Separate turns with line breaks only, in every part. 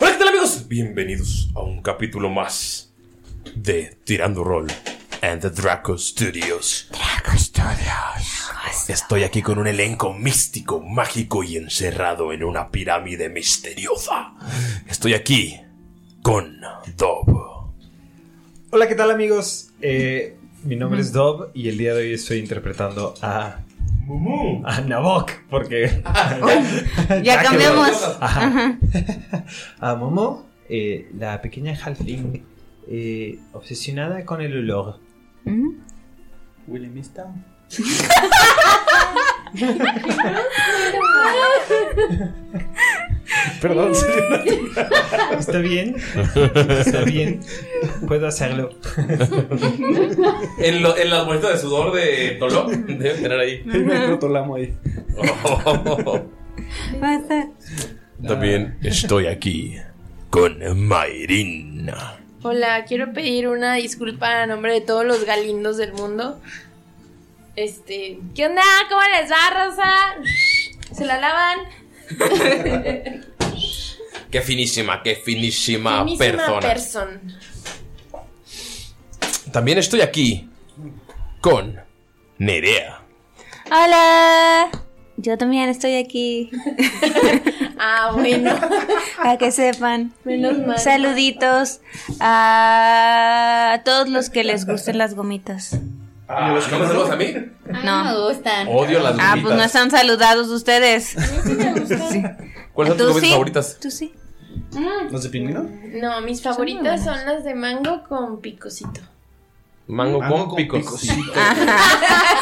Hola, ¿qué tal amigos? Bienvenidos a un capítulo más de Tirando Roll and the Draco Studios. Draco Studios. Estoy aquí con un elenco místico, mágico y encerrado en una pirámide misteriosa. Estoy aquí con Dob.
Hola, ¿qué tal amigos? Eh, mi nombre es Dob y el día de hoy estoy interpretando a... A Nabok, porque...
Ah, Ya
que-
cambiamos.
Ajá. A Momo, eh, la pequeña halfling eh, obsesionada con el olor.
Perdón,
¿Está bien? ¿Está bien? Puedo hacerlo.
en, lo- en las vueltas de sudor de Tolo deben tener ahí.
Basta.
También estoy aquí con Mayrin.
Hola, quiero pedir una disculpa a nombre de todos los galindos del mundo. Este, ¿qué onda? ¿Cómo les va, Rosa? ¿Se la lavan?
Qué finísima, qué finísima,
Finísima
persona.
person.
También estoy aquí con Nerea.
Hola. Yo también estoy aquí.
Ah, bueno.
Para que sepan.
Menos mal.
Saluditos a todos los que les gusten las gomitas.
Ah, ¿No me saludas a mí?
No.
me gustan.
Odio las
Ah, pues no
gomitas.
están saludados ustedes.
¿Cuáles son tus
¿Tú
gomitas
sí?
favoritas?
¿Tú sí?
¿Los de pingüino?
No, mis favoritas son las de mango con picocito.
Mango,
Ah,
Mango
con
con
picos.
picocito.
Ah.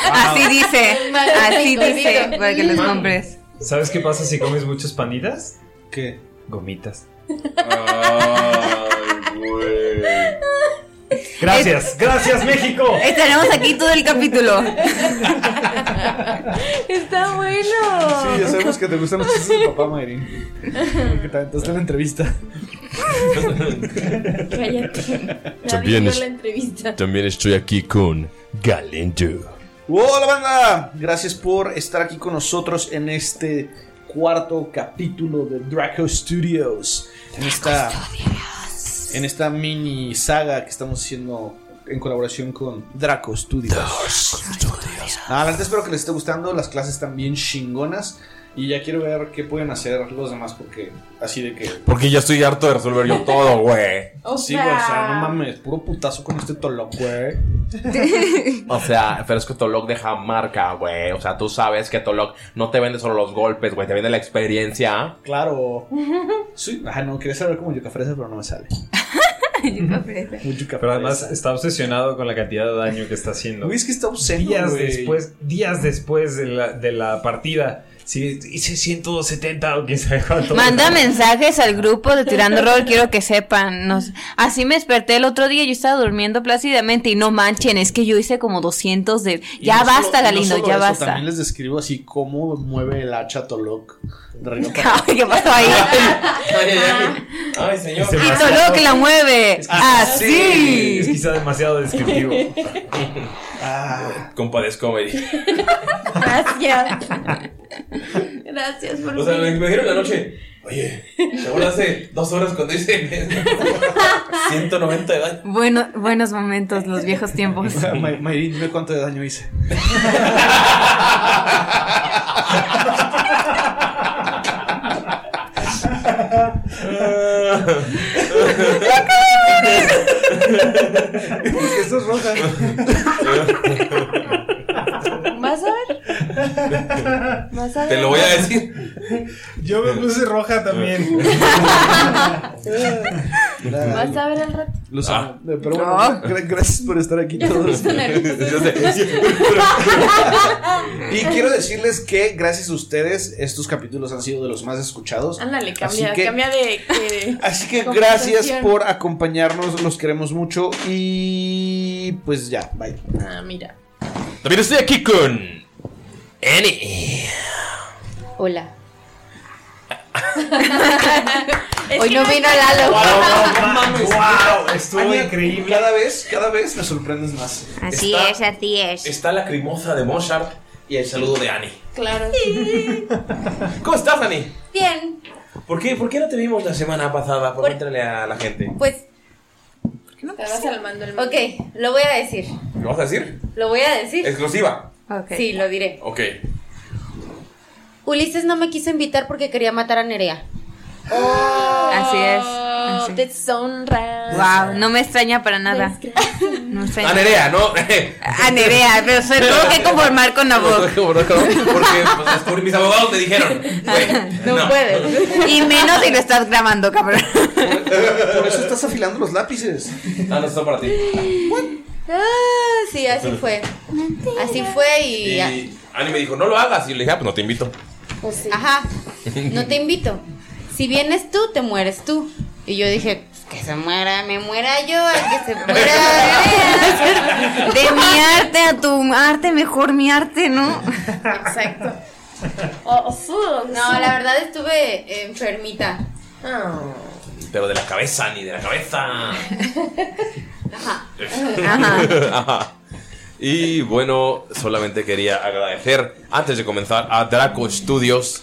Ah.
Así dice. Así
Magnífico,
dice.
digo.
Para que los compres.
¿Sabes qué pasa si comes muchos panitas?
¿Qué?
Gomitas.
Ay, güey.
Gracias, gracias México.
Estaremos aquí todo el capítulo.
Está bueno.
Sí, ya sabemos que te gustan los chistes de papá, Mayrin. Porque te aventaste la entrevista.
Cállate.
También
Nadie vio
es-
la entrevista.
También estoy aquí con Galindo.
¡Hola, banda! Gracias por estar aquí con nosotros en este
cuarto capítulo de Draco Studios. En esta, en esta mini saga que estamos haciendo en colaboración con Draco Studios. Ah, la verdad espero que les esté gustando. Las clases están bien chingonas. Y ya quiero ver qué pueden hacer los demás porque así de que...
Porque ya estoy harto de resolver yo todo, güey.
O
sí, güey, o sea,
sea-
no mames, puro putazo con este toloc, güey.
O sea, pero es que Tolok deja marca, güey. O sea, tú sabes que Tolok no te vende solo los golpes, güey. Te vende la experiencia.
Claro. Sí, ajá, no, quería saber como yuca fresa, pero no me sale.
Pero además está obsesionado con la cantidad de daño que está haciendo.
Güey, es que está obsceno,
Días
güey.
después, días después de la, de la partida. Sí, hice 170 o quién sabe cuánto.
Manda mensajes al grupo de Tirando Rol, quiero que sepan. Nos... Así me desperté el otro día, yo estaba durmiendo plácidamente y no manchen, es que yo hice como 200 de...
Y no
Ya
solo-
basta,
y no
Galindo,
solo
ya
eso,
basta.
También les describo así cómo mueve el hacha Tolok. De arriba para abajo.
Ay, ¿Qué pasó ahí?
Ay, señor.
Y Tolok que la mueve. Así.
Ah, Es quizá demasiado descriptivo. Ah.
Compadezco, güey.
Gracias. Gracias por
O sea, me
mí.
imagino en la noche. Oye, seguro hace dos horas cuando hice 190 de daño.
Bueno, buenos momentos, los viejos tiempos.
Ma- Mayrin, dime cuánto de daño hice. Eso es roja.
¿Vas a ver? ¿Vas a ver?
Te lo voy a decir.
Yo me puse roja también.
¿Vas a ver al rato?
Los amo. Eh, Pero bueno, gra- gracias por estar aquí todos.
Yo sé.
Y quiero decirles que gracias a ustedes estos capítulos han sido de los más escuchados.
Ándale,
Así
cambia,
que-
cambia de, que-
Así que
Conversación.
gracias por acompañarnos, los queremos mucho y pues ya, bye.
Ah, mira.
También estoy aquí con. Annie.
Hola.
Hoy no vino Lalo.
¡Wow!
Estuvo increíble.
Cada vez, cada vez me sorprendes más.
Así
Está-
es, así es.
Está la crimosa de Mozart y el saludo de Annie.
Claro.
¿Cómo estás, Annie?
Bien.
¿Por qué, ¿Por qué no te vimos la semana pasada? Cuéntale a la gente.
Pues,
Te vas al mando el
ok, lo voy a decir.
¿Lo vas a decir?
Lo voy a decir.
Exclusiva.
Sí, lo diré.
Ok.
Ulises no me quiso invitar porque quería matar a Nerea.
Así es.
Oh, deshonra.
Wow, no me extraña para nada. No
A
me extraña.
Nerea, ¿no?
A Nerea, pero se tuvo que conformar con Nabok.
Porque pues, descubrí- mis abogados me dijeron. güey,
No, puedes.
Y menos si lo estás grabando, cabrón.
Por eso estás afilando los lápices.
Ah, no, esto para ti.
Ah, sí, así fue. Así fue y.
Y Annie me dijo, no lo hagas. Y yo le dije, ah, pues no te invito.
Pues
Ajá. No te invito. Si vienes tú, te mueres tú. Y yo dije, pues, que se muera, me muera yo, a que se muera. Nerea.
De mi arte a tu arte, mejor mi arte, ¿no?
Exacto.
Oh, su-
No, la verdad estuve enfermita.
Oh.
Pero de la cabeza, Annie, de la cabeza.
Ajá.
Ajá. Y bueno, solamente quería agradecer antes de comenzar a Draco Studios.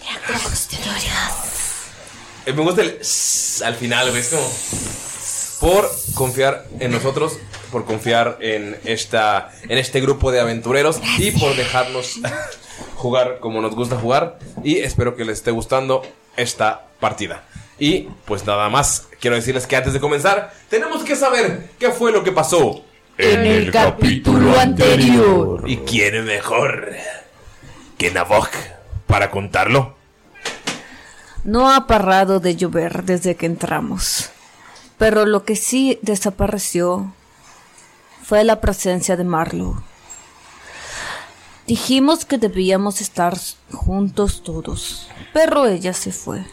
Eh, Me gusta el s- al final, güey, es como por confiar en nosotros, por confiar en esta en este grupo de aventureros y por dejarnos jugar como nos gusta jugar y espero que les esté gustando esta partida. Y pues nada más, quiero decirles que antes de comenzar, tenemos que saber qué fue lo que pasó
En el capítulo anterior.
¿Y quién es mejor que Nabok para contarlo?
No ha parado de llover desde que entramos. Pero lo que sí desapareció fue la presencia de Marlowe. Dijimos que debíamos estar juntos todos, pero ella se fue.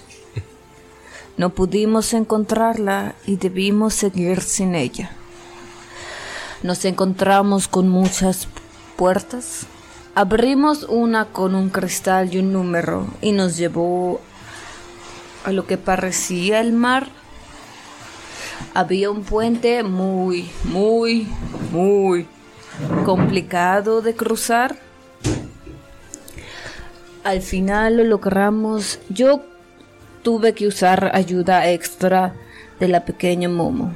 No pudimos encontrarla y debimos seguir sin ella. Nos encontramos con muchas puertas. Abrimos una con un cristal y un número y nos llevó a lo que parecía el mar. Había un puente muy, muy, muy complicado de cruzar. Al final lo logramos. Yo tuve que usar ayuda extra de la pequeña Momo.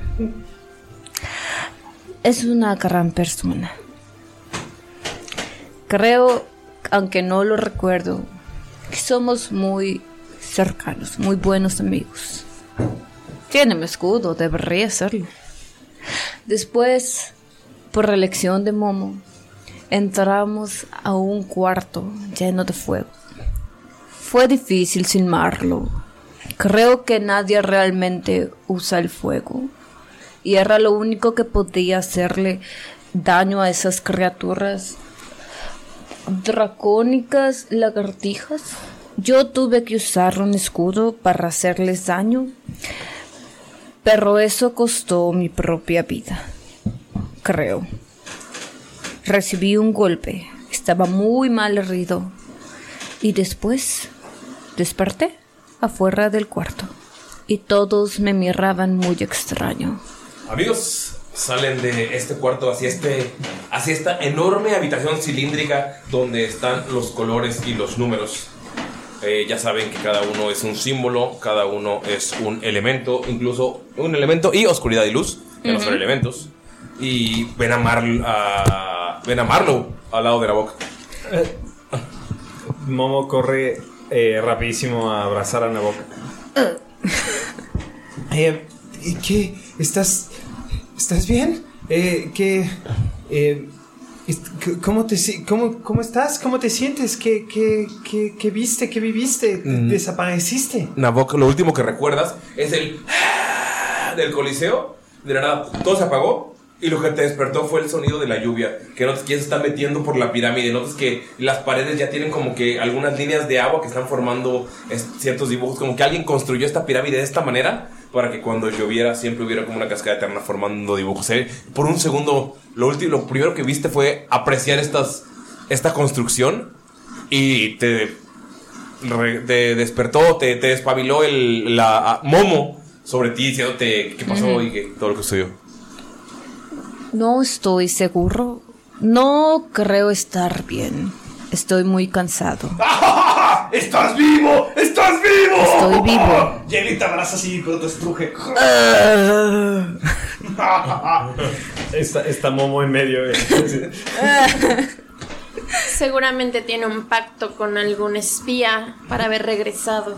Es una gran persona. Creo, aunque no lo recuerdo, que somos muy cercanos, muy buenos amigos. Tiene mi escudo, debería serlo. Después, por elección de Momo, entramos a un cuarto lleno de fuego. Fue difícil silmarlo. Creo que nadie realmente usa el fuego. Y era lo único que podía hacerle daño a esas criaturas dracónicas lagartijas. Yo tuve que usar un escudo para hacerles daño, pero eso costó mi propia vida, creo. Recibí un golpe, estaba muy mal herido y después desperté afuera del cuarto y todos me miraban muy extraño.
Amigos, salen de este cuarto hacia, este, hacia esta enorme habitación cilíndrica donde están los colores y los números. Eh, ya saben que cada uno es un símbolo, cada uno es un elemento, incluso un elemento y oscuridad y luz, que no son
Ujú.
elementos. Y ven a, Mar, a- ven a Marlow al lado de la boca.
Momo corre eh, rapidísimo a abrazar a Nabok.
Eh, ¿y ¿Qué? ¿Estás. ¿Estás bien? Eh, ¿Qué. eh, est- c- ¿Cómo, te, si- cómo, ¿Cómo estás? ¿Cómo te sientes? ¿Qué, qué, qué, qué viste? ¿Qué viviste?
Mm.
¿Desapareciste?
Nabok, lo último que recuerdas es el del coliseo. De la nada, todo se apagó. Y lo que te despertó fue el sonido de la lluvia. Que notas que ya se está metiendo por la pirámide. Notas que las paredes ya tienen como que algunas líneas de agua que están formando es- ciertos dibujos. Como que alguien construyó esta pirámide de esta manera. Para que cuando lloviera siempre hubiera como una cascada eterna formando dibujos. Eh, Por un segundo, lo, último, lo primero que viste fue apreciar estas, esta construcción. Y te re- te despertó, te, te despabiló el la, a- Momo sobre ti diciéndote qué pasó
Ujú.
y que todo lo que sucedió.
No estoy seguro. No creo estar bien. Estoy muy cansado.
¡Estás vivo! ¡Estás vivo!
Estoy vivo.
Jenny te abraza así, pero te estruje.
Está, está Momo en medio. eh.
Seguramente tiene un pacto con algún espía para haber regresado.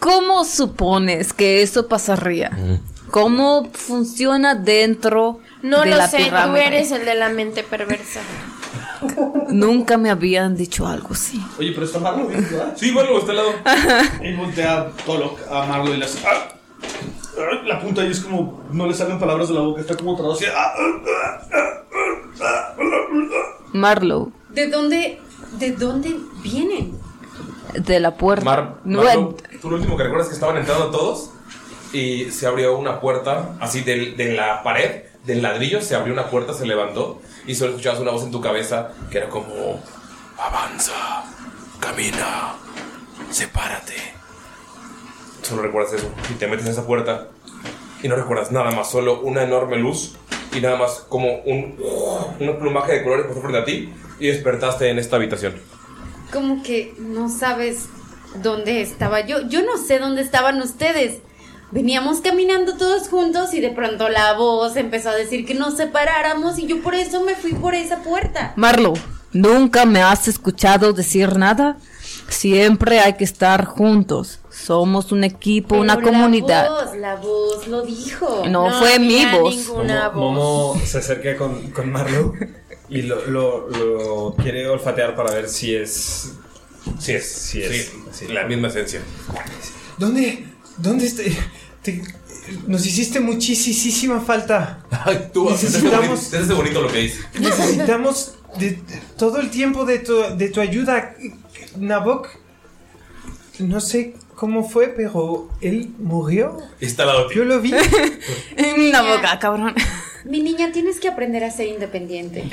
¿Cómo supones que eso pasaría?
Mm.
¿Cómo funciona dentro
No
de
lo
la
sé, tú
pirámide?
eres el de la mente perversa.
Nunca me habían dicho algo así.
Oye, pero está ¿eh? Marlo, ¿verdad?
Sí, Marlo, está al lado.
Y voltea Tolo a Marlo y le hace. "Ah". Ah, La punta ahí es como. No le salen palabras de la boca, está como traducida. "Ah, ah, ah, ah, ah, ah, ah".
Marlow,
¿De dónde, de dónde vienen?
de la puerta.
Mar,
No,
Marlo, tú lo último que recuerdas es que estaban entrando todos y se abrió una puerta así del- de, la pared, del ladrillo, se abrió una puerta, se levantó y solo escuchabas una voz en tu cabeza que era como avanza, camina, sepárate. Solo recuerdas eso y te metes a esa puerta y no recuerdas nada más, solo una enorme luz y nada más como un, un plumaje de colores pasó frente a ti y despertaste en esta habitación.
Como que no sabes dónde estaba yo. Yo no sé dónde estaban ustedes. Veníamos caminando todos juntos y de pronto la voz empezó a decir que nos separáramos y yo por eso me fui por esa puerta.
Marlow, ¿nunca me has escuchado decir nada? Siempre hay que estar juntos. Somos un equipo, una
Pero
comunidad.
La voz, la voz lo dijo.
No, No fue mi había voz. ninguna
Momo se acerca con, con Marlo y lo, lo- lo quiere olfatear para ver si es.
Si es.
Si es.
la misma esencia.
¿Dónde? ¿Dónde está? te- nos hiciste muchísima falta.
Ay, tú, es ese bonito,
Necesitamos-
ese es bonito lo que dices.
Necesitamos de- todo el tiempo de tu, de tu ayuda, Nabok. No sé cómo fue, pero él murió.
Está al lado de ti.
Yo lo vi.
Una boca, cabrón.
Mi niña, tienes que aprender a ser independiente.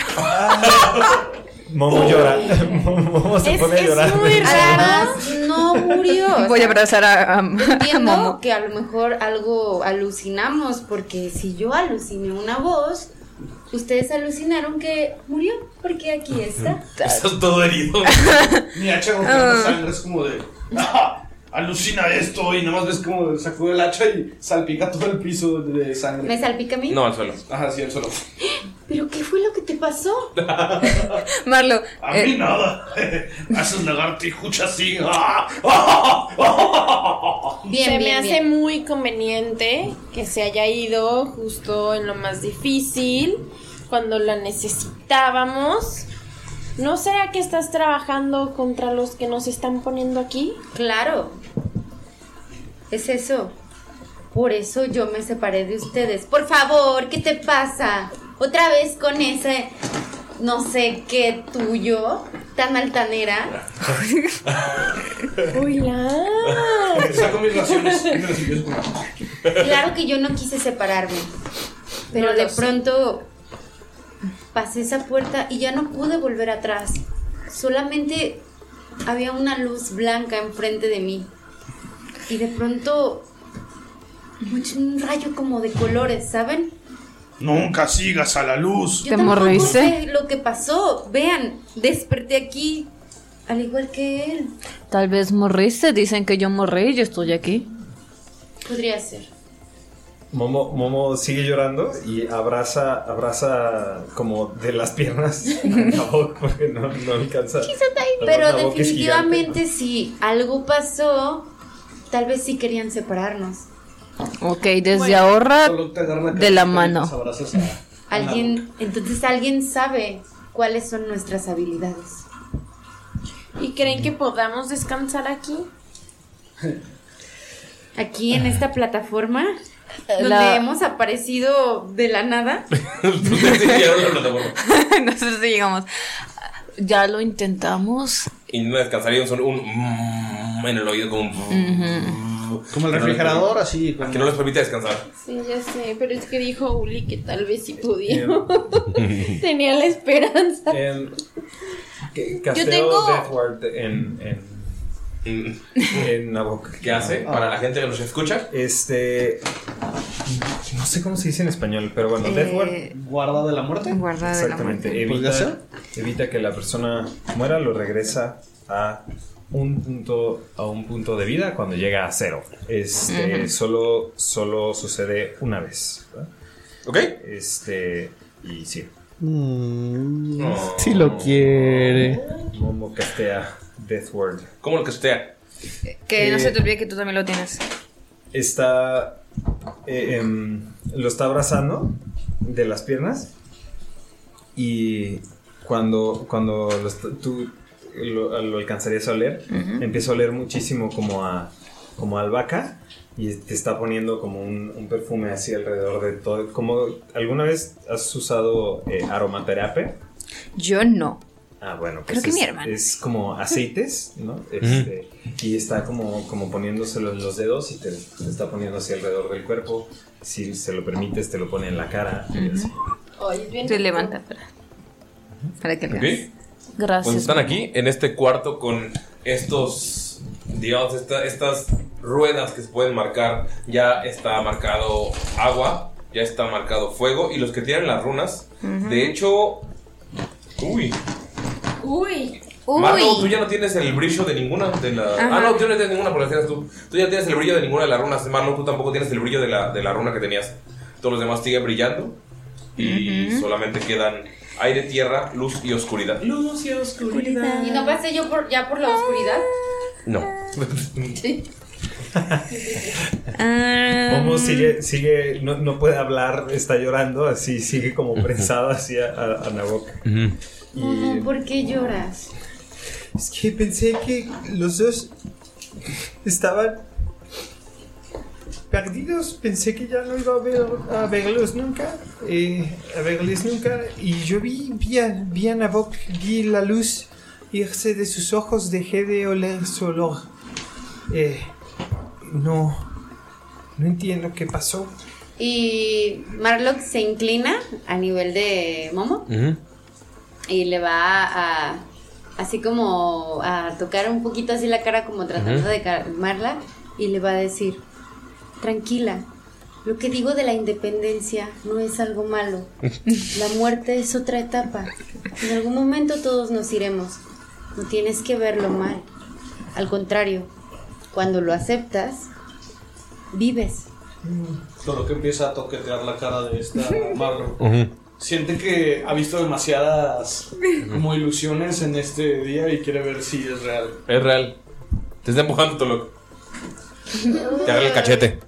Momo llora. Momo se
Es-
pone a
es
llorar.
muy Además, no murió. o
Voy a
sea,
abrazar a, a- a
Entiendo
Momo.
que a lo mejor algo alucinamos, porque si yo aluciné una voz, Ustedes alucinaron que murió, porque aquí está.
Estás todo herido. Mi hacha golpeando sangre es como de. "Ah, Alucina esto y nada más ves como sacó el hacha y salpica todo el piso de de sangre.
¿Me salpica a mí?
al suelo. Ajá, sí, al suelo.
¿Pero qué fue lo que te pasó?
Marlo.
A
eh,
mí nada. Haces lagartijucha así. ¡Ah!
Se
bien,
me hace muy conveniente que se haya ido justo en lo más difícil, cuando la necesitábamos. ¿No será que estás trabajando contra los que nos están poniendo aquí?
Claro. Es eso. Por eso yo me separé de ustedes. Por favor, ¿qué te pasa? Otra vez con ese no sé qué tuyo, tan altanera.
Hola.
Saco mis raciones y me las empiezo a comer.
Claro que yo no quise separarme. Pero
No lo
de
sé.
pronto pasé esa puerta y ya no pude volver atrás. Solamente había una luz blanca enfrente de mí. Y de pronto mucho- un rayo como de colores, ¿saben?
Nunca sigas a la luz.
Yo tampoco sé lo que pasó. Vean, desperté aquí al igual que él.
Tal vez morriste, dicen que yo morrí y yo estoy aquí.
Podría ser.
Momo, Momo sigue llorando y abraza, abraza como de las piernas a Nabok porque no, no alcanza.
Pero
Perdón, la boca es
definitivamente sí, algo pasó. Tal vez sí querían separarnos.
Ok, desde ahorra de la mano.
Alguien, entonces alguien sabe cuáles son nuestras habilidades.
¿Y creen que podamos descansar aquí?
Aquí en esta plataforma donde
La-
hemos aparecido de la nada.
Nosotros llegamos. Ya lo intentamos.
Y no descansaría un, son- un mm en el oído como un- Mm.
Como el refrigerador, así.
Ah, Que no les permite descansar.
Sí, ya sé, pero es que dijo Uli que tal vez sí podíamos.
Eh,
Tenía la esperanza.
Em, que- casteo
Yo tengo-
Death Ward en, en, en Nabok.
Mm. ¿Qué hace? Para la gente que nos escucha.
Este. No sé cómo se dice en español, pero bueno, Death Ward.
Eh, Guarda de la muerte. ¿Pues
Guarda
Exactamente. Evita, evita que la persona muera, lo regresa a un punto a un punto de vida cuando llega a cero. Este
Ujú.
solo solo sucede una vez.
¿Ok?
Este y sí.
si
lo
Mm, quiere.
Momo castea Death Ward.
¿Cómo lo castea?
Que no
Eh,
se te olvide que tú también lo tienes.
está eh, em, lo está abrazando de las piernas y cuando cuando lo est- tú lo, lo alcanzarías a oler
Ujú.
empieza a oler muchísimo como a como a albahaca y te está poniendo como un, un perfume así alrededor de todo como alguna vez has usado eh, aromaterapia
Yo no.
Ah, bueno,
Creo
pues
que
es,
mi hermano.
es como aceites, ¿no? Este, Y está como, como poniéndoselo en los dedos y te, te está poniendo así alrededor del cuerpo. Si se lo permites, te lo pone en la cara. y así.
Te levanta para, para que
Ok.
veas.
Pues
Gracias.
están aquí en este cuarto con estos, digamos, esta- estas ruedas que se pueden marcar. Ya está marcado agua, ya está marcado fuego y los que tienen las runas.
Ujú.
De hecho, uy,
Uy.
Marco, tú ya no tienes el brillo de ninguna de la.
Ajá.
Ah, no, tú no tienes ninguna, porque tienes tú. Tú ya tienes el brillo de ninguna de las runas. Marlon, tú tampoco tienes el brillo de la, de la runa que tenías. Todos los demás siguen brillando. Y
Ujú.
solamente quedan aire, tierra, luz y oscuridad.
Luz y oscuridad.
¿Y no pasé yo por, ya por la oscuridad?
No.
Ah.
Momo Mm. sigue, sigue no, no puede hablar, está llorando, así sigue como prensado así a, a, a Nabok.
Momo, ¿por qué lloras?
Es que pensé que los dos estaban perdidos. Pensé que ya no iba a, ver, a verlos nunca. eh, a verles nunca. Y yo vi, vi a, vi a Nabok, vi la luz irse de sus ojos. Dejé de oler su olor. Eh, no. No entiendo qué pasó.
Y Marlock se inclina a nivel de Momo y le va a, a- así como a tocar un poquito así la cara como tratando
Ujú.
de calmarla y le va a decir, tranquila, Lo que digo de la independencia no es algo malo. La muerte es otra etapa. En algún momento todos nos iremos. No tienes que verlo mal. Al contrario, cuando lo aceptas, vives.
Solo que empieza a toquetear la cara de esta Marlo. Siente que ha visto demasiadas como ilusiones en este día y quiere ver si es real.
Es real. Te está empujando, Tolok. Te agarra el cachete.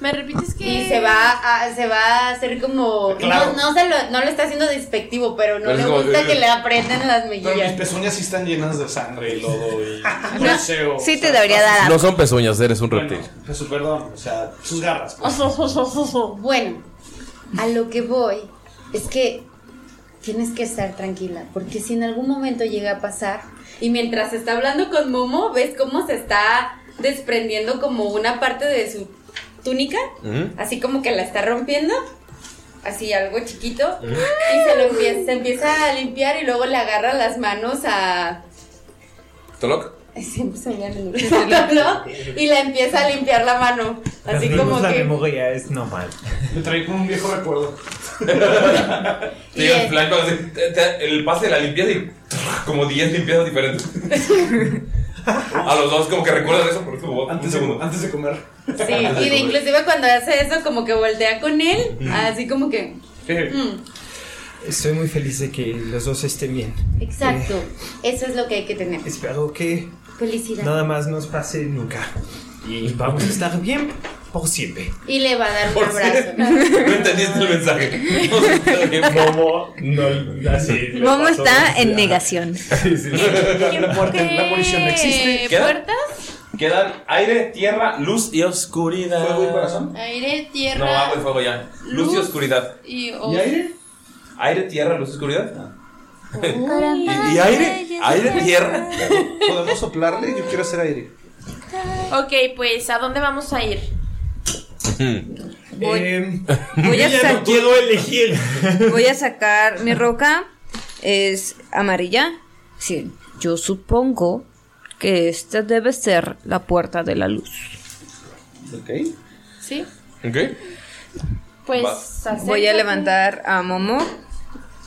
Me repites que. Y se va a, se va a hacer como.
Claro.
No, no se lo, no lo está haciendo despectivo, pero no
Pero es
le
como-
gusta que le aprenden las
Pero mis
mejillas.
pezuñas sí están llenas de sangre y lodo y roceo.
Sí te debería
Ah.
dar
No son pezuñas, eres un reptil.
Jesús, perdón, o sea, sus garras.
Bueno, a lo que voy es que tienes que estar tranquila, porque si en algún momento llega a pasar, y mientras está hablando con Momo, ves cómo se está desprendiendo como una parte de su túnica, así como que la está rompiendo, así algo chiquito,
Mm.
y se lo empieza, se empieza a limpiar y luego le agarra las manos a
¿Tolok?
Siempre se me olvidan los nombres, ¿no? Y la empieza a limpiar la mano. Así
Perdimos
como
la
que.
memoria, es normal.
Me traí como un viejo recuerdo.
Te llega el flashback, así, te- te- el pase de la limpieza y como 10 limpiezas diferentes. A los dos como que recuerdas eso por último, un segundo.
Antes de comer.
Sí, y de, inclusive cuando hace eso, como que voltea con él. Así como que. mm,
Estoy muy feliz de que los dos estén bien.
exacto.
Eh,
Eso es lo que hay que tener.
espero que
Felicidad.
nada más nos pase nunca. Y vamos a estar bien por siempre.
Y le va a dar un abrazo.
No entendiste el mensaje.
Momo no así. le
Momo
pasó
está
así,
en
ah.
negación. Eh,
La
muerte- la
no existe. ¿Quedan? Quedan aire, tierra, luz y oscuridad. ¿Fuego y corazón?
Aire,
No, pues,
tierra
agua y fuego ya. Luz, y oscuridad.
y, oh.
¿Aire, tierra, luz y oscuridad?
Oh.
¿Y, y aire? ¿Aire, tierra?
¿Podemos soplarle? Yo quiero hacer aire.
Ok, pues ¿a dónde vamos a ir?
Voy,
Em,
voy a
ya no
sacar.
puedo elegir.
Voy a sacar mi roca. Es amarilla. Sí, yo supongo que esta debe ser la puerta de la luz.
Ok.
¿Sí?
Ok.
Pues
Voy a
acércate.
levantar a Momo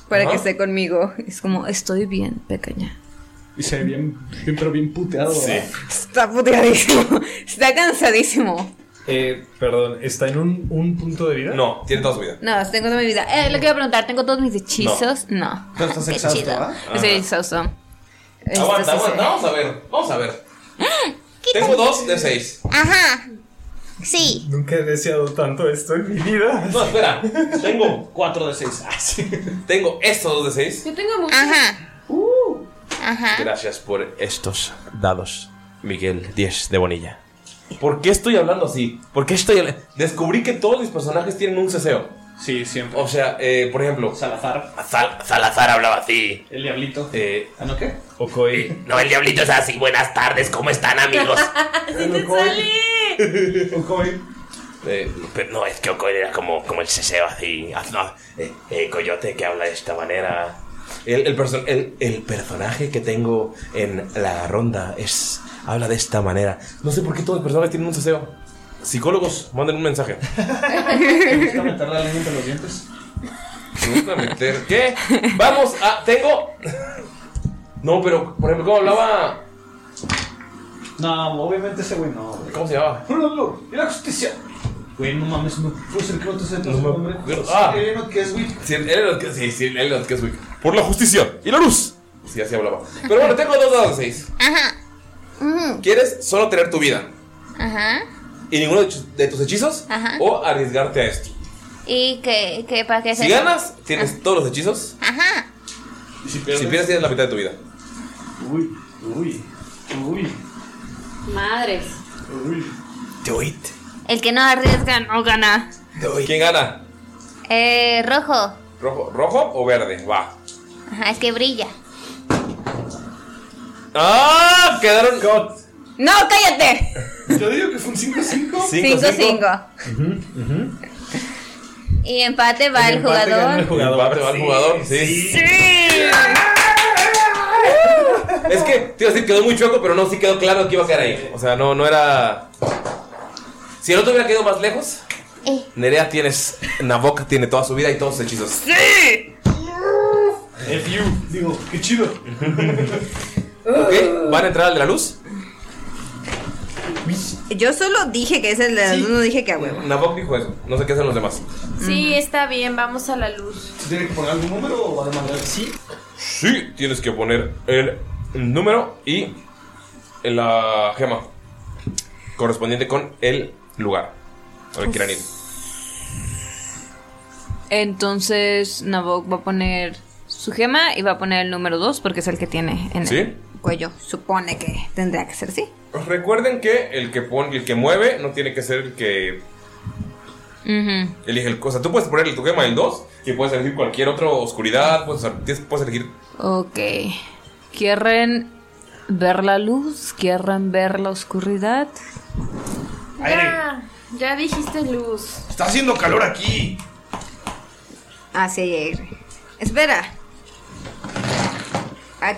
para
Ajá.
que esté conmigo. Es como, estoy bien, pequeña.
Y se ve bien, bien, pero bien puteado. ¿verdad?
Está puteadísimo. Está cansadísimo.
Eh, perdón, ¿está en un, un punto de vida?
No, tiene toda su vida.
No, tengo toda mi vida. Eh, lo que iba a preguntar, ¿tengo todos mis hechizos? No.
Pero estás
Qué
exhausto,
chido.
¿verdad?
Estoy
Ajá.
exhausto.
Aguanta,
Esto Este, sí
aguanta.
se-
Vamos a ver. Vamos a ver. Tengo dos de seis.
Ajá. Sí.
Nunca he deseado tanto esto en mi vida.
No, espera. Tengo cuatro de seis. Ah, sí. Tengo estos dos de seis.
Yo tengo mucho. Ajá.
Uh.
Ah.
Ajá.
Gracias por estos dados, Miguel 10 de Bonilla. ¿Por qué estoy hablando así? ¿Por qué estoy habla- Descubrí que todos mis personajes tienen un ceseo.
Sí, siempre.
O sea, eh, por ejemplo,
Salazar.
Salazar hablaba así.
El diablito.
Eh,
¿Ah, no qué?
No, el diablito es así. Buenas tardes, ¿cómo están, amigos?
¡Sí te sale!
Eh, pero no, es que Ocoy era como, como el ceseo así. ah, no, eh, eh, coyote que habla de esta manera. El, el, perso- el- el personaje que tengo en la ronda es habla de esta manera. No sé por qué todos los personajes tienen un ceseo. Psicólogos, manden un mensaje.
¿Vas a meter la lengua entre los dientes?
Me gusta meter- ¿Qué? Vamos a. Tengo. No, pero, por ejemplo, ¿cómo hablaba?
No, obviamente ese güey no.
¿Cómo se llamaba?
¡Y la justicia! Güey, no mames, no puedo ser que no te sepas su nombre.
Ah.
Sí, Eh, no, que es güey.
Sí, era lo que- sí, sí, era lo que es güey. Por la justicia y la luz. Sí, así hablaba. Pero bueno, tengo dos dados de seis.
Ajá. Mm,
¿Quieres solo tener tu vida
Ajá.
y ninguno de tus- de tus hechizos?
Ajá.
O arriesgarte a esto.
¿Y qué, qué para qué
Oh. Si ganas, tienes todos los hechizos.
Ajá.
Si pierdes, tienes la mitad de tu vida.
Uy, uy, uy.
Madres.
Do it.
El que no arriesga no gana.
¿Quién gana?
Eh, rojo.
¿Rojo, rojo o verde? Va.
Ajá, es que brilla.
¡Ah! Quedaron.
¡No, cállate!
Yo digo que fue un 5-5.
5-5. Y empate va el, jugador.
Empate, va el jugador, sí. Es que, te iba a decir, quedó muy chueco, pero no, sí quedó claro que iba a quedar ahí. O sea, no, no era. Si el otro hubiera quedado más lejos,
Eh.
Nerea tienes. Nabok tiene toda su vida y todos sus hechizos.
If you, digo, qué chido.
Ok, ¿van a entrar al de la luz?
Yo solo dije que es el de la luz, no dije que a huevo. Mm.
Nabok dijo eso. No sé qué hacen los demás.
Sí, está bien, vamos a la luz.
¿Tiene que poner algún número o va a demandar? Sí.
Sí, tienes que poner el número y la gema correspondiente con el lugar donde quieran ir.
Entonces Nabok va a poner su gema y va a poner el número 2 porque es el que tiene en
¿Sí?
el cuello. Supone que tendría que ser así.
Recuerden que el que pone, el que mueve no tiene que ser el que
Ujú.
elige el cosa. Tú puedes ponerle tu gema el 2 y puedes elegir cualquier otra oscuridad, puedes, puedes elegir
Ok. ¿Quieren ver la luz? ¿Quieren ver la oscuridad?
Ya, ya dijiste luz.
Está haciendo calor aquí.
Hacia aire. Espera. Ah.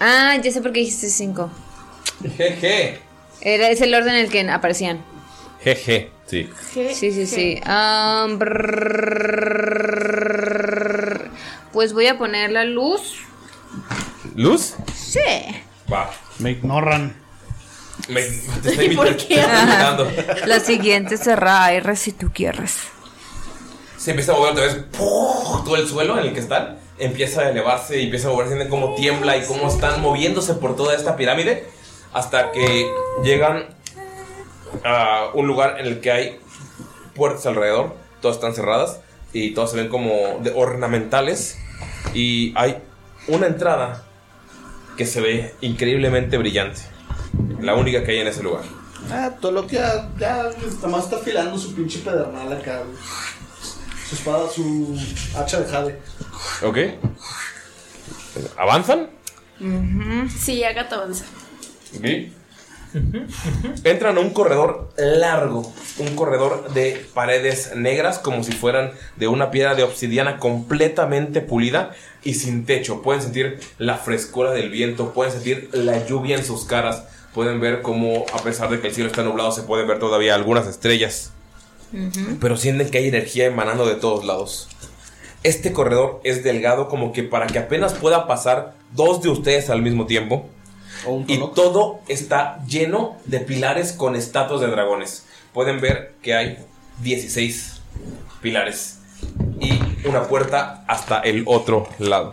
Ah, ya sé por qué dijiste 5.
Jeje.
Era, es el orden en el que aparecían.
Jeje, sí.
Sí, sí, sí. Um, Am, brrrr. pues voy a poner la luz.
¿Luz?
Sí.
Va.
Me ignoran.
Me, te estoy
por
invitando.
qué? La siguiente será aire si tú quieres.
Se empieza a mover otra vez ¡puf! todo el suelo en el que están. Empieza a elevarse y empieza a moverse. Sienten cómo tiembla y cómo están moviéndose por toda esta pirámide. Hasta que llegan a un lugar en el que hay puertas alrededor. Todas están cerradas y todas se ven como de ornamentales. Y hay una entrada que se ve increíblemente brillante. La única que hay en ese lugar.
Ah, todo lo que ya, ya nada más está afilando su pinche pedernal acá, güey. Su espada, su hacha de jade.
¿Ok? ¿Avanzan?
Sí, haga avanza.
Ok. Entran a un corredor largo, un corredor de paredes negras como si fueran de una piedra de obsidiana completamente pulida y sin techo. Pueden sentir la frescura del viento, pueden sentir la lluvia en sus caras, pueden ver cómo a pesar de que el cielo está nublado se pueden ver todavía algunas estrellas, pero sienten que hay energía emanando de todos lados. Este corredor es delgado como que para que apenas pueda pasar dos de ustedes al mismo tiempo. Y todo está lleno de pilares con estatuas de dragones. Pueden ver que hay 16 pilares y una puerta hasta el otro lado.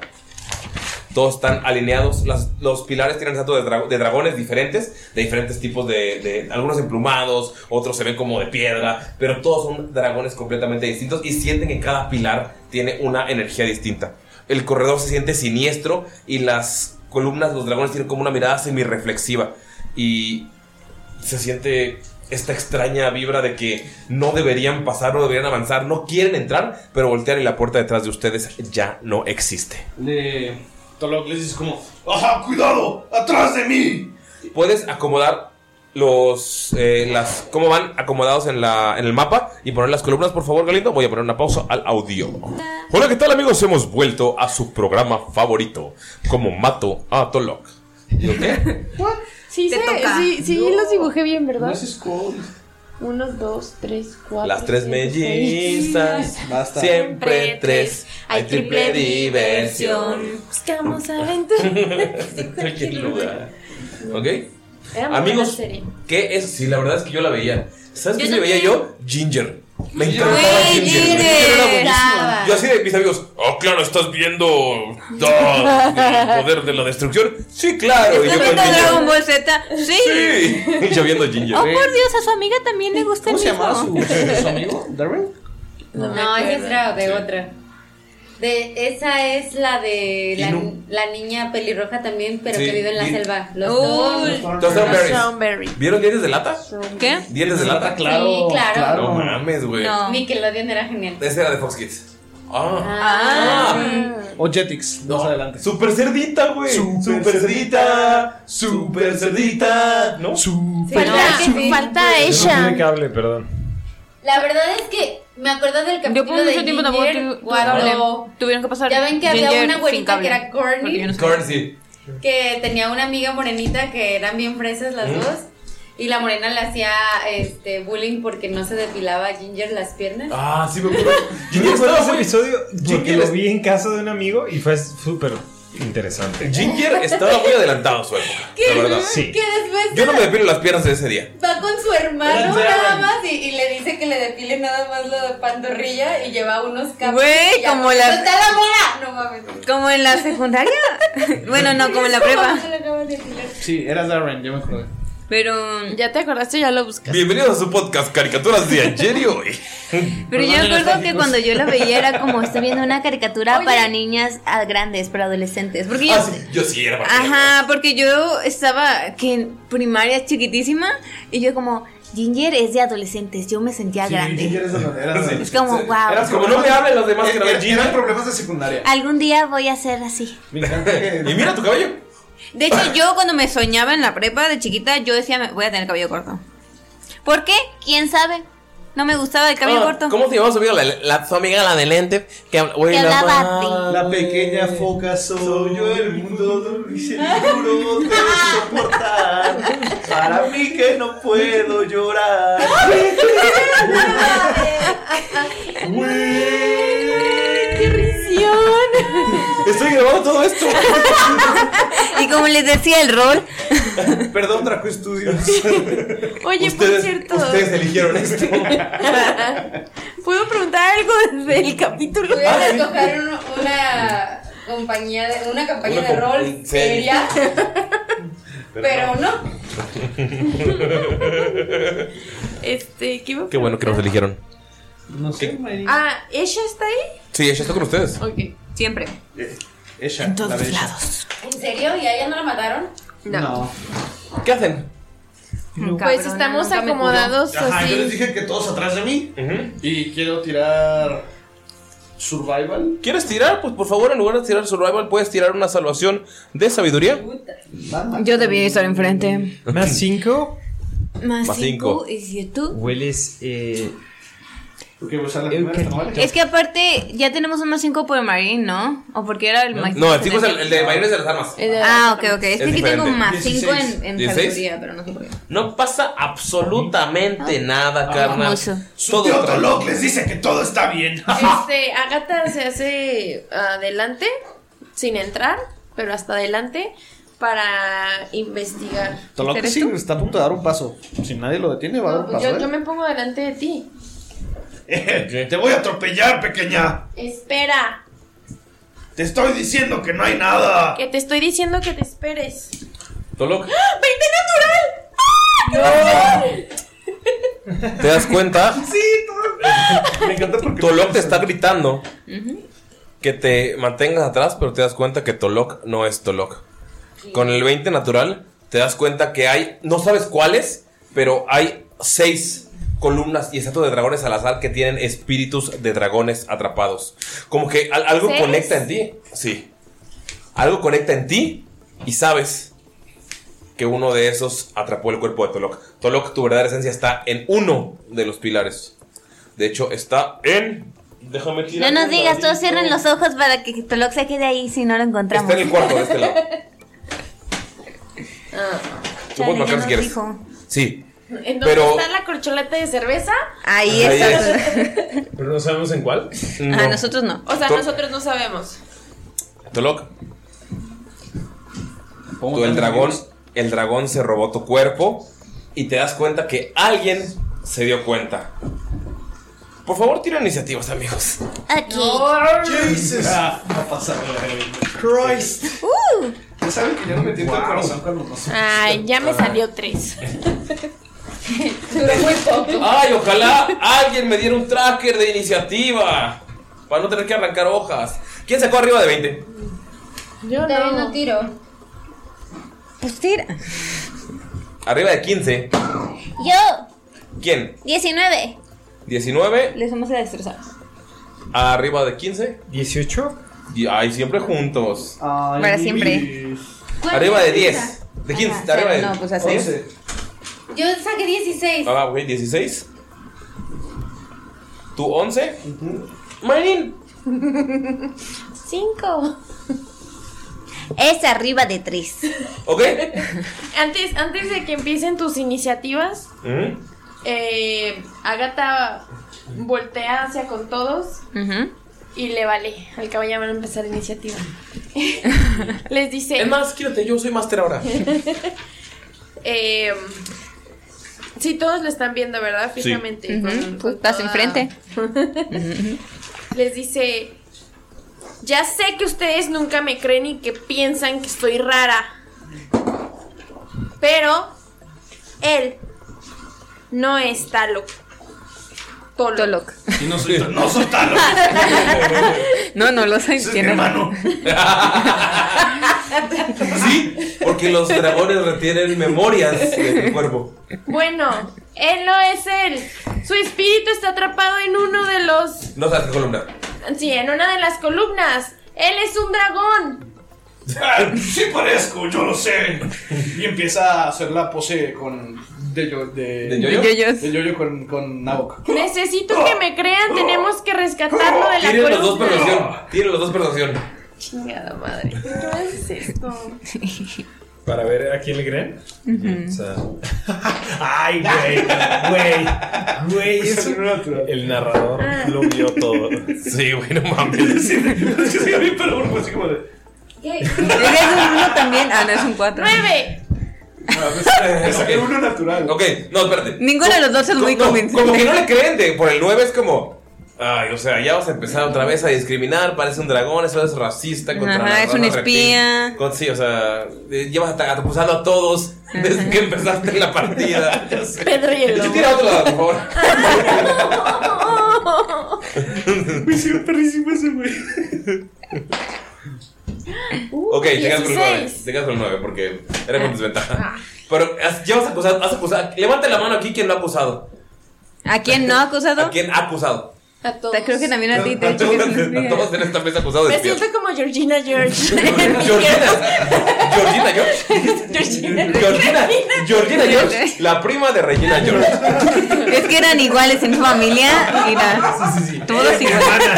Todos están alineados. las- los pilares tienen estatuas de, dra- de dragones diferentes, de diferentes tipos de, de- Algunos emplumados, otros se ven como de piedra, pero todos son dragones completamente distintos y sienten que cada pilar tiene una energía distinta. El corredor se siente siniestro y las columnas de los dragones tienen como una mirada semireflexiva. Y se siente esta extraña vibra de que no deberían pasar, no deberían avanzar, no quieren entrar, pero voltean y la puerta detrás de ustedes ya no existe.
Le. Tolok les dice como: ¡Ajá, cuidado! ¡Atrás de mí!
Puedes acomodar los eh, las cómo van acomodados en la en el mapa y poner las columnas, por favor, Galindo. Voy a poner una pausa al audio. Hola, ¿qué tal, amigos? Hemos vuelto a su programa favorito, como mato a Tolok. ¿Y ok?
Sí,
Te
sé,
toca.
sí, sí,
No.
los dibujé bien, ¿verdad?
No es
Uno, dos, tres, cuatro.
Las tres
cinco, seis.
mellizas,
Basta.
siempre tres, hay triple diversión.
Buscamos aventuras.
En cualquier lugar. ¿Ok?
Era muy
Amigos,
buena serie.
¿Qué es? Sí, la verdad es que yo la veía. ¿Sabes
Yo
qué se veía
también.
yo? Ginger. Me encantaba Ginger.
Ginger.
Yo así de mis amigos, oh claro, estás viendo ah, el poder de la destrucción. Sí, claro. Y yo,
¿Está
con
viendo
Ginger.
Dragon Ball Z? Sí.
Y yo viendo Ginger.
Oh, por Dios, a su amiga también le gusta el mismo.
amigo? ¿Darwin?
No,
me
esa es
acuerdo.
la de otra. De, esa es la de la, la niña pelirroja también, pero
Sí,
que vive en la
y-
selva. Los
Uy.
dos.
Los Strawberries. ¿Vieron dientes de lata?
¿Qué?
¿Dientes de lata?
claro, Sí, claro.
No mames, güey.
No. Nickelodeon era genial.
Ese era de Fox Kids. Ah.
Ah.
O Jetix, más adelante.
Super cerdita, güey.
Super,
cerdita. Super cerdita. ¿No?
Falta- falta ella.
cable, perdón.
La verdad es que me acuerdo del capítulo
por mucho
de
tiempo
Ginger
tampoco tu- tu
cuando
cable. tuvieron que pasar.
ya ven que había
Ginger
una
sin
güerita
cable.
que era Corny,
Currency.
que tenía una amiga morenita que eran bien fresas las
Ujú.
dos. Y la morena le hacía este, bullying porque no se depilaba a Ginger las piernas.
Ah,
sí me acuerdo.
Yo
Ginger
recuerdo
estaba
ese
muy-
episodio porque
Ginger
lo
es-
vi en casa de un amigo y fue súper interesante.
Ginger estaba muy adelantado a su época.
¿Qué?
La verdad.
Que después
Yo no me depilo las piernas de ese día.
va con su hermano
Era Darren.
nada más y, y le dice que le depile nada más lo de pantorrilla y lleva unos cabos.
Güey, como la-
¡Está la mora! No mames.
Como en la secundaria. bueno, no, como en la prepa.
Se lo acaban de depilar.
Sí, era Darren, yo me acuerdo.
Pero.
Ya te acordaste, ya lo buscas.
Bienvenidos a su podcast Caricaturas de ayer y hoy.
Pero yo
Perdón,
recuerdo que
amigos.
cuando yo la veía era como estoy viendo una caricatura para niñas ah, grandes, para adolescentes. Porque yo,
Ah, sí, yo sí era para
Ajá, porque yo estaba que en primaria chiquitísima y yo como Ginger es de adolescentes, yo me sentía grande. Es como, wow.
ah,
Como no me hablen los demás que no
Eran
ven Ginger.
Eh, eran problemas de secundaria.
Algún día voy a ser así.
y mira tu cabello.
De hecho, yo cuando me soñaba en la prepa de chiquita, yo decía, "Me- voy a tener cabello corto. ¿Por qué? ¿Quién sabe? No me gustaba el cabello
Ah,
corto.
¿Cómo te llamaba su amiga? La, la- su amiga, la de lente. Que, habla- güey,
Que
la
hablaba
ma-
así.
La pequeña foca soy yo, el mundo no lo hice duro de soportar. Para mí que no puedo llorar.
¡Qué risión!
Estoy grabando todo esto.
y como les decía el rol,
Perdón, Draco Studios.
Oye, por
Ustedes-
cierto.
Ustedes eligieron esto.
¿Puedo preguntar algo del capítulo? Ah,
Voy a escoger uno- una compañía de, una campaña
Una
de
com-
rol
en serio.
seria, pero no.
Este, ¿qué iba a
Qué bueno que nos eligieron.
No sé.
Ah, ¿ella está ahí?
Sí, ella está con ustedes.
Ok.
Siempre.
Eh,
Ella. En todos lados.
¿En serio? ¿Y a ella no la mataron?
No.
¿Qué hacen?
Pues estamos acomodados este,
Ajá, yo les
así.
dije que todos atrás de mí. Y quiero tirar. Survival.
¿Quieres tirar? Pues por favor, en lugar de tirar survival, puedes tirar una salvación de sabiduría.
Yo debía estar enfrente.
Más 5.
Más,
Más
cinco,
cinco.
y si tú.
Hueles. Eh,
eucalipto.
Es que aparte, ya tenemos un más 5 por el marín, ¿no? O porque era el más
No, el tipo es el, el de mayores de las armas.
Eh.
Ah, ok, ok. Es,
Es
que aquí tengo
diferente.
un más 5 en,
16.
en
16.
sabiduría, pero no sé por qué.
No pasa absolutamente nada,
Ah,
carnal.
mucho.
Todo
teólogo les dice que todo está bien.
Este, Agatha se hace adelante, sin entrar, pero hasta adelante, para investigar.
Tolok
¿Eres
sí,
tú?
está a punto de dar un paso. Si nadie lo detiene, va a dar un
Pues
paso.
yo,
¿eh?
yo me pongo delante de ti.
Te voy a atropellar, pequeña.
Espera,
Te estoy diciendo que no hay nada.
que te estoy diciendo que te esperes.
Tolok,
¡Ah! ¡20 natural!
¿te das cuenta?
Sí,
Me encanta porque Tolok te está gritando que te mantengas atrás, pero te das cuenta que Tolok no es Tolok. Con el 20 natural, te das cuenta que hay, no sabes cuáles, pero hay seis columnas y estatuas de dragones al azar que tienen espíritus de dragones atrapados. Como que al- algo
¿Seis?
conecta en ti. Sí. Algo conecta en ti y sabes que uno de esos atrapó el cuerpo de Tolok. Tolok, tu verdadera esencia está en uno de los pilares. De hecho, está en... Déjame
No
tirar
nos
un
digas,
dadito.
todos cierren los ojos para que Tolok se quede ahí si no lo encontramos.
Está en el cuarto de este lado.
Ah.
Tú puedes
Chale, ya
marcar si
nos
quieres.
dijo.
Sí.
¿En dónde
Pero-
está la corcholeta de cerveza?
Ahí
Ahí
está.
Pero no sabemos en cuál.
A nosotros no.
O sea,
To-
Ah, nosotros no sabemos.
Tolok. Tú, el dragón, el dragón se robó tu cuerpo y te das cuenta que alguien se dio cuenta. Por favor, tira iniciativas, amigos.
Aquí.
Jesus. Ah, va a pasar.
eh.
Christ.
Uh.
Ya saben que yo no me tiento el corazón cuando no sé.
Ay, ya me salió tres.
Ay, ojalá alguien me diera un tracker de iniciativa para no tener que arrancar hojas. ¿Quién sacó arriba de 20?
Yo
Todavía no tiro.
Pues tira.
Arriba de 15.
Yo,
¿Quién?
19.
19.
Le somos a destrozar.
Arriba de 15.
18.
Y, ay, siempre juntos.
Para siempre.
Arriba de 10. De 15,
Ajá,
arriba de
no, pues hace-
11.
Yo saqué 16.
Ah, ok, 16. ¿Tú 11? Marín.
Cinco.
Es arriba de tres.
¿Ok?
Antes, antes de que empiecen tus iniciativas, eh, Agatha voltea hacia con todos y le vale. Al cabo ya van a empezar iniciativa. Les dice.
Es más, quírate, yo soy máster ahora.
Eh, sí, todos lo están viendo, ¿verdad?
Sí.
Fijamente.
Ujú,
con-
tú
con
estás
toda-
enfrente.
Les dice, ya sé que ustedes nunca me creen y que piensan que estoy rara. Pero él no está loco. Tolok.
Y no soy, no soy tan loco.
No, no lo sé. tiene-
Porque los dragones retienen memorias de tu cuerpo.
Bueno, él no es él. Su espíritu está atrapado en uno de los
No sabes qué columna.
Sí, en una de las columnas. Él es un dragón.
Sí parezco, yo lo sé. Y empieza a hacer la pose con de yo de
¿De yoyo? De
de yoyo con con Nabok.
Necesito que me crean. Tenemos que rescatarlo de la
Tienen los dos
columna.
persuasión. Tienen los dos persuasión.
Chingada madre. ¿Qué es esto?
Para ver a quién le creen.
Ujú.
O sea, Ay, güey. Güey. Güey, eso El narrador
Ah.
lo vio todo.
Sí, güey, no mames.
es que soy a mí, pero bueno, pues, así como de.
Es un uno también. Ah, no, es un cuatro.
¡Nueve!
ah, pues,
Es uno
natural.
Ok, no, espérate.
Ninguno de los dos es muy
No,
convencido.
como que no le creen, de- por el 9 es como. Ay, o sea, ya vas a empezar otra vez a discriminar. Parece un dragón, eso es racista contra
Ajá,
la
es un
rana reptil.
espía.
Con- sí, o sea, eh, llevas hasta acusando a todos desde que empezaste la partida.
Pedro y el lobo.
Tira otro dado, por favor.
Me hicieron perrísimo ese güey.
Ok, te quedas con el 9.
16.
Te quedas con el 9 porque era con desventaja. Pero has- ya vas a acusar, has acusado. Levanta la mano aquí quien lo ha acusado.
¿A quién no ha acusado?
¿Quién ha acusado?
A todos.
Creo que también a ti te he
A
dicho que es un espía.
todos en esta mesa acusados de
Me
espía.
siento como Georgina George.
Georgina George. Georgina, Georgina George, la prima de Regina George.
Es que eran iguales en familia. Mira,
Eh,
todos iguales.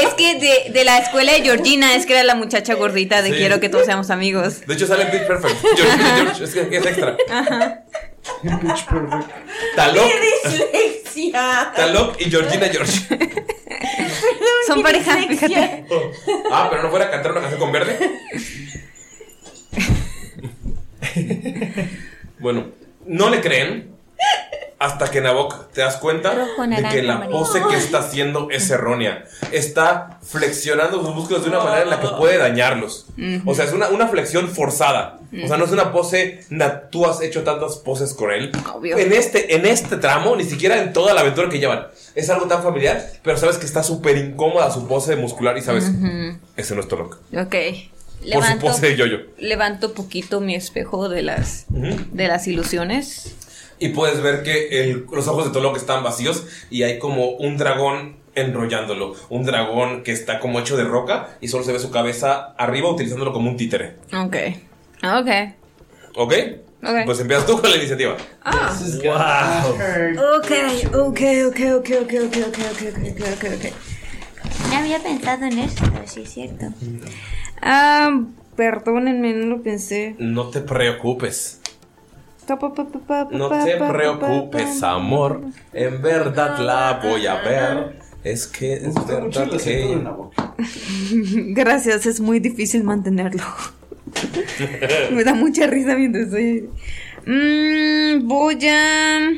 Es que de, de la escuela de Georgina es que era la muchacha gordita de
Sí.
quiero que todos seamos amigos.
De hecho, sale en Pitch Perfect. Georgina George, es que es extra.
Ajá.
Talok,
dislexia!
Talok y Georgina George.
Son pareja, fíjate.
Ah, pero no fuera a cantar una canción con verde. Bueno, no le creen hasta que Nabok te das cuenta
Rojo,
de que
naranja,
la
amarillo.
pose que está haciendo es errónea. Está flexionando sus músculos de una manera en la que puede dañarlos.
Ujú.
O sea, es una, una flexión forzada. O sea, no es una pose. na- tú has hecho tantas poses con él. En este, en este tramo, ni siquiera en toda la aventura que llevan. Es algo tan familiar, pero sabes que está súper incómoda su pose muscular y sabes,
Ujú.
ese no es Tolok.
Ok.
Por su
Levanto,
pose de yoyo.
levanto poquito mi espejo de las, de las ilusiones.
Y puedes ver que el- los ojos de Tolok están vacíos y hay como un dragón enrollándolo. Un dragón que está como hecho de roca y solo se ve su cabeza arriba utilizándolo como un títere.
Ok. Ok.
¿Ok?
Ok. Ah.
Pues empiezas tú con la iniciativa. Wow.
Ok, ok, ok, ok, ok, ok, ok, ok, ok, ok, ok. No había pensado en eso, pero sí es cierto.
Ah, perdónenme, no lo pensé.
No te preocupes.
Pa, pa, pa, pa, pa,
No
pa,
te
pa, pa,
preocupes, amor. En verdad la voy a ver. Es que es verdad que.
Gracias, es muy difícil mantenerlo.
Eh.
Me da mucha risa mientras estoy. Mm, voy a.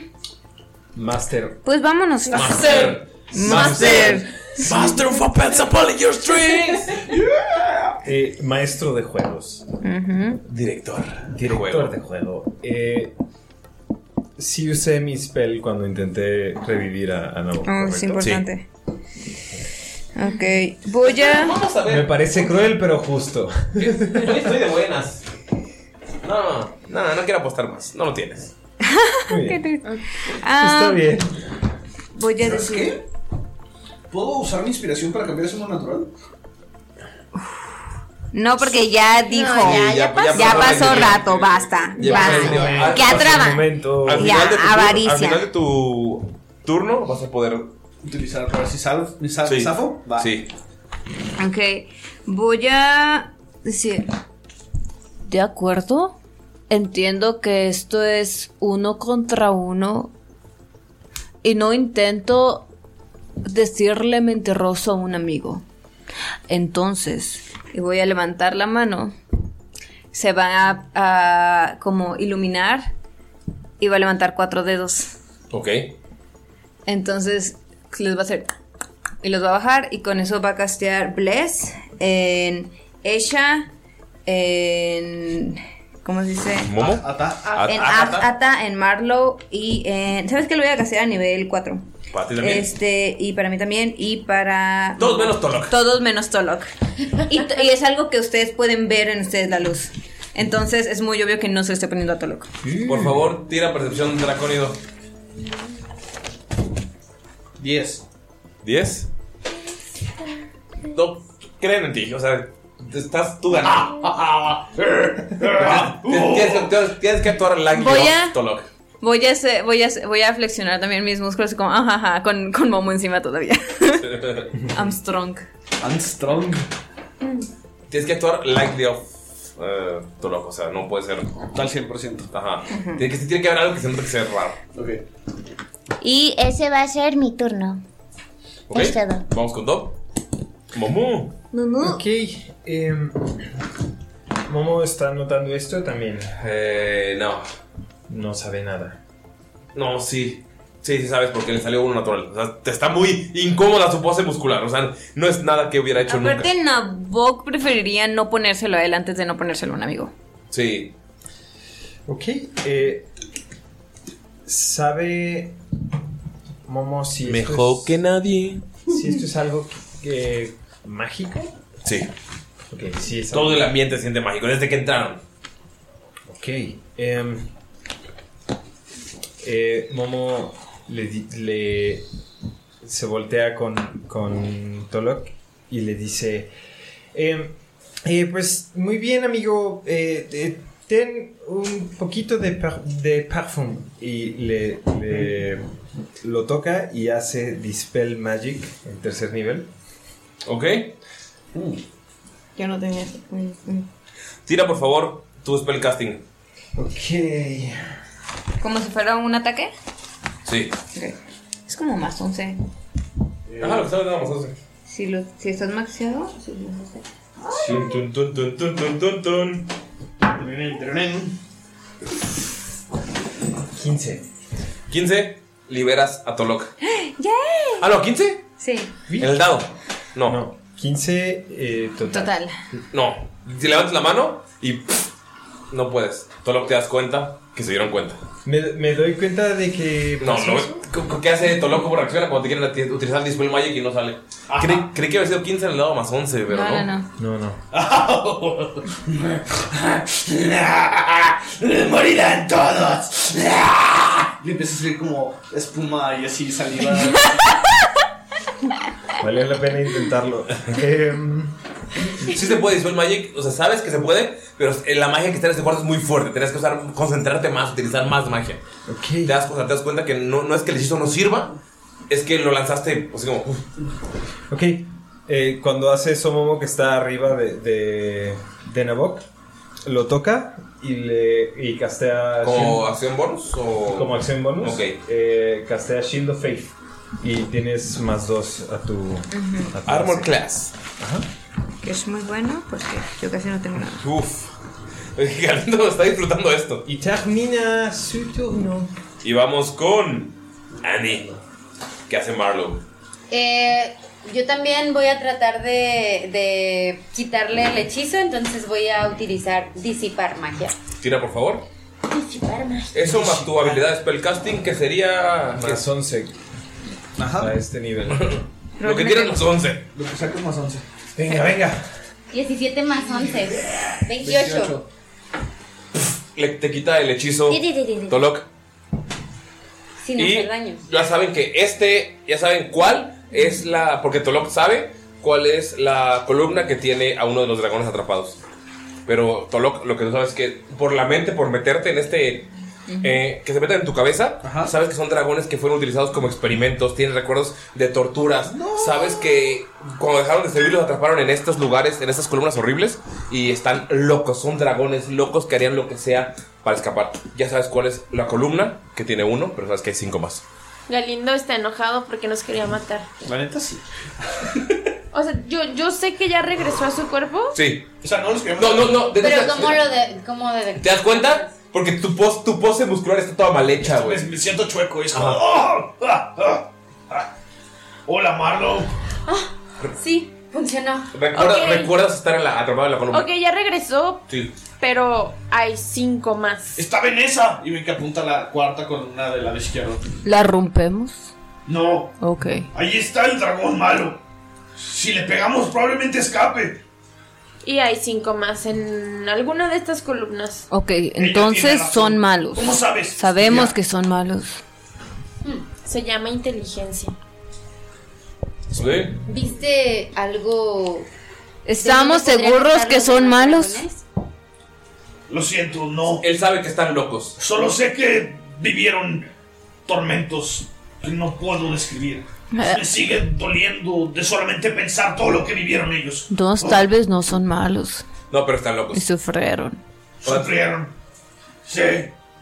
Master.
Pues vámonos.
Master.
Master.
Master of Puppets upon your strings.
Eh, maestro de juegos.
Ujú.
Director.
Director de juego. Eh, sí usé mi spell cuando intenté revivir a, a Nabok,
Oh, es
¿correcto?
importante. Ok, voy a.
Vamos a
Me
ver.
parece cruel, pero justo.
Hoy
estoy de buenas. No, no, no quiero apostar más. No lo tienes.
Qué triste. Ah,
bien.
Voy a
¿Sabes
decir.
qué? ¿Puedo usar mi inspiración para cambiar eso a uno natural?
No, porque ya dijo.
ya, ya pasó.
Ya
Ya-
pasó rato, basta.
Ya aprendió.
Basta.
Ah,
Que
pasó el
atraba.
momento.
Al
Ya,
final, de tu, tur-
avaricia.
al final de tu turno vas a poder
utilizar para ver si salvo,
Sí.
zafo. Va.
Sí.
Ok, voy a
decir,
De acuerdo. Entiendo que esto es uno contra uno. Y no intento decirle mentiroso a un amigo. Entonces, y voy a levantar la mano. Se va a, a como iluminar y va a levantar cuatro dedos.
Ok.
Entonces les va a hacer y los va a bajar y con eso va a castear Bless en ella en ¿cómo se dice?
¿Momo?
Ah,
En Ata, en Marlow y en ¿Sabes qué? Lo voy a castear a nivel 4.
Para ti también.
Este, y para mí también y para
Todos menos Tolok.
todos menos Tolok. Y, t- y es algo que ustedes pueden ver en ustedes la luz. Entonces es muy obvio que no se le esté poniendo a Tolok.
Por favor, tira percepción dracónido.
10.
¿10? No creen en ti, o sea, te estás tú ganando. tienes, que, tienes- tienes que actuar like
Voy
yo,
a-
Tolok.
Voy a, hacer- voy, a, hacer- voy a flexionar también mis músculos como, ajaja, con, con Momo encima todavía. I'm strong.
I'm strong.
Tienes que actuar likely of eh, Tolok, o sea, no puede ser.
Tal 100%.
Ajá.
Ujú.
Tiene, que, tiene que haber algo que se note que sea raro.
Ok.
Y ese va a ser mi turno. Es todo.
Vamos con Dob. Momo.
No, no.
Ok. em, ¿Momo está notando esto también?
Eh, no.
No sabe nada.
No, sí. Sí, sí sabes porque le salió uno natural. O sea, te está muy incómoda su pose muscular. O sea, no es nada que hubiera hecho nunca.
Aparte, Nabok preferiría no ponérselo a él antes de no ponérselo a un amigo.
Sí.
Ok. eh, ¿Sabe Momo si
Mejor
esto
que nadie.
es, si esto es algo que, eh, mágico?
Sí.
Ok, sí, es
Todo
algo-
el ambiente se siente mágico desde que entraron.
Ok. em, eh, Momo le, di- le- se voltea con, con Tolok y le dice: em, eh, Pues muy bien, amigo. eh, eh, ten un poquito de, par- de parfum. Y le, le- lo toca y hace Dispel Magic en tercer nivel.
Ok.
Yo no tenía
Tira, por favor, tu spellcasting.
Ok.
Como si fuera un ataque.
Sí.
Es como más 11.
Eh, Ajá, lo que estaba dando nosotros.
Si, lo, si estás maxiado, sí, no sé.
Tun, tun, tun, tun, tun, tun, tun, tun.
15.
15. Liberas a Tolok.
¡Yay!
Ah, no, 15.
Sí,
En el dado. No.
15 eh, total.
total.
No. Si levantas la mano y. pff, no puedes. Tolok te das cuenta que se dieron cuenta.
Me, me doy cuenta de que. pues,
No,
pasó
no.
eso.
¿Qué- ¿Qué hace Tolok? ¿Cómo reacciona cuando te quieren ati- utilizar el Dispel Magic y no sale? Creí, creí que había sido 15 en el dado más 11, pero no.
no, no, no.
No, no.
¡Morirán todos! Le empieza a salir como espuma y así saliva.
Valió la pena intentarlo. Em,
Sí se puede Dispel Magic, o sea, sabes que se puede, pero la magia que está en este cuarto es muy fuerte. Tienes que usar, concentrarte más, utilizar más magia.
Te
das, o sea, te das cuenta que no, no es que el hechizo no sirva, es que lo lanzaste pues, así como. uf.
ok. eh, cuando hace eso, Momo que está arriba de, de, de Nabok, lo toca y le y castea.
¿Como
Shield-
acción bonus? O...
Como acción bonus.
Ok.
eh, castea Shield of Faith. Y tienes más dos a tu. a tu
Armor
AC.
Class.
Ajá.
Que es muy bueno porque yo casi no tengo nada.
Uf. Galindo está disfrutando esto.
Y termina su turno.
Y vamos con. Annie. ¿Qué hace Marlowe?
Eh, yo también voy a tratar de, de quitarle el hechizo, entonces voy a utilizar disipar magia.
Tira, por favor.
Disipar magia.
Eso más tu habilidad de spellcasting, que sería.
Más 11.
Ajá.
A este nivel.
Lo que tienen los 11.
Lo que saco es más 11.
Venga, venga.
17 más 11. 28.
Le- te quita el hechizo. Tolok.
Sin
Y-
hacer daño.
Ya saben que este, ya saben cuál es la. Porque Tolok sabe cuál es la columna que tiene a uno de los dragones atrapados. Pero Tolok, lo que tú sabes es que por la mente, por meterte en este Ujú. eh, que se metan en tu cabeza. Sabes que son dragones que fueron utilizados como experimentos, tienes recuerdos de torturas. Sabes que cuando dejaron de servir los atraparon en estos lugares, en estas columnas horribles, y están locos, son dragones locos que harían lo que sea para escapar. Ya sabes cuál es la columna, que tiene uno, pero sabes que hay cinco más.
Galindo está enojado porque nos quería matar.
La neta sí.
O sea, yo, yo sé que ya regresó a su cuerpo.
Sí.
O sea, no los queremos.
No, no, no. de- eh. de-
Pero ¿cómo lo de, cómo de-
¿Te das cuenta? Porque tu, pos- tu pose muscular está toda mal hecha, güey.
Me siento chueco, es
Ajá.
¡Ah! ¡Ah! ¡Ah! ¡Ah! Hola, Marlow.
Sí, funcionó.
Recuerda-
Ok.
Recuerdas estar en la, atrapado en la columna.
Ok, ya regresó,
Sí.
pero hay cinco más.
Está Vanessa. Y ven que apunta la cuarta con una de la de izquierda.
¿La rompemos?
No.
Ok.
Ahí está el dragón malo. Si le pegamos, probablemente escape.
Y hay cinco más en alguna de estas columnas.
Ok, entonces
razón.
son malos.
¿Cómo sabes?
Sabemos
Ya.
que son malos.
Se llama inteligencia.
Sí.
¿Viste algo?
¿Estamos
¿De dónde podrían
seguros
estar
que
los
son malos?
dragones?
Lo siento, no.
Él sabe que están locos.
Solo sé que vivieron tormentos que no puedo describir. Me sigue doliendo de solamente pensar todo lo que vivieron ellos.
Entonces tal vez no son malos.
No, pero están locos.
Y sufrieron.
Sufrieron. Sí,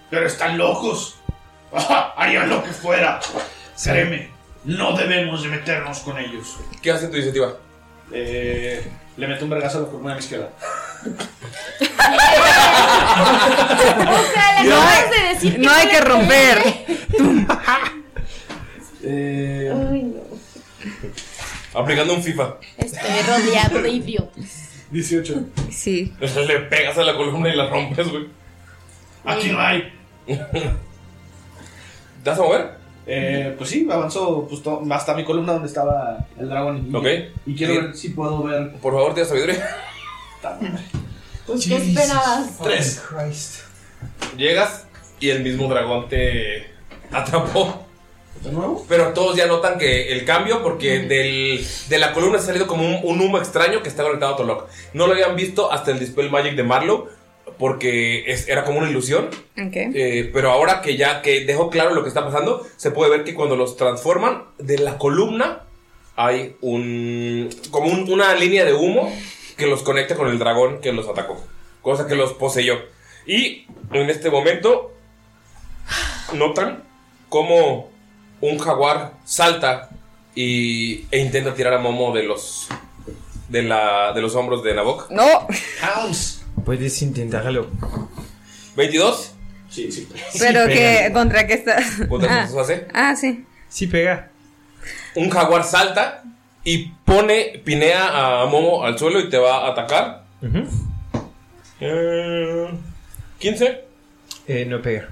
pero están locos. Ajá, harían lo que fuera. Créeme, no debemos de meternos con ellos.
¿Qué hace tu iniciativa?
Eh, le meto un vergazo a la columna de mi izquierda.
sea, le
No
acabas
hay-
de decir
no hay
le
que romper.
pegué.
Eh,
Ay, no.
Aplicando un FIFA.
Estoy rodeado de idiotas.
18.
Sí.
Le pegas a la columna y la rompes, güey.
Aquí no hay.
¿Te vas a mover?
Eh, pues sí, avanzo pues, to- hasta mi columna donde estaba el dragón. Y,
Ok.
y quiero
Sí.
ver si puedo ver.
Por favor, tira sabiduría.
¿Qué esperabas?
Tres. Llegas y el mismo dragón te atrapó.
¿De nuevo?
Pero todos ya notan que el cambio, porque del, de la columna ha salido como un, un humo extraño que está conectado a Tolok. No lo habían visto hasta el Dispel Magic de Marlow, porque es- era como una ilusión. Eh, pero ahora que ya que dejó claro lo que está pasando, se puede ver que cuando los transforman de la columna hay un como un- una línea de humo que los conecta con el dragón que los atacó, cosa que los poseyó. Y en este momento notan como un jaguar salta y, e intenta tirar a Momo de los de la de los hombros de Nabok.
No.
House.
Puedes intentarlo.
22.
Sí, sí.
Pero que-
¿Contra qué estás?
¿Contra qué
Ah.
estás, eh?
Ah, sí.
Sí pega. Un jaguar salta y pone, pinea a Momo al suelo y te va a atacar. Eh, 15,
Eh, no pega.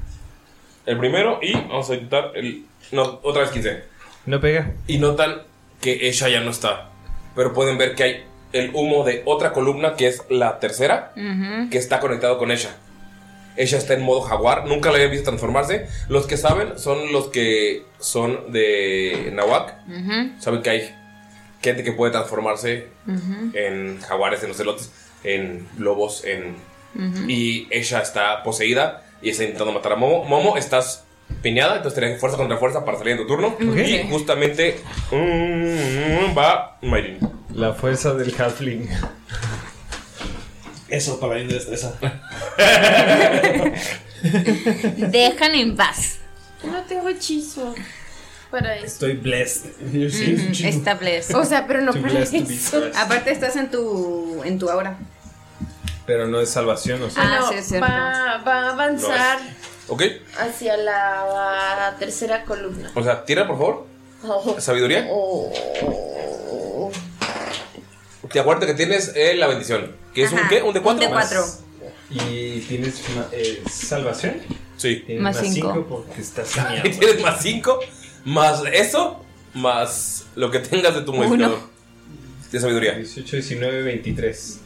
el primero y vamos a intentar el... No, otra vez 15.
No pega.
Y notan que ella ya no está. Pero pueden ver que hay el humo de otra columna que es la tercera. que está conectado con ella. Ella está en modo jaguar, nunca la había visto transformarse. Los que saben son los que son de Nahuac.
Ujú.
Saben que hay gente que puede transformarse en jaguares, en ocelotes, en lobos, en...
Ujú.
Y ella está poseída y está intentando matar a Momo. Momo, estás piñada, entonces tenés fuerza contra fuerza para salir en tu turno. Y justamente mm, va Mayrin.
La fuerza del halfling.
Eso para mí de destreza.
Dejan en paz.
No tengo hechizo para eso.
Estoy blessed.
Mm, Está blessed.
O sea, pero no
Too
para
blessed to be
eso.
blessed.
Aparte estás en tu en tu aura.
Pero no es salvación, o sea.
Ah, no,
sí, es cierto.
va, va a avanzar
¿Ok?
hacia la, la tercera columna.
O sea, tira por favor.
Oh.
¿Sabiduría? Te acuerdas que tienes eh, la bendición. ¿Que es un
Ajá,
qué? ¿Un de cuatro?
un D4. ¿Y tienes ma- eh, salvación?
Sí.
Tienes
Más
más
cinco.
5 porque estás
Y
genial.
tienes más 5, más eso, más lo que tengas de tu modificador. De sabiduría.
18, 19, 23.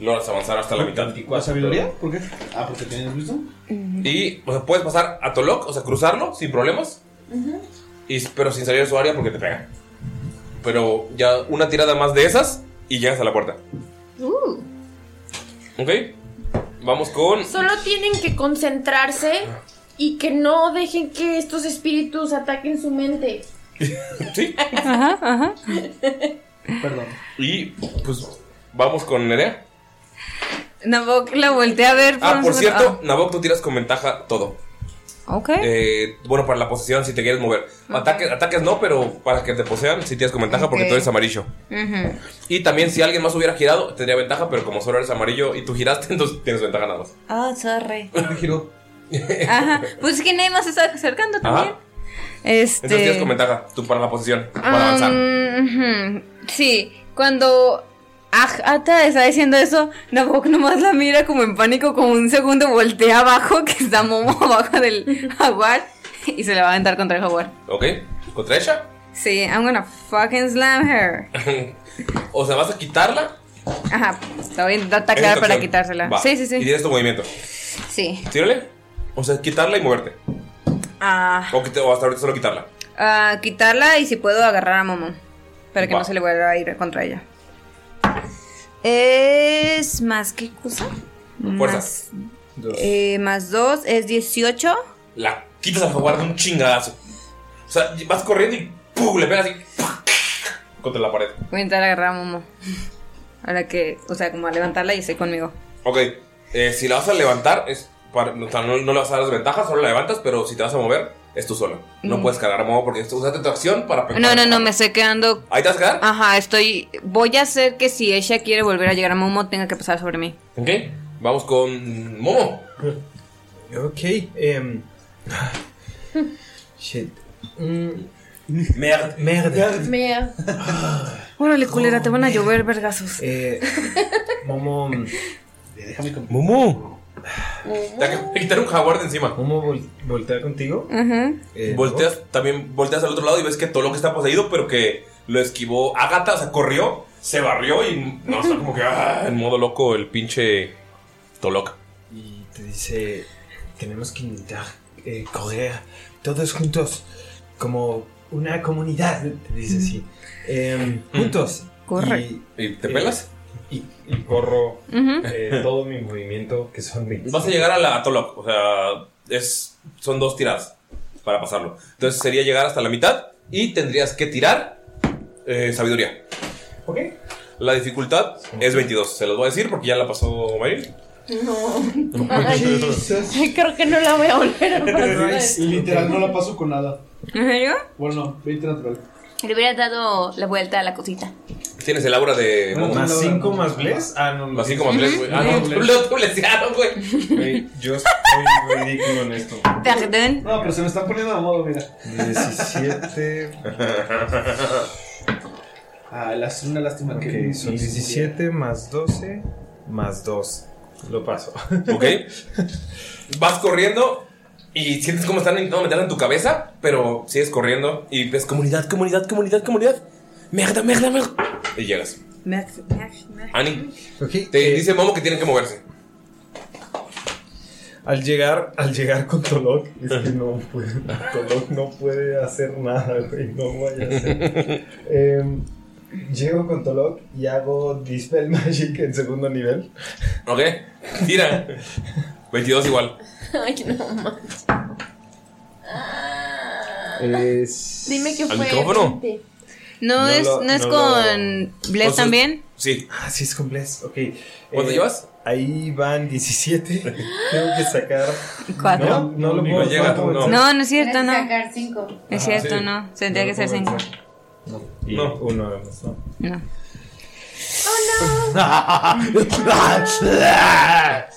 Logras avanzar hasta la mitad.
¿La sabiduría? ¿Por qué? Ah, porque tienes visto.
Y o sea, puedes pasar a Tolok, o sea, cruzarlo sin problemas, y, pero sin salir de su área porque te pega. Pero ya una
Uh.
tirada más de esas y llegas a la puerta.
Uh.
¿Ok? Vamos con.
Solo tienen que concentrarse y que no dejen que estos espíritus ataquen su mente.
Sí.
Ajá, ajá.
Perdón. Y pues vamos con Nerea.
Nabok la volteé a ver.
Ah,
un
por
segundo.
cierto, Nabok, tú tiras con ventaja todo.
Ah, ok.
Eh, bueno, para la posesión, si te quieres mover. Ataques, ataques no, pero para que te posean, si tienes con ventaja, porque
Ok.
tú eres amarillo.
Ujú.
Y también, si alguien más hubiera girado, tendría ventaja, pero como solo eres amarillo y tú giraste, entonces tienes ventaja nada más.
Ah, sorry.
Giró.
Ajá. Pues es que nadie más se está acercando también.
Ajá.
Este.
Entonces tienes con ventaja, tú para la posesión, para
Ah,
avanzar.
um, ujú. Sí, cuando Aj- Ata está diciendo eso, Nabok nomás la mira como en pánico, como un segundo voltea abajo, que está Momo abajo del jaguar, y se le va a aventar contra el jaguar.
¿Ok? ¿Contra ella?
Sí, I'm gonna fucking slam her.
o sea, vas a quitarla.
Ajá, la voy a
Esa
intentar
es
taclear
tu
para
acción.
quitársela.
Va.
Sí, sí,
Y
sí.
tienes tu movimiento.
Sí.
Tírale. O sea, quitarla y moverte.
Ah,
O, quit- o hasta ahorita solo quitarla.
ah, quitarla y si puedo agarrar a Momo, para que
Va.
no se le vuelva a ir contra ella. Es más que cosa.
Fuerzas.
Eh, más 2 es 18.
La quitas al jaguar de un chingadazo. O sea, vas corriendo y ¡pum! le pegas así. ¡pac! Contra la pared.
Voy a intentar agarrar a Momo. Ahora que, o sea, como a levantarla y estoy conmigo.
Ok. eh, si la vas a levantar, es para- o sea, no, no le vas a dar desventajas, solo la levantas, pero si te vas a mover, es tú solo. No
Mm.
puedes cargar a modo porque esto- usaste tu acción para pegar.
No, no, no, me estoy quedando.
¿Ahí te vas a quedar?
Ajá, estoy. Voy a hacer que si ella quiere volver a llegar a Momo, tenga que pasar sobre mí.
Ok. Vamos con Momo.
Ok. em, shit. Mm.
Merde. Ah.
Merde.
Mea.
Órale, culera, te van a llover vergazos.
Eh, Momo. eh,
Momo. Te acabo de quitar un jaguar de encima.
Momo vol- voltea contigo.
Ujú.
Eh,
volteas, también volteas al otro lado y ves que todo lo que está poseído, pero que lo esquivó Agatha, o sea, corrió, se barrió y no, está como que ah, en modo loco el pinche Toloca.
Y te dice: Tenemos que intentar eh, correr todos juntos. Como una comunidad. Te dice así. Em, juntos.
Mm. Corre.
Y,
¿Y te
eh,
pelas?
Y, y corro
Ujú.
eh, todo mi movimiento, que son 20.
Vas a llegar a la Toloc, o sea, es, son dos tiradas para pasarlo. Entonces sería llegar hasta la mitad y tendrías que tirar eh, sabiduría.
Ok.
La dificultad es 22, se los voy a decir porque ya la pasó Mayrin.
No. Ay, creo que no pues, la voy a volver a pasar.
Literal, no la paso con nada.
¿En serio?
Bueno, 20 natural.
Le hubiera dado la vuelta a la cosita.
Tienes el aura de Momo.
¿Más 5 más Bless? Ah, no.
Más cinco más bless, güey. Ah, no, lo dobletearon, güey.
Yo estoy ridículo en esto.
Perdón.
No, pero se me están poniendo a modo, mira.
17.
Ah, la- es una lástima
Ok,
que.
son 17 más 12 más 2. Lo paso.
Ok. Vas corriendo y sientes cómo están intentando meterla en tu cabeza, pero sigues corriendo y ves comunidad, comunidad, comunidad, comunidad. Merda, merda, merda. Y llegas. Ani, te
eh,
dice Momo que tienen que moverse.
Al llegar, al llegar con Tolok, es que no puede, Tolok no puede hacer nada, güey, no vaya a hacer. Em, llego con Tolok y hago Dispel Magic en segundo nivel.
Ok, tira. 22 igual.
Ay, no manches.
Es...
Dime que
¿Al
fue.
micrófono?
veinte.
No,
No
es,
lo-
no es
no lo-
con Bless
Entonces-
también.
Sí.
Ah, sí, es con Bless, ok. Eh,
¿Cuánto llevas?
Ahí van 17. Tengo que sacar.
Cuatro.
No, no lo
No
puedo
llega,
no puedo
no.
sacar.
No, no es cierto, no.
Sacar cinco.
Es
Ajá,
cierto,
sí.
no. Tendría
No
que ser
puedo
cinco.
sacar. Y uno de los, ¿no?
No.
Ah.
Lo estoy
Ah,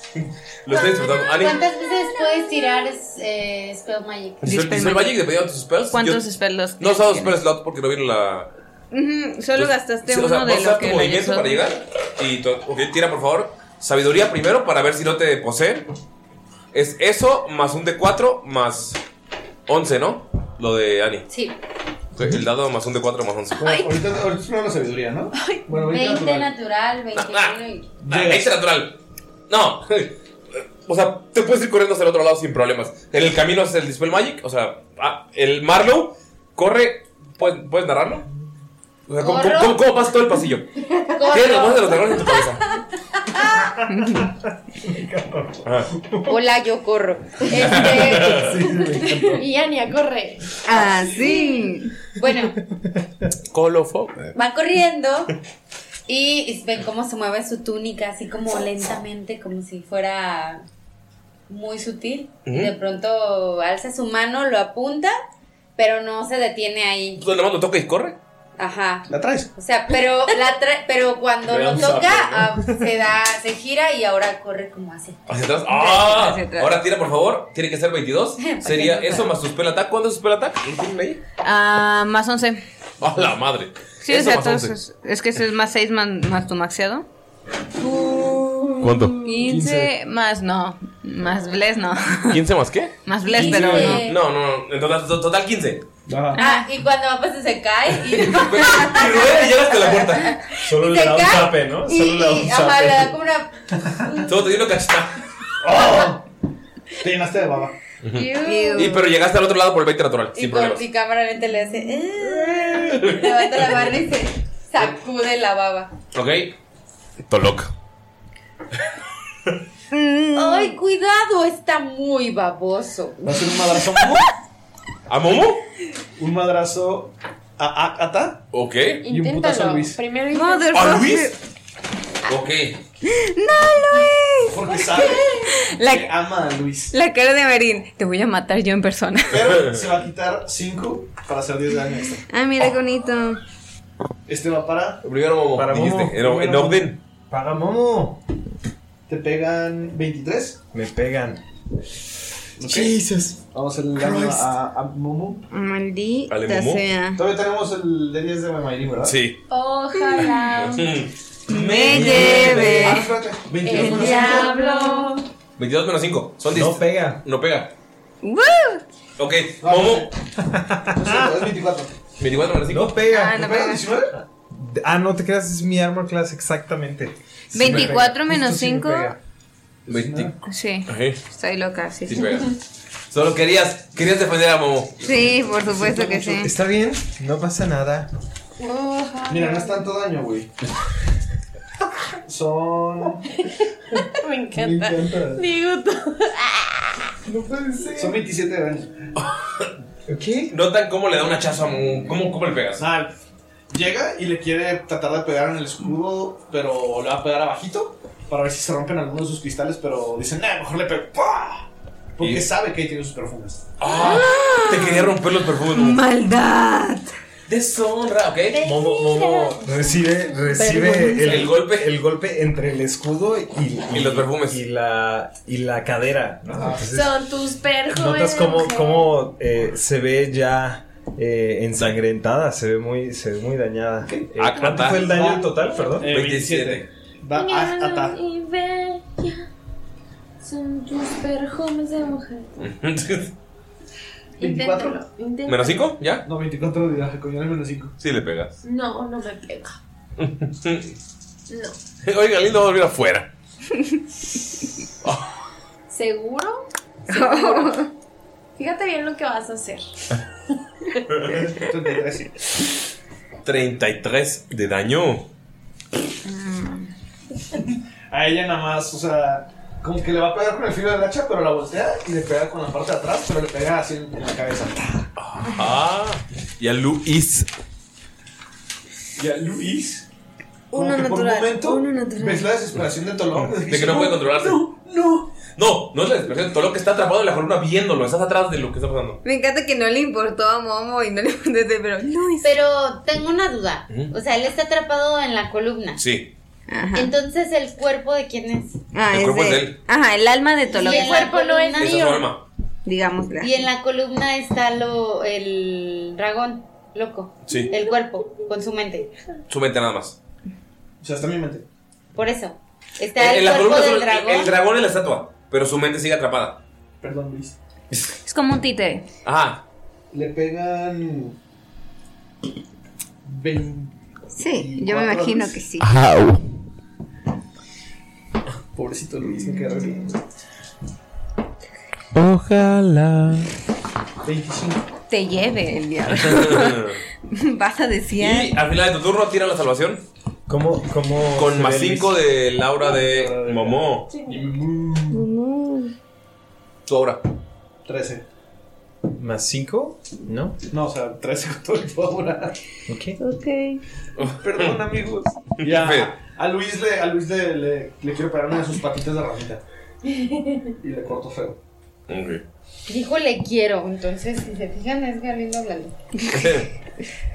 disfrutando. Ani,
¿Cuántas veces puedes tirar eh, Spell Magic?
dispel dispel magic dependiendo de tus spells.
¿Cuántos
Yo-
spells?
No usas dos spell slot porque no vieron la.
Ujú, Solo gastaste
Sí,
uno
o sea, vas
de
a
lo
usar tu
que
movimiento
regresó.
para llegar. Y tu- ok, tira por favor. Sabiduría primero para ver si no te poseen. Es eso más un D4 más 11, ¿no? Lo de Ani.
Sí.
Ok, El dado más un D4 más 11.
Bueno, ahorita, ahorita es una hora de sabiduría, ¿no? Bueno,
20 natural, 21 y.
Ah, ahí está natural. No. O sea, te puedes ir corriendo hacia el otro lado sin problemas. En el camino es el Dispel Magic. O sea, ah, el Marlow corre. ¿Puedes, puedes narrarlo? O sea, ¿cómo,
Corro.
cómo, cómo- cómo pasa todo el pasillo?
Corro.
Tienes la voz de los dragones en tu cabeza.
Hola, yo corro. Este,
Y Ania, corre.
ah, sí. Bueno,
Colofo.
va corriendo y ven cómo se mueve su túnica, así como lentamente, como si fuera muy sutil. Y de
Ujú.
pronto alza su mano, lo apunta, pero no se detiene ahí.
Entonces la mano toca y corre.
Ajá.
¿La traes?
O sea, pero, la tra- pero cuando
Le da
lo
un
toca,
zape,
ah, se da, se gira y ahora corre como hace.
Hacia atrás. ¡Ah!
hacia atrás.
Ahora tira, por favor. Tiene que ser 22.
Para que
Sería
no
eso
pueda.
más su spell attack. ¿Cuánto es su spell attack? ¿Lo tienen ahí?
Ah, más 11.
¡A la madre!
Sí,
Eso
o sea,
más once.
entonces. Es que ese es más 6 más, más tu maxeado.
¿Cuánto?
15 más no. Más bless no.
¿15 más qué?
Más bless, pero no.
No, no, no. En total, to- total 15.
Ah, y cuando va pues se cae y,
Y llegas hasta la puerta.
Solo
le da un cae
zape, ¿no? Solo
y-
le da un
y, ajá, le da
zape.
como una
Solo te dio una cachetada.
Te llenaste de baba.
Ew.
Y pero llegaste al otro lado por el 20 natural,
y
sin
por
problemas.
y cámara lenta le hace "Eh". levanta la mano y se sacude la baba.
Ok. Toloca.
Ay, cuidado, está muy baboso.
Va a ser un madrazo.
¿A Momo?
Un madrazo a a- Ata.
Ok.
Y un putazo a Luis.
Primero
¿A Luis?
Ok.
¡No, Luis!
Porque sabe que
La,
ama a Luis.
la cara de Marín. Te voy a matar yo en persona.
Pero se va a quitar 5 para hacer 10 de daño extra.
Ah, mira qué bonito.
Este va para.
Primero Momo.
Para
dijiste.
Momo.
En, en
Primero Momo.
orden.
Paga Momo. ¿Te pegan 23?
Me pegan.
Jesus. Vamos a hacerle daño
Christ.
a, a Momo.
Maldita
Momo.
sea.
Todavía tenemos el de 10 de Mamairim, ¿verdad? Mm.
Sí.
Ojalá
Me
lleve
Ah, espérate. 22
el
menos
diablo.
22 menos 5. Son 10. No
pega.
No pega.
¡Woo!
Ok. Momo.
cinco, Es 24.
24 menos 5.
No pega.
Ah, no pega.
Ah, no te creas, es mi armor class, exactamente. Sí me pega.
24 menos
Justo sí me
5.
pega.
20.
Sí,
Ajá.
estoy loca. Sí,
Sí
sí.
pega. Solo querías, querías defender a Momo.
Sí, por supuesto que sí.
Está bien, no pasa nada.
Mira, no es tanto daño, güey. Son.
Me encanta.
Me encanta.
Digo todo.
Son 27 de daño.
¿Qué?
Notan cómo le da un hachazo a Momo. ¿Cómo, cómo le pegas?
Ah, llega y le quiere tratar de pegar en el escudo, pero le va a pegar abajito para ver si se rompen algunos de sus cristales, pero dicen, nah, mejor le pego. ¡Pah! Porque sabe que ahí tiene sus perfumes.
Ah, Te quería romper los perfumes, Momo.
¡Maldad!
Deshonra, ok.
Momo, Momo recibe, recibe
Vergüenza.
el,
El golpe.
el golpe entre el escudo y,
Y los perfumes. Ah.
y la, y la cadera. ¿no? Entonces,
Son tus perros.
Ah, pues notas cómo, cómo, eh, se ve ya eh, ensangrentada, se ve muy, se ve muy dañada. Eh, ¿Cuánto
Acata.
fue el daño
Va.
en total? Perdón.
Ah, Eh, 27.
Va a
Mira
atar.
y bella. Son tus perfumes de mujer.
¿24?
Inténtalo. inténtalo.
¿Menos 5? ¿Ya?
No, 24 de daño, coño, menos 5.
Sí le pegas.
No, no me pega. No.
Oiga, lindo va a dormir afuera.
¿Seguro? Seguro. Fíjate bien lo que vas a hacer.
33 de daño.
A ella nada más, o sea, como que le va a pegar con el filo del hacha, pero la voltea y le pega con la parte de atrás, pero le pega así en, en la cabeza.
Ah. Y a Luis.
Y a Luis,
Uno
como que por un
natural,
momento,
uno natural.
ves la desesperación de Tolón.
De que no puede controlarse. No,
no.
No, no es la expresión. Todo lo que está atrapado en la columna viéndolo. Estás atrás de lo que está pasando.
Me encanta que no le importó a Momo y no le importó pero Luis.
Pero tengo una duda.
Ujú.
O sea, él está atrapado en la columna.
Sí.
Entonces, ¿el cuerpo de quién es?
Ah,
El cuerpo es de él.
Ajá, el alma de Tolo.
Y el cuerpo no es
Esa es su arma.
Digamos,
Y en la columna está lo, el dragón, loco.
Sí.
El cuerpo, con su mente.
Su mente nada más.
O sea, está en mi mente.
Por eso. Está el, cuerpo
columna
del
solo-
dragón.
El dragón es la estatua. Pero su mente sigue atrapada.
Perdón, Luis.
Es como un títere.
Ajá.
Le pegan. 20.
Sí, yo me imagino que sí.
Pobrecito Luis, me queda re bien.
Ojalá.
25.
Te lleve el diablo. Vas a decir.
Y al final de tu turno tira la salvación.
¿Cómo, cómo
Con
se
más
ve Luis?
5 de Laura de Momo. Tu obra.
13.
¿Más 5? ¿No?
No, o sea, 13 con todo y tu aura.
Ok.
Ok. Perdón, amigos.
Fer.
Ya. A Luis, le, a Luis le, le- le quiero parar una de sus patitas de ramita. Y le corto feo.
Dijo le quiero, entonces si se fijan es Galindo hablando.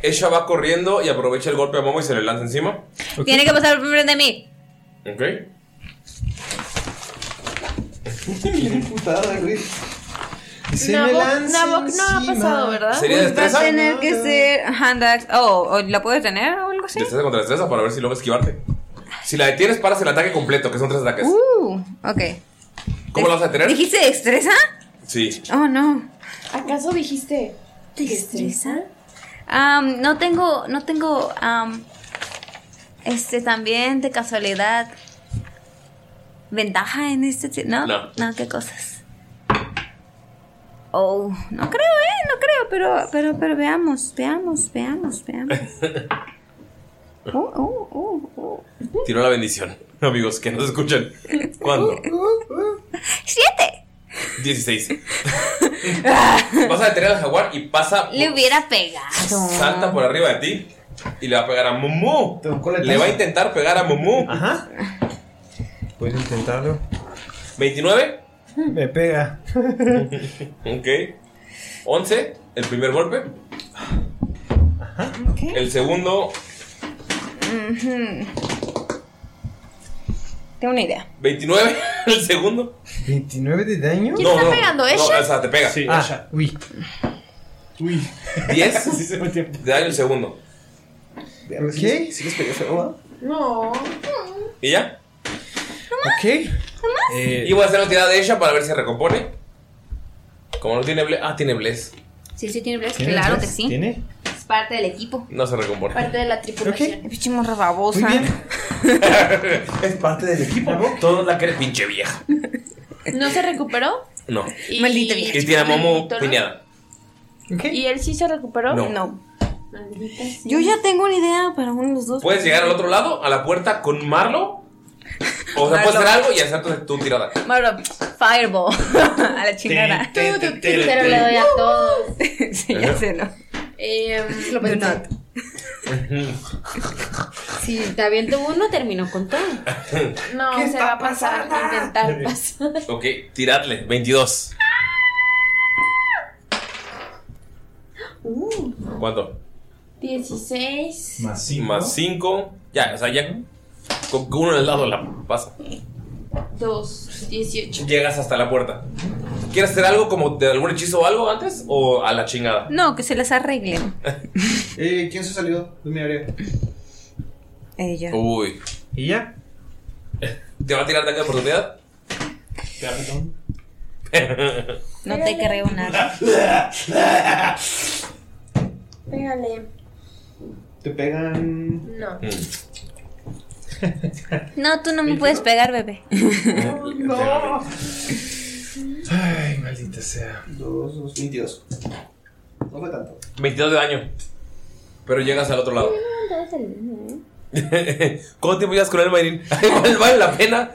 Ella va corriendo y aprovecha el golpe a Momo y se le lanza encima.
Tiene que pasar primero de mí.
Ok.
Bien putada, güey.
Se me lanza
no ha
pasado,
¿verdad?
¿Sería
Va
destreza?
a tener que ser hand axe. Oh, ¿o ¿la puedes tener o algo así?
Destreza contra destreza para ver si logra esquivarte. Si la detienes, paras el ataque completo, que son tres ataques.
Uh, ok.
¿Cómo la vas a detener?
¿Dijiste destreza?
Sí.
Oh, no.
¿Acaso dijiste
destreza? Am, no tengo, no tengo, am, este también de casualidad, ventaja en este, ti- ¿no?
No.
qué cosas. Oh, no creo, eh, no creo, pero, pero, pero veamos, veamos, veamos, veamos. Oh, oh, oh, oh.
Tiró la bendición. Amigos, que nos escuchan. ¿Cuándo?
¡Siete!
16. Vas a detener al jaguar y pasa,
Le hubiera pegado.
salta por arriba de ti y le va a pegar a Mumu. Le va a intentar pegar a Mumu. Ajá.
Puedes intentarlo.
29.
Me pega.
Ok. 11, el primer golpe. El segundo,
Ujú. Tengo una idea.
29. El segundo.
¿29 de daño?
¿Quién No, está no, pegando? no, ¿Ella? o sea, te pega. Sí,
ah,
ella.
Uy.
Uy.
10. Te daño el segundo.
Ok.
¿Sí les pegué feo,
No.
¿Y ya?
Ok.
Eh, y voy a hacer una tirada de ella para ver si recompone. Como no tiene ble- Ah, tiene bless.
Sí, sí tiene Blaze,
¿Tiene
claro
Blaze?
que sí.
¿Tiene?
Es parte del equipo.
No se recompone.
de la tripulación.
Pinche morra babosa.
es parte del equipo, ¿no? Todo la querés pinche vieja.
¿No se recuperó?
No.
Y-
Maldita
vieja.
Cristina Momo
Maldito, ¿no?
piñada.
¿Y él sí se recuperó?
No.
Maldita sea.
Yo ya tengo una idea para uno de los dos.
Puedes llegar al otro lado, a la puerta, con Marlo. O sea, puedes hacer algo y hacer tu, tu tirada.
Bueno, fireball. a la chingada.
Ah, Pero le doy a todos.
sí, ya sé, ¿no? Em,
Lo pensé. Si te aviento uno, termino con todo.
No, se va a pasar a intentar pasar.
Ok, tiradle. 22.
Uh,
¿Cuánto?
16.
Más 5. Más 5. Ya, o sea, ya. Con con uno en el lado la pasa.
2. 18.
Llegas hasta la puerta. ¿Quieres hacer algo como de algún hechizo o algo antes? ¿O a la chingada?
No, que se las arreglen.
Eh, ¿Quién se salió de mi área?
Ella.
Oh.
Uy.
¿Y ya?
¿Te va a tirar ataque de oportunidad?
No te creo nada.
Pégale.
Te pegan.
No.
No, tú no me puedes pegar, bebé.
No.
Ay, maldita sea.
2, 2, 22. No fue tanto.
22 de daño. Pero llegas al otro lado. ¿Cuánto tiempo llevas con el Mayrin? Igual vale la pena.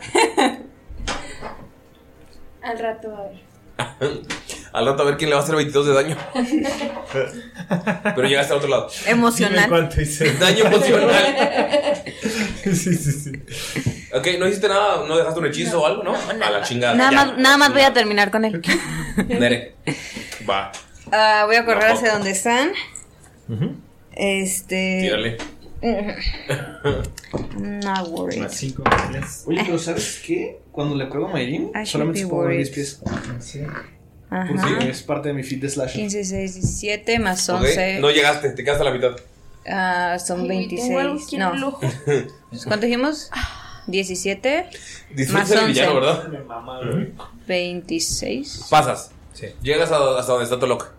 Al rato, a ver.
Al rato a ver quién le va a hacer 22 de daño. Pero llegas al otro lado.
Em- Emocional.
¿Cuánto hice?
Daño emocional. Ok, no hiciste nada, no dejaste un hechizo o algo, ¿no? a la chingada.
Nada
ya.
más, nada más voy a terminar con él.
Nere. Va,
Ah, voy a correr hacia
Ojo.
donde están. Este.
tírale.
No worry.
Más 5 Oye, pero ¿sabes qué? Cuando le pego a Mayrin,
I should
solamente
be
es por
worried.
10 pies.
Ajá.
Porque es parte de mi feed de slash.
15, 6, 17 más
Ok,
11.
No llegaste, te quedaste a la mitad.
ah, son 26.
aquí en el
No. ¿Cuánto dijimos? 17 más
Disfrutas el
11.
villano, ¿verdad?
26.
Pasas. Llegas a- hasta donde está Tolok.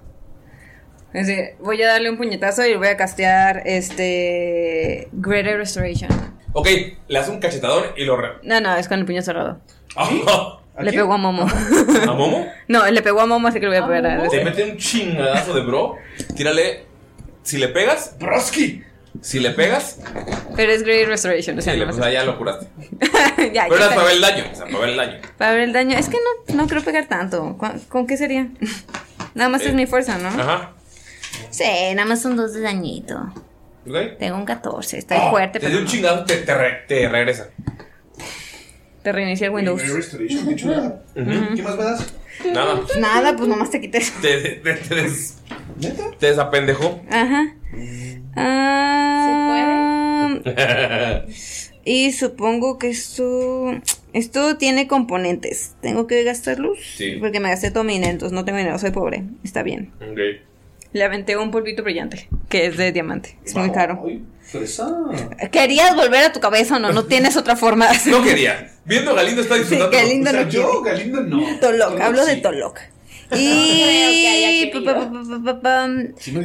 Es decir, voy a darle un puñetazo y voy a castear este. Greater Restoration.
Ok, le hace un cachetador y lo re.
No, no, es con el puño cerrado.
¿A
Le pegó a Momo.
Momo?
No, le pegó a Momo, así que
Ah,
le voy a
Ah,
pegar a
Te mete un chingadazo de bro. Tírale. Si le pegas. ¡Broski! Si le pegas,
Pero es Great Restoration, o sea,
sí, le-
no
o
vas
sea, ya lo curaste.
a- Ya,
Pero
ya
era
está.
para ver el daño. O sea, para ver el daño.
Para ver el daño. Es que no, no creo pegar tanto. ¿Cu- ¿Con qué sería? nada más
Eh,
es mi fuerza, ¿no?
Ajá.
Sí, nada más son dos de dañito.
¿Ok?
Tengo un 14, estoy fuerte,
Oh, Te dio
pero
un chingado, te, te, re- te regresa.
te reinicia el Windows. Ujú.
¿Qué más me das?
Nada.
Nada, pues nomás te quité.
Te, te, te, des- te desapendejó.
Ajá.
Mm.
Ah, Y supongo que esto. Esto tiene componentes. Tengo que gastar luz.
Sí.
Porque me gasté todo mi dinero, entonces no tengo dinero, soy pobre. Está bien.
Ok.
Le aventé un polvito brillante, que es de diamante. Es muy caro.
Fresa.
¿Querías volver a tu cabeza o no? No tienes otra forma de hacerlo.
No quería. Viendo a Galindo está disfrutando.
Galindo no
yo, Galindo no.
Tolok, hablo de Tolok. Y. pa, pa, pa, pa, pa, pa,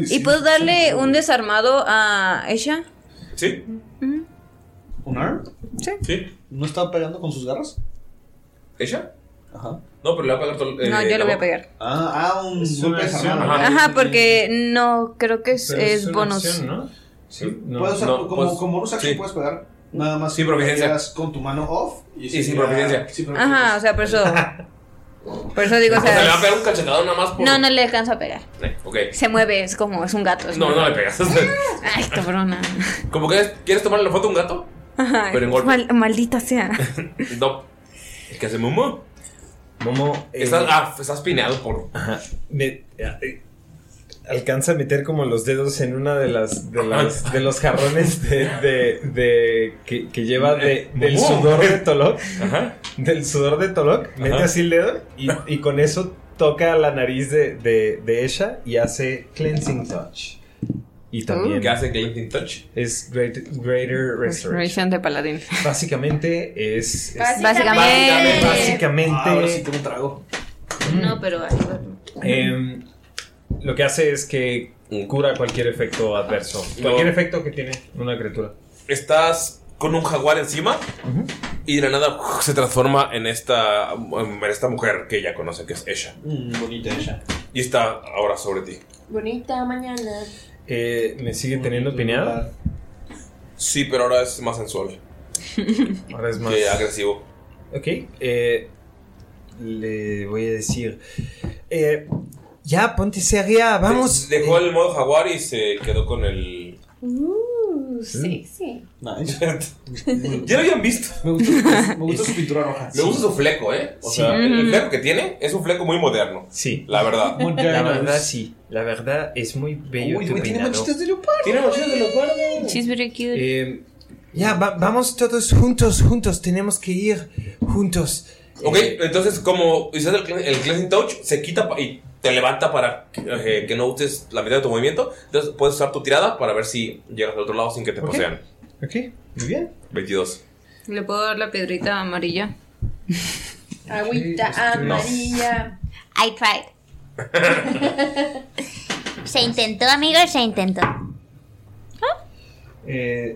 ¿Y puedo darle un desarmado a ella?
¿Sí?
¿Un arm?
Sí.
¿No estaba pegando con sus garras?
¿Ella? Ajá. No, pero le va a pagar todo. eh,
No, yo le voy a pegar.
Ah, ah, un
una
golpe
acción.
desarmado.
Ajá.
Ajá, porque no, creo que es,
Pero es
es
una
bonus.
acción, ¿no?
Sí.
Puedes usar-
No,
como,
pues,
como bonus action
sí.
puedes pegar. Nada más
Sin proficiencia.
pegas con tu mano off
Y sin proficiencia.
sin proficiencia.
Ajá, o sea, por eso. Por eso digo, o
O sea, Pues, le va a
sea.
pegar un cachetado nada más por.
No, no le alcanzo a pegar.
Eh, ok.
Se mueve, es como, es un gato. es
No,
muy-
no le pegas.
Ay, cabrona.
Como que quieres- quieres tomarle la foto a un gato.
Ajá,
Pero en golpe.
mal- maldita sea.
No. ¿Qué hace Momo?
Momo. eh,
Estás, ah, estás pineado por.
Me- eh, alcanza a meter como los dedos en una de las de, las- de los jarrones de, de- de- que, que lleva
Eh,
de- del
Momo.
sudor de Tolok del sudor de Tolok mete
Ajá.
así el dedo y, y con eso toca la nariz de, de, de ella y hace cleansing touch y también
¿Qué hace Cleansing Touch?
es great- greater restoration
Restoration de paladín.
básicamente es, es-
Básicamente.
básicamente
Ah, ahora sí que un trago.
Mm. No, pero.
Eh,
Em, lo que hace es que cura cualquier efecto adverso. Cualquier efecto que tiene una criatura.
Estás con un jaguar encima y de la nada uf, se transforma en esta, en esta mujer que ya conocen, que es ella.
Mm, bonita ella.
Y está ahora sobre ti.
Bonita mañana.
Eh, ¿Me sigue teniendo pineada?
Sí, pero ahora es más sensual
Ahora es más.
que agresivo.
Ok. eh, le voy a decir. eh, ya, ponte seria, vamos.
Dejó el modo jaguar y se quedó con el.
Uh, sí, sí.
ya lo habían visto.
Me gusta, me gusta su pintura roja.
Me gusta su fleco, ¿eh? O
Sí.
sea, el, el
Mm.
fleco que tiene es un fleco muy moderno.
Sí.
La verdad.
La verdad, sí. La verdad es muy bello.
Uy,
tu
güey, tiene
peinado.
manchitas de leopardo.
Tiene manchitas de leopardo.
She's very cute.
Eh, ya, va- vamos todos juntos, juntos. Tenemos que ir juntos.
Ok, entonces como hiciste el, cle- el cleansing touch, se quita pa- y te levanta para eh, que no uses la mitad de tu movimiento. Entonces puedes usar tu tirada para ver si llegas al otro lado sin que te
Ok.
posean.
Ok, muy bien.
22.
Le puedo dar la piedrita amarilla.
Agüita amarilla.
I tried. se intentó, amigos, se intentó.
Eh,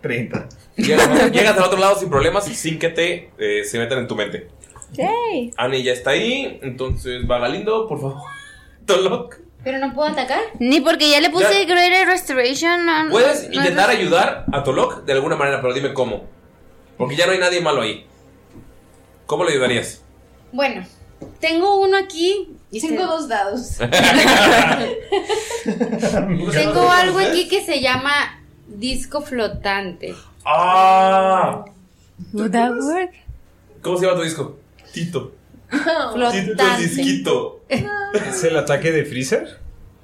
30.
Llegas, llegas al otro lado sin problemas, sin que te eh, se metan en tu mente.
Yay.
Ani ya está ahí, entonces va Galindo, por favor. Tolok.
Pero no puedo atacar.
Ni porque ya le
puse
Greater Restoration. no-
Puedes
no- no-
intentar ayudar a Tolok de alguna manera, pero dime cómo. Porque ya no hay nadie malo ahí. ¿Cómo le ayudarías?
Bueno, tengo uno aquí. Este, tengo dos dados. tengo algo aquí que se llama disco flotante.
¡Ah!
Would that work?
¿Cómo se llama tu disco? Tito. Tito el
Flotante.
disquito.
¿Es el ataque de Freezer?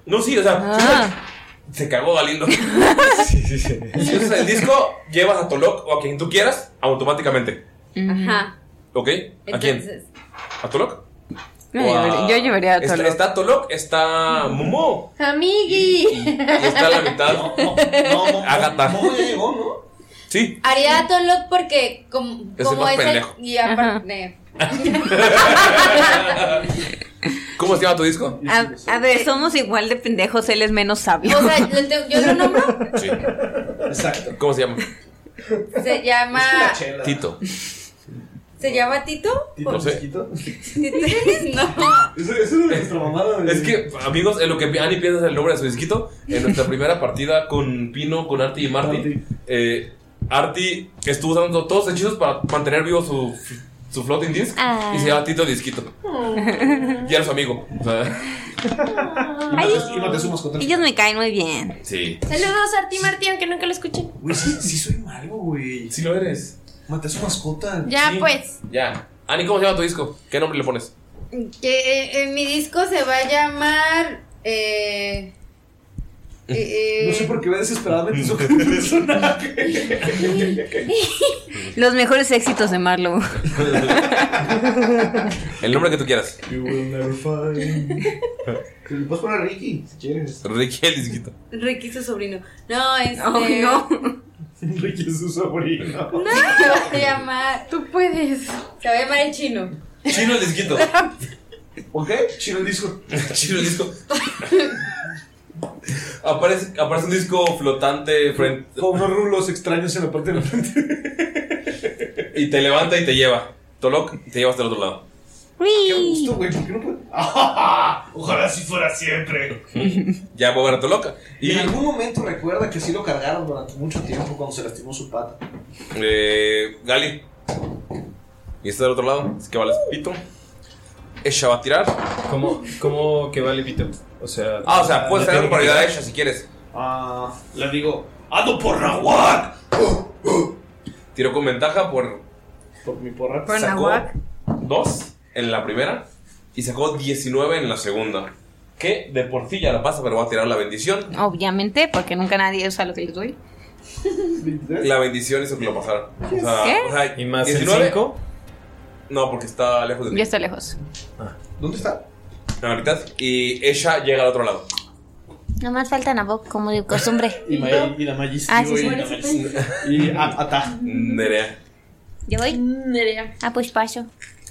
No, sí, o sea,
Ah.
se cagó Galindo. sí,
sí, sí.
Si usas el disco, llevas a Tolok o a quien tú quieras automáticamente.
Ajá.
¿Ok? ¿A quién?
Entonces,
¿A Tolok?
Yo
¿O
llevaría- yo llevaría a
está-
Tolok.
Está Tolok, está Momo.
Amigui.
Oh. Y está la mitad. Agatha. Sí.
Haría a Tolok porque com- como,
Es el más
es el-
pendejo.
y aparte
¿Cómo se llama tu disco?
A, a ver, somos igual de pendejos, él es menos sabio.
o sea, lo te- yo lo nombro,
Sí. Exacto. ¿Cómo se llama?
se llama
Tito.
¿Se llama Tito?
No sé.
no.
Es que, amigos, en lo que Ani piensa el nombre de su disquito, en nuestra primera partida con Pino, con Arti y Marty, eh, Arti estuvo usando todos los hechizos para mantener vivo su, su floating disc
Ah.
y se llama Tito Disquito. Y era su amigo. o sea,
Ay,
Y no te sumas contra
ellos me caen muy bien.
Sí.
Saludos a Arti Martí, aunque nunca lo escuché.
Güey, sí, sí soy malo, güey.
Sí lo eres.
Maté a su mascota.
Ya, pues.
Ya. Ani, ¿cómo se llama tu disco? ¿Qué nombre le pones?
Que eh, eh, mi disco se va a llamar. eh, eh, eh,
No sé por qué ve desesperadamente su personaje.
Los mejores éxitos de Marlowe.
El nombre que tú quieras.
Vas Pues, para Ricky, si quieres.
Ricky el disquito.
Ricky su sobrino. No, este.
No,
Ricky es su sobrino.
No, se va a llamar. Tú puedes. Se va a llamar el chino.
Chino el disquito.
¿Ok? Chino el disco.
Chino el disco. Aparece, aparece un disco flotante frente,
Con unos rulos extraños en la parte de la frente.
y te levanta y te lleva. Tolok, te llevas del otro lado. Ah,
Qué gusto, güey. ¿Por qué no puede? Ojalá si fuera siempre.
Ya voy a ver a Tolok.
Y en algún momento recuerda que sí lo cargaron durante mucho tiempo cuando se lastimó su pata.
Eh, Gali. Y está del otro lado. Así que vale pito. Ella va a tirar.
¿Cómo, cómo que vale pito? O sea.
Ah, o sea, puedes
¿le
tener
tengo que
oportunidad a
tirar?
ella si quieres.
Ah, le digo,
¡Ando por Nahuac! Tiró con ventaja por.
Por mi porra.
Por Sacó Nahuac. Dos en la primera. Y sacó 19 en la segunda. Que de por sí ya la pasa, pero va a tirar la bendición.
Obviamente, porque nunca nadie usa lo que les doy.
La bendición hizo que lo pasara. O sea,
¿Qué?
o sea,
¿Y más el
19?
cinco?
No, porque está lejos de ti.
Ya está lejos.
¿Dónde está? La mitad. Y ella llega al otro lado.
Nomás falta Nabok, como de costumbre.
Y, May- y la Magis.
Ah,
y
sí,
voy,
sí.
y la Magis. Y a- Ata.
Nerea.
¿Yo voy? Ah, pues paso.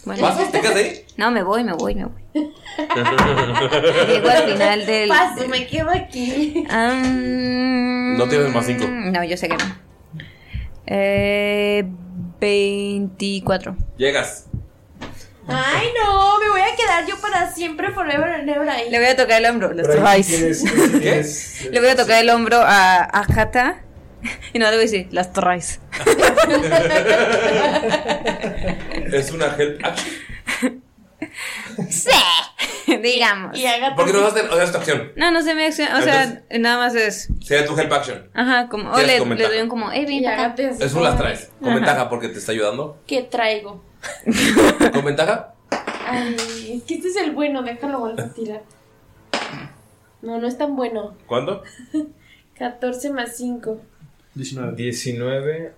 ¿Pasas? ¿Te quedas ahí?
No, me voy, me voy, me voy. Llego al final del.
Paso, me quedo aquí.
No tienes más 5.
No, yo sé que no. Eh, 24.
Llegas.
Ay, no, me voy a quedar yo para siempre, forever and ever ahí.
Le voy a tocar el hombro. Los traes.
eh,
Le voy a tocar el hombro a, a Jata. Y no le voy a decir, las traes.
Es una help action.
Sí, digamos.
Porque no vas a hacer o sea, esta acción.
No, no se me acciona. O sea, nada más es.
Sería tu help action.
Ajá, como. O
Tienes
le,
con
le
ventaja.
doy un como, eh, ven para acá.
Es un las traes. Con
Ajá.
ventaja porque te está ayudando.
¿Qué traigo?
¿Con ventaja?
Ay, es que este es el bueno, déjalo vuelvo a tirar. No, no es tan bueno.
¿Cuánto?
14 más 5.
19.
19.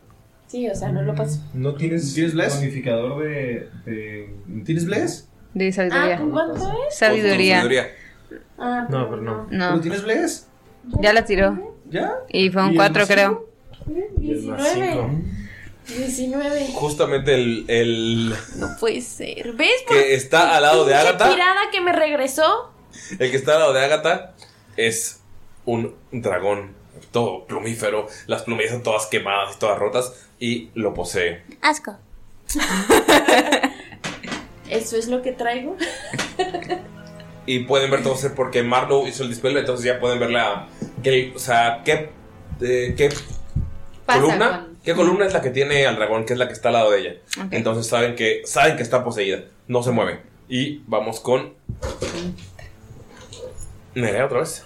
Sí, o sea, no lo paso.
¿No tienes, ¿Tienes
Bless?
bonificador de, de. ¿Tienes Bless?
De
Ah,
sabiduría.
¿con cuánto es?
Sabiduría.
Ah,
No, pero no.
No.
¿Pero tienes Bless?
Ya la tiró.
¿Ya?
Y fue un
¿Y
4,
el más
creo.
19. 19.
Justamente el, el
No puede ser. ¿Ves?
que está al lado de
Pinche
Agatha.
tirada que me regresó.
El que está al lado de Agatha es un dragón. Todo plumífero. Las plumillas están todas quemadas y todas rotas. Y lo posee.
Asco.
Eso es lo que traigo.
Y pueden ver todo ser porque Marlow hizo el dispel, entonces ya pueden ver la. Que, o sea, qué. eh, qué
Pasa
columna.
con-
¿Qué columna es la que tiene al dragón? Que es la que está al lado de ella.
Ok.
Entonces saben que. Saben que está poseída. No se mueve. Y vamos con. Nerea otra vez.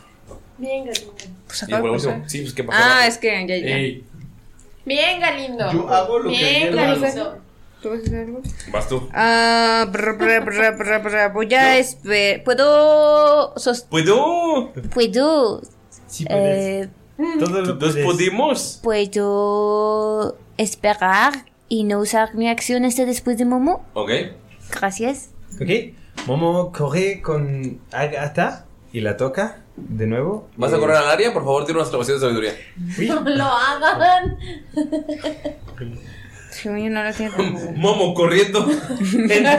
Bien, Galindo.
Pues
Y por último. Sí, pues qué pasó.
Ah, es que ya, ya.
Ey.
Bien, Galindo.
Yo hago lo que
Bien,
quiero.
Galindo.
¿Tú vas a hacer algo?
Vas tú.
Ah, brr, brr, brr, brr, brr, voy a esper- ¿Puedo sos-
¡Puedo!
¿Puedo?
puedes.
Eh,
pudimos.
¿Puedo esperar y no usar mi acción
este
hasta después de Momo?
Ok.
Gracias.
Ok. Momo corre con Agatha y la toca de nuevo. Eh,
¿Vas a correr al área? Por favor, tira una salvación de sabiduría.
No lo hagan.
Sí, oye, no lo tiene.
Momo corriendo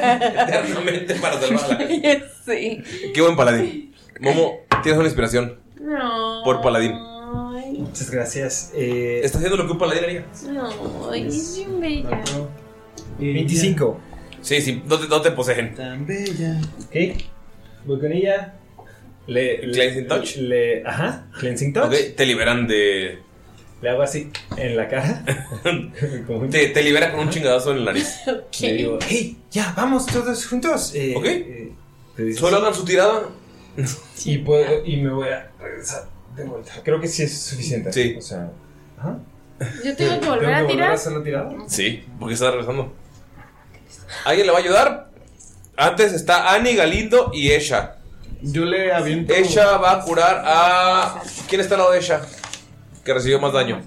eternamente para salvarla.
sí.
Qué buen paladín. Momo, tienes una inspiración
No.
por paladín.
Ay,
Muchas gracias. Eh,
Está haciendo lo que un paladín haría.
no. Ay, es bien bella.
25.
Sí, sí, no te, no te poseen.
Ok. Voy con ella. Le, le-
Cleansing touch.
le- ajá, cleansing touch.
Ok, te liberan de.
Le hago así en la cara.
Te, te libera con un chingadazo en la nariz.
Le digo, hey, ya, vamos todos juntos. Eh,
Ok.
eh,
Solo hagan su tirada.
y, puedo- y me voy a regresar de vuelta. Creo que sí es suficiente.
Sí.
O sea,
Yo tengo
¿Tengo
que volver a
que volver a
tirar.
hacer la tirada?
Sí, porque está regresando. ¿Alguien le va a ayudar? Antes está Ani, Galindo y Esha.
Yo le aviento.
Esha va a curar a. ¿Quién está al lado de Esha? Que recibió más daño.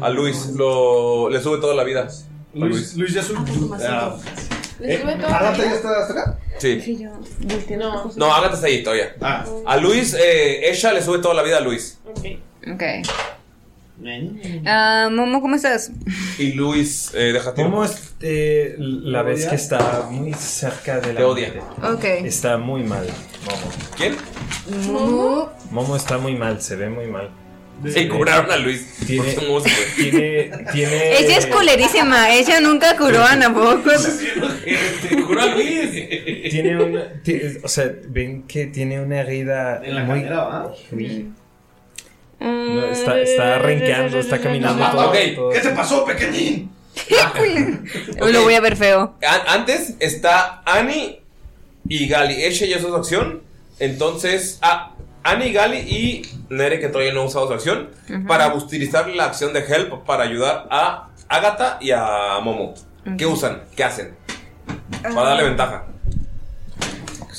A Luis. Lo... Le sube toda la vida. A Luis.
Luis ya subió.
Ah,
Le sube todo.
Agatha ¿Eh? ya
está
hasta acá?
sí.
yo. No.
No, Agatha está ahí todavía. A Luis, eh, Esha le sube toda la vida a Luis.
Ok. Ah, Momo, ¿cómo estás?
Y Luis, eh, deja tiro.
Momo es, eh, la vez que está muy cerca de la
Te odia.
muerte.
Ok.
Está muy mal, Momo.
¿Quién?
Momo.
Momo está muy mal, se ve muy mal.
Sí, curaron a Luis.
Tiene, tiene,
Eh.
tiene.
Ella es culerísima. Ella nunca curó a Nabucco.
Tiene una. ti- o sea, ven que tiene una herida.
En la
muy,
cadera, ¿va?
Uy. No, está, está renqueando, está
Ah,
caminando todo.
Ah, Ok, Ah.
todo.
¿qué te pasó, pequeñín?
Lo voy a ver feo.
An- antes está Ani y Gali. Esha ya usó su acción. Entonces, ah, Ani, Gali y Nere, que todavía no ha usado su acción,
Ujú.
para utilizar la acción de Help para ayudar a Agatha y a Momo. ¿Qué
Ujú.
usan? ¿Qué hacen? Para darle ventaja.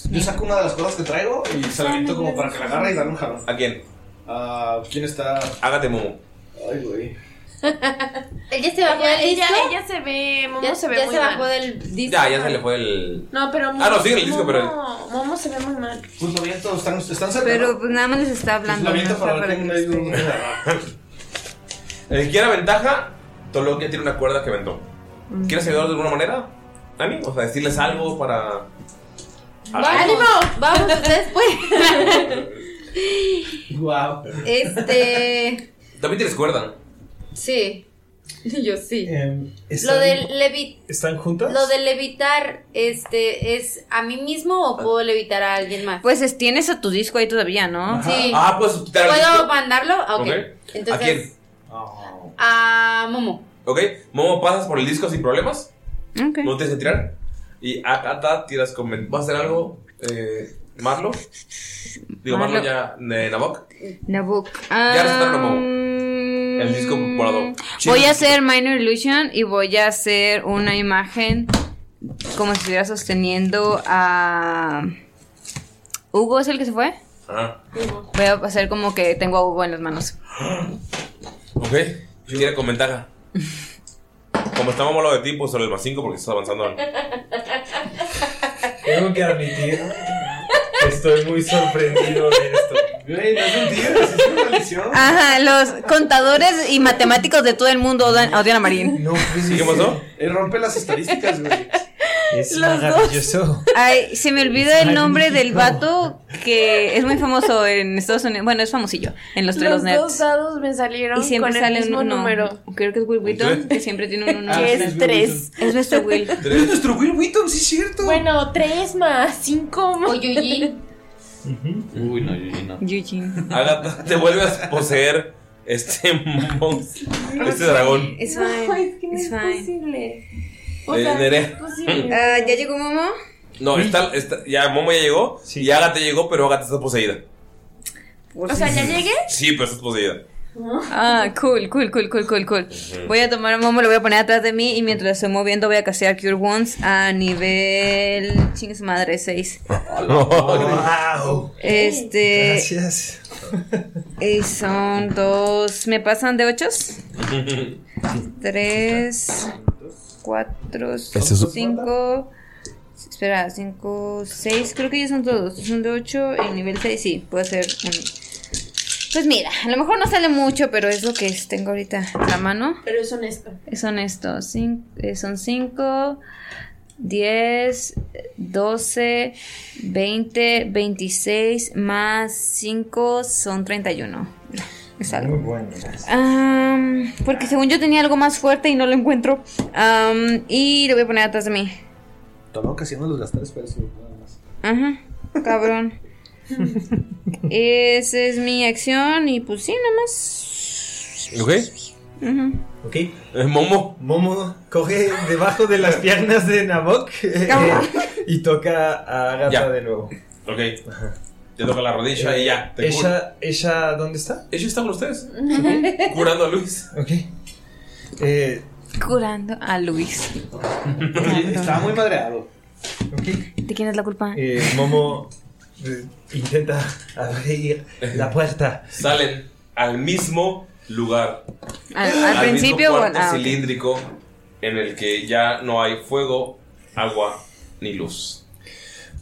Yo saco una de las cosas que traigo y se la aviento como para que la agarre y darle un jalón.
¿A quién?
Ah, ¿Quién está?
Agatha y Momo.
Ay, güey.
Ella se bajó
Ella,
del
ella,
disco.
ella se ve. Momo
Ya-
se ve
ya
muy
se
mal.
bajó del disco.
Ya, ya se le fue el.
No, pero.
Ah, no, sigue el disco, pero-
Momo- Momo se ve muy mal.
Pues lo aviento, están, están cerca.
Pero
¿no?
pues nada más les está
Pues
hablando.
lo aviento
¿no?
para
Está
ver quién
para
hay un.
El que quiera ventaja, Tolo ya tiene una cuerda que aventó. ¿Quieres ayudarlos de alguna manera? Ani, o sea, decirles algo para. Ah,
¡Ánimo! Vamos ustedes pues.
Wow.
este.
También tienes cuerda.
Sí. Yo sí.
Em, ¿están,
Lo del levi-
¿Están juntas?
Lo de levitar, este, ¿es a mí mismo o puedo levitar a alguien más?
Pues es- tienes a tu disco ahí todavía, ¿no?
Sí.
Ah, pues te la
¿Puedo
listo.
mandarlo? Ah, Ok.
Ok.
Entonces,
¿A quién?
a Momo.
Ok, Momo pasas por el disco sin problemas.
Ok.
No tienes que tirar. Y Akata tiras con. ven- ¿Vas a hacer algo, eh, Marlo? Digo, Marlo,
Marlo.
ya. eh, Nabok.
Nabuk.
Ya rescataron a
Ah,
Momo. El disco
Mm,
volador.
voy a hacer Minor Illusion y voy a hacer una imagen como si estuviera sosteniendo a. ¿Hugo es el que se fue?
Ah,
Voy a hacer como que tengo a Hugo en las manos.
ok. Tira con ventaja. Como estamos hablando de ti, pues solo el más 5 porque estás avanzando.
Tengo que admitir que estoy muy sorprendido de esto.
Güey, no es un tío, es una maldición.
Ajá, los contadores y matemáticos de todo el mundo odian, odian a Marín.
No, pues,
¿Qué pasó?
Eh, rompe las estadísticas, güey.
Es
Los
maravilloso.
Ay, se me olvida el nombre del vato que es muy famoso en Estados Unidos. Bueno, es famosillo en los
Los
Trelos
dos
Nerds.
dados me salieron
Y siempre
con
sale
el
un
mismo
uno.
número.
Creo que es Will Wheaton, que siempre tiene un uno.
Que Ah, es tres.
Es nuestro Will.
Es
nuestro Will Wheaton, sí es cierto.
Bueno, tres más cinco más.
Uy, no, Yuji no.
Eugene.
Agatha, te vuelves a poseer este monstruo, este dragón.
Es
No,
fine.
es que no
it's
es
fine.
posible.
Eh, Nerea.
Ah, ¿Ya llegó Momo?
No, está, está- ya Momo ya llegó y Agatha llegó, pero Agatha está poseída.
O sea, ¿ya llegué?
Sí, pero estás poseída.
Ah, cool, cool, cool, cool, cool, cool. Voy a tomar a Momo, lo voy a poner atrás de mí y mientras estoy moviendo voy a castear Cure Wounds a nivel... Chingue su madre, 6.
Wow.
Este...
Gracias.
Y son dos... ¿Me pasan de 8? 3, 4,
Este es-
5... Espera, 5, 6, creo que ya son todos. Son de 8 y nivel 6, sí, puedo hacer un... Pues mira, a lo mejor no sale mucho, pero es lo que es- tengo ahorita a la mano.
Pero es honesto.
Son estos, cin- eh, son 5, 10, 12, 20, 26, más 5 son 31. Es
Muy bueno.
Am, porque según yo tenía algo más fuerte y no lo encuentro. Am, y lo voy a poner atrás de mí.
Todo haciéndolos gastar esfuerzo. nada más.
Ajá, cabrón. Esa es mi acción y pues sí, nada más.
¿Ok?
Ujú.
Ok.
Eh,
Momo.
Momo coge debajo de las piernas de Nabok eh,
Ajá.
y toca a Agatha
Ya.
de nuevo.
Ok. Te toca la rodilla
Eh,
y ya. Te curo.
¿Ella, ¿Ella dónde está?
Ella está con ustedes. Curando a Luis.
Ok. Eh,
Curando a Luis.
Estaba muy madreado.
¿De quién es la culpa?
eh, Momo eh, intenta abrir la puerta.
Salen al mismo lugar.
Al- al principio
mismo
o al-
cuarto
ah, ok.
cilíndrico en el que ya no hay fuego, agua ni luz.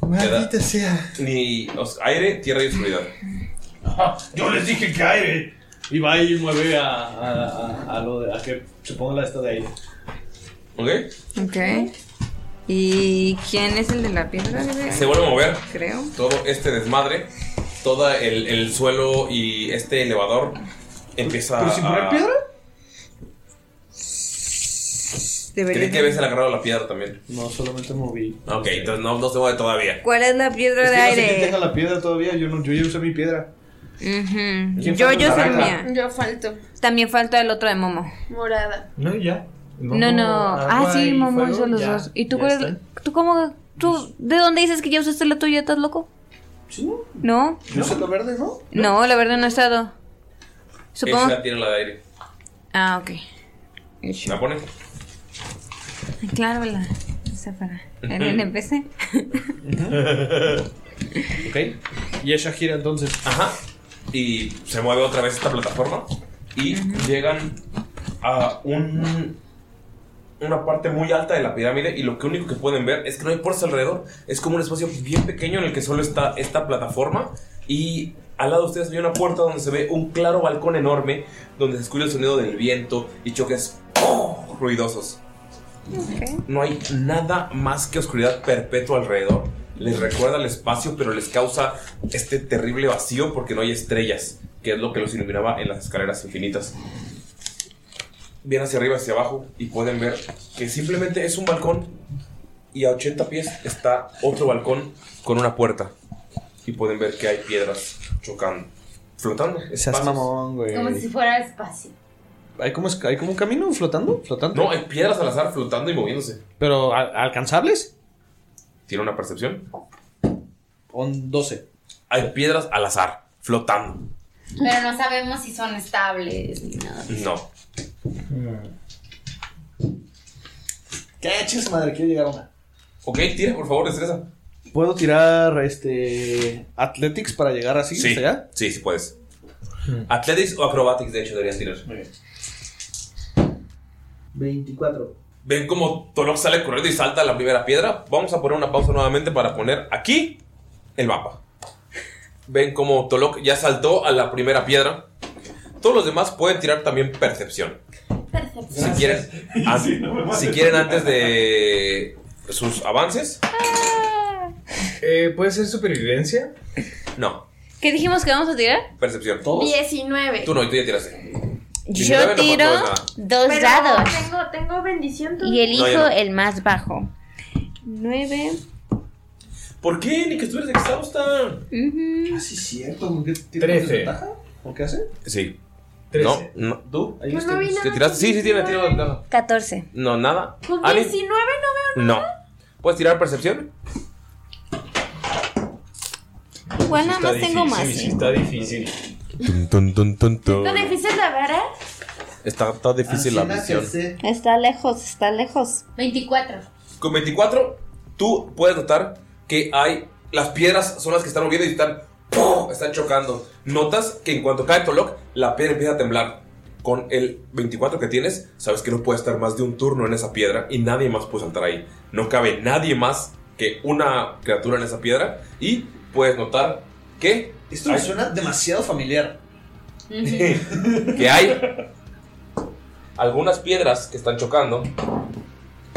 Maldita sea.
Ni os- aire, tierra y oscuridad.
Yo les dije que aire. Y va y mueve a, a, a- a lo de, a que se ponga la esta de aire.
¿Ok?
Ok. ¿Y quién es el de la piedra? bebé?
Se vuelve a mover.
Creo.
Todo este desmadre, todo el, el suelo y este elevador empieza
¿Pero sin poner
a-
piedra?
Creí
Debería.
que habías agarrado la piedra también.
No, solamente moví.
Ok, entonces no, no se mueve todavía.
¿Cuál es la piedra
Es
de
que no sé
aire?
que tenga la piedra todavía. Yo, no, yo ya usé mi piedra.
Ujú.
¿Quién
Yo,
falta?
yo soy
Naranja.
mía. Yo falto. También falta el otro de Momo.
Morada.
No, ya.
no, no.
Ah, sí, Momo hizo los
ya,
dos. ¿Y tú
ya
cuál es- ¿Tú cómo? ¿Tú de dónde dices que ya usaste la tuya? ¿Estás loco? ¿No?
Yo usé la verde, ¿no?
No, la verdad no he estado. Supongo.
Esa tiene la de aire.
Ah, ok.
¿La pones?
Claro, la. Esa para. El NPC.
ok. Y ella gira entonces.
Ajá. Y se mueve otra vez esta plataforma. Y llegan a un, una parte muy alta de la pirámide. Y lo que único que pueden ver es que no hay puertas alrededor. Es como un espacio bien pequeño en el que solo está esta plataforma. Y al lado de ustedes hay una puerta donde se ve un claro balcón enorme. Donde se escucha el sonido del viento y choques ¡pum! ruidosos. No hay nada más que oscuridad perpetua alrededor. Les recuerda el espacio, pero les causa este terrible vacío porque no hay estrellas, que es lo que los iluminaba en las escaleras infinitas. Vienen hacia arriba, hacia abajo y pueden ver que simplemente es un balcón y a 80 pies está otro balcón con una puerta. Y pueden ver que hay piedras chocando, flotando.
Seas
espacios.
mamón, güey.
Como si fuera espacio.
¿Hay, como, es- ¿Hay como un camino flotando? ¿Flotando?
No, hay piedras al azar flotando y moviéndose.
¿Pero ¿al- alcanzables?
¿Tiene una percepción?
Un 12.
Hay piedras al azar, flotando.
Pero no sabemos si son estables ni nada.
No.
Mm. ¿Qué chis madre? Quiero llegar a una.
Ok, tira, por favor, destreza.
¿Puedo tirar este Athletics para llegar así
Sí,
hasta allá?
sí, sí puedes. Athletics o Acrobatics, de hecho, deberías tirar.
24.
Ven como Tolok sale corriendo y salta a la primera piedra. Vamos a poner una pausa nuevamente para poner aquí el mapa. Ven como Tolok ya saltó a la primera piedra. Todos los demás pueden tirar también percepción. Si quieren, an- si quieren antes de sus avances.
Eh, ¿Puede ser supervivencia?
No,
¿Qué dijimos que vamos a tirar?
percepción.
19.
Tú no, y tú ya tiraste.
Yo
19 no
tiro
puedo nada.
dos
Pero
dados.
Tengo, tengo bendición.
Y elijo
No, yo no.
el más bajo. Nueve.
¿Por qué? Ni que estuvieras exhausta.
Ujú.
Ah, sí, cierto. ¿Con qué tiene
Trece.
desventaja? ¿Con qué hace?
Sí.
Trece.
No, no. ¿Tú?
Yo
no vi
¿Te
nada
Este, tiraste? Sí, sí, tiene tiro de ventaja.
14.
No, nada.
Pues,
Pues
Con
¿Ale?
19 no
No. ¿Puedes tirar percepción?
Igual nada más tengo más. ¿eh?
está difícil.
¿Lo difícil de ver, eh?
Está, está difícil la misión.
Está lejos, está lejos. 24.
Con 24, tú puedes notar que hay. Las piedras son las que están moviendo y están. ¡pum! Están chocando. Notas que en cuanto cae Tolok, la piedra empieza a temblar. Con el 24 que tienes, sabes que no puede estar más de un turno en esa piedra y nadie más puede saltar ahí. No cabe nadie más que una criatura en esa piedra y puedes notar que.
Esto me suena demasiado familiar.
que hay algunas piedras que están chocando.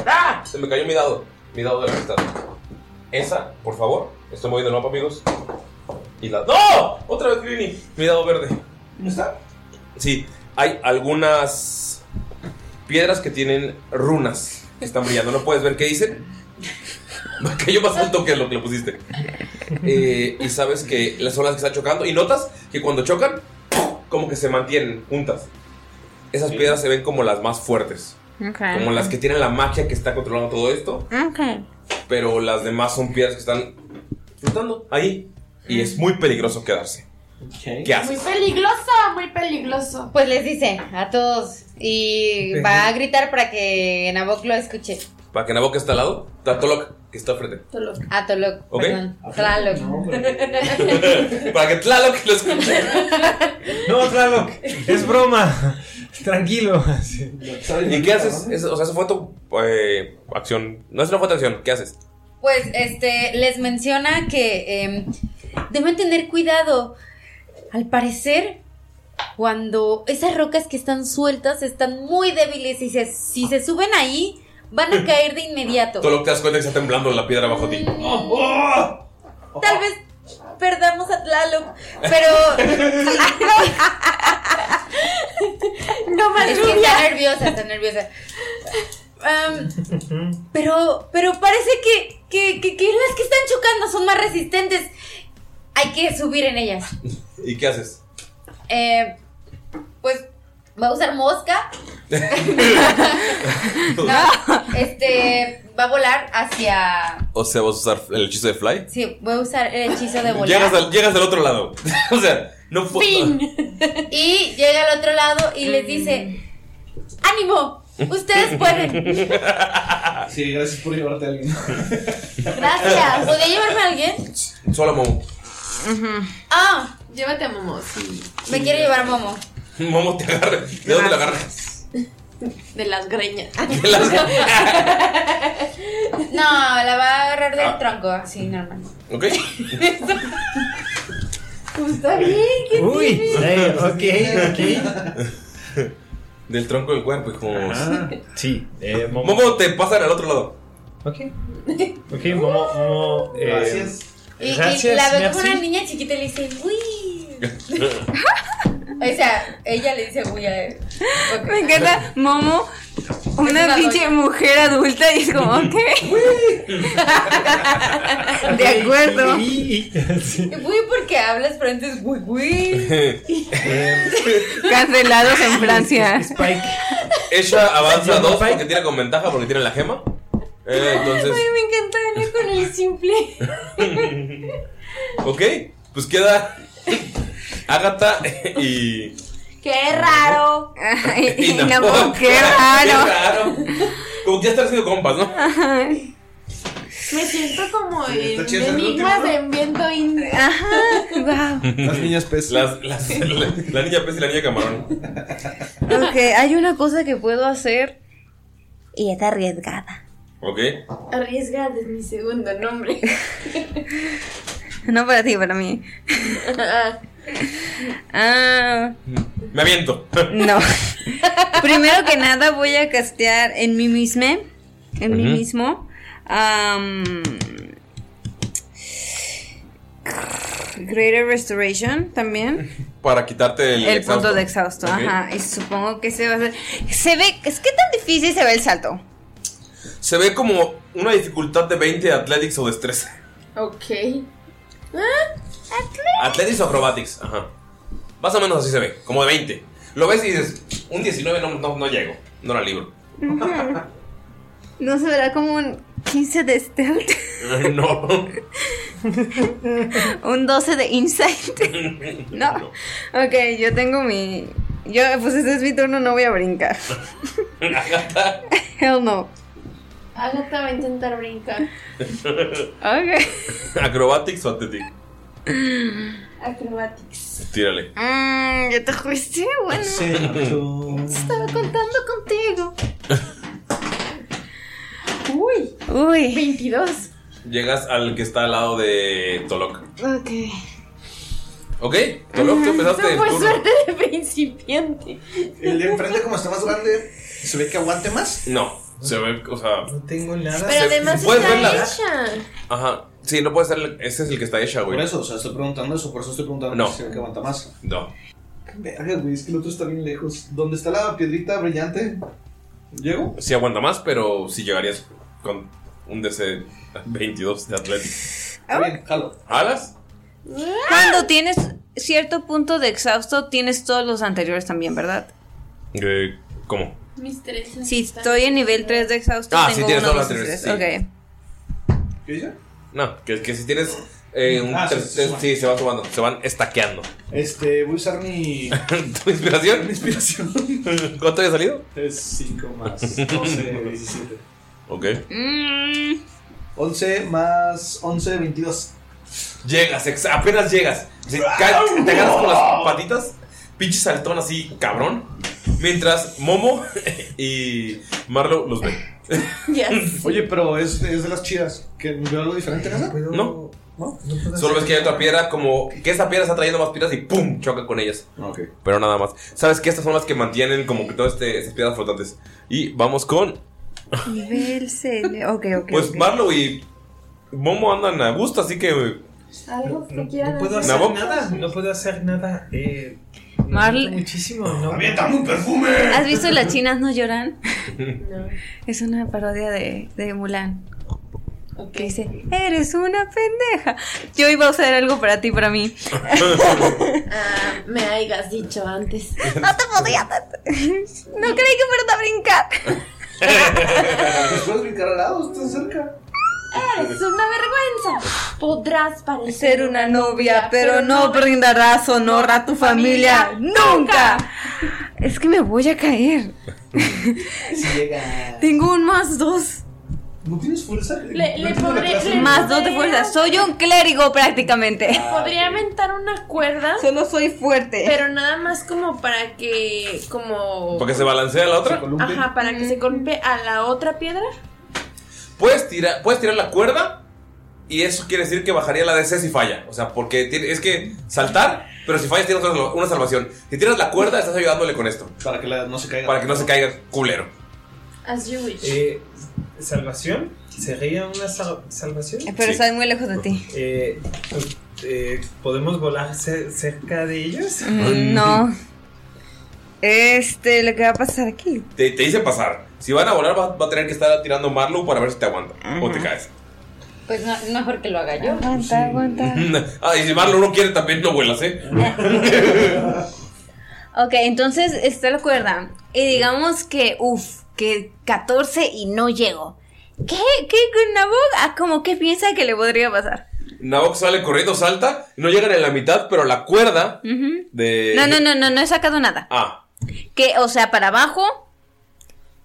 ¡Ah! Se me cayó mi dado. Mi dado de la amistad. Esa, por favor. Estoy moviendo el mapa, amigos. Y la. ¡No! Otra vez, Grini. Mi dado verde.
¿No está?
Sí, hay algunas piedras que tienen runas que están brillando. No puedes ver qué dicen. Cayó más alto que lo que le pusiste. Eh, y sabes que las olas que están chocando. Y notas que cuando chocan, como que se mantienen juntas. Esas piedras se ven como las más fuertes.
Ah.
Como las que tienen la magia que está controlando todo esto.
Ok.
Pero las demás son piedras que están flotando ahí. Y es muy peligroso quedarse. ¿Qué
Muy
haces?
peligroso, muy peligroso.
Pues les dice a todos y va a gritar para que Nabok lo escuche.
Para que Nabok está al lado, está Tolok, que está al frente.
A Tolok,
¿Ok?
perdón. Tlaloc.
Para que Tlaloc lo escuche.
No, Tlaloc, es broma. Tranquilo.
¿Y qué haces? Es- o sea, esa fue tu eh, acción. No es una foto acción. ¿Qué haces?
Pues este les menciona que em, deben tener cuidado. Al parecer, cuando esas rocas que están sueltas están muy débiles y se- si se suben ahí, van a caer de inmediato.
Tolok te das cuenta que está temblando la piedra bajo ti.
Mm. Tal vez perdamos a Tlaloc, pero no más
Es que
lluvia. Está
está
nerviosa, está nerviosa. pero, pero parece que, que, que- que las que están chocando son más resistentes. Hay que subir en ellas.
¿Y qué haces?
Eh, pues va a usar mosca. No, este va a volar hacia.
O sea, vas a usar el hechizo de Fly.
Sí, voy a usar el hechizo de volar.
Llegas al, llegas al otro lado. o sea, no puedo.
Y llega al otro lado y les dice: ¡Ánimo! Ustedes pueden.
Sí, gracias por llevarte a alguien.
Gracias. ¿Podría llevarme a alguien?
Solo Momo.
Ah,
llévate a Momo. sí.
me quiero llevar a Momo.
Momo te agarra. ¿De dónde la agarras?
De las greñas.
No, la va a agarrar del tronco, así normal.
¿Ok?
Pues Está bien, ¿qué
Uy, eh,
tiene?
Del tronco del cuerpo, hijo.
sí. eh, Momo.
Momo te pasan al otro lado.
Ok, Momo. Momo eh,
Y, y
Gracias,
la ve como
merci.
una niña chiquita y le dice, uy. O sea, ella le dice, uy, a él.
Me encanta Momo, una pinche mujer adulta y es como, ok.
De acuerdo.
Y-
Uy, porque hablas, pero antes, uy, uy.
Cancelados en Francia.
Ella avanza dos porque tiene con ventaja porque tiene la gema. Eh, entonces,
Ay, me encanta venir con el simple.
ok, pues queda Agatha y.
¡Qué raro!
y ah, Nabok. Qué raro. Como que ya están haciendo compas, ¿no?
Me siento como en
está chido ese
enigmas
gluten,
de viento indio. Ajá,
Las niñas pez. la, la niña pez y la niña camarón.
Ok, hay una cosa que puedo hacer y es arriesgada.
Ok.
Arriesgada es mi segundo nombre.
No para ti, para mí. Ah,
Me aviento.
no. Primero que nada voy a castear en mí misma, en mí
Ujú.
mismo. am, Greater Restoration también.
Para quitarte el.
El, punto de exhausto,
exhausto. Ok.
ajá. Y supongo que se va a hacer. Se ve, es que tan difícil se ve el salto.
Se ve como una dificultad de 20 de Athletics o destreza.
Ok. Ah,
Athletics o Acrobatics, ajá. Más o menos así se ve, como de 20. Lo ves y dices, un 19 no, no, no llego, no la libro.
Ujú. No se verá como un 15 de stealth,
no.
un 12 de insight. No. Ok, yo tengo mi. Yo, pues este es mi turno, no voy a brincar. Hell no.
Agatha va a intentar brincar.
Ok.
Acrobatics o Athletics.
Acrobatics.
Tírale.
Mm, ya te fuiste, bueno. Estaba contando contigo.
Uy.
Uy.
22.
Llegas al que está al lado de Tolok.
Ok.
Ok,
Mm,
Tolok, tú empezaste el
por
turno.
suerte de principiante.
El de enfrente, como está más grande, se ve que aguante más.
No, se ve, o sea. No
tengo
nada.
Pero además
puedes
está
verla.
hecha.
Ajá. Sí, no puede ser. Ese es el que está hecha, güey.
Por eso, o sea, estoy preguntando eso, por eso estoy preguntando
No.
si se ve que aguanta más.
No.
Verga, güey, es que el otro está bien lejos. ¿Dónde está la piedrita brillante? ¿Llego?
Si aguanta más, pero si llegarías con un DC 22 de Atlético.
Bien, jalo.
¿Alas?
Cuando tienes cierto punto de exhausto, tienes todos los anteriores también, ¿verdad?
Eh, ¿Cómo?
Mis tres.
Si estoy en nivel 3 de exhausto,
Ah, sí,
tengo
tienes
uno,
todos
dos y
los
tres.
anteriores,
Ok.
¿Qué dice?
No, que, que si tienes eh, un
Ah,
ter-
se- se
eh,
suman.
sí, se van sumando, se van estaqueando.
Este, voy a usar mi.
¿Tu inspiración? Mi
inspiración.
¿Cuánto había salido?
Es 5 más 12, 17.
Ok.
11 más 11, 22.
Llegas, ex- apenas llegas. Se ca- te agarras con las patitas, pinche saltón así, cabrón. Mientras Momo y Marlo los ven.
Oye, pero es, es de las chidas. ¿Que veo algo diferente en esa?
No.
No.
Solo ves que hay otra piedra, como que esa piedra está trayendo más piedras y ¡pum! choca con ellas. Pero nada más. Sabes que estas son las que mantienen como que todas este, estas piedras flotantes. Y vamos con.
Nivel C. Ok, ok.
Pues Marlo y Momo andan a gusto, así que.
Algo que
No puedo hacer
¿Nabok?
nada, no puedo hacer nada. Eh,
Marl-
muchísimo, ¿no?
¡Aviéntame un perfume!
¿Has visto Las chinas no lloran? Es una parodia de, de Mulan. Que dice, eres una pendeja. Yo iba a usar algo para ti, para mí.
Ah, me hayas dicho antes.
No te podía tanto. No creí que fueras a brincar.
Pues puedes brincar al lado, estás cerca.
Es una vergüenza. Podrás parecer
Ser una novia, pero no brindarás honor a tu familia. ¡Nunca! Es que me voy a caer.
Si llega.
Tengo un más dos.
¿No tienes fuerza?
Le- le podré- le
Más dos de fuerza. Soy un clérigo prácticamente.
Podría aventar una cuerda.
Solo soy fuerte.
Pero nada más como para que. como.
Para que se balancee la otra.
Ajá, para que se golpee a la otra piedra.
Puedes tirar, puedes tirar la cuerda y eso quiere decir que bajaría la DC si falla. O sea, porque tiene- es que saltar, pero si fallas tienes otra salva- una salvación. Si tiras la cuerda, estás ayudándole con esto.
Para que no se caiga.
Para que no se caiga culero.
As you wish.
Eh, ¿Salvación? ¿Sería una sal- salvación?
Eh, Pero estoy muy lejos de ti.
Eh, eh, ¿Podemos volar ce- cerca de ellos?
Ah,
Mm, No. Este, lo que va a pasar aquí.
Te, te hice pasar. Si van a volar, va, va a tener que estar tirando Marlow para ver si te aguanta o te caes.
Pues no, mejor que lo haga yo. Aguanta, aguanta.
ah, y si Marlow no quiere, también no vuelas, ¿eh?
Ok, entonces está la cuerda. Y digamos que, uff, que 14 y no llego. ¿Qué? ¿Qué con Nabok? Ah, como que piensa que le podría pasar.
Nabok sale corriendo, salta. No llegan en la mitad, pero la cuerda
Ujú.
de.
No, no, no, no, no he sacado nada.
Ah,
Que, o sea, para abajo.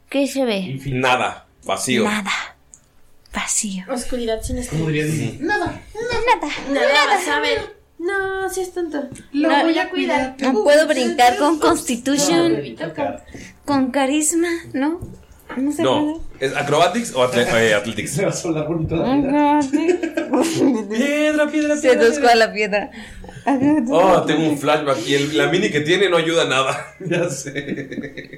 ¿Qué se ve?
nada. Vacío.
Vacío.
Oscuridad sin
¿Cómo dirías?
estrellas.
Disney?
Nada, nada, nada. vas a ver. No, si es tonto.
Lo
No,
voy a cuidar. No puedo brincar con Constitution. Con carisma, ¿no? No sé.
No, ¿es acrobatics o atle- eh, athletics? Se
va a solar bonito la
piedra, piedra, Seduzco a la piedra.
Oh, tengo un flashback y el- la mini que tiene no ayuda a nada.
Ya sé.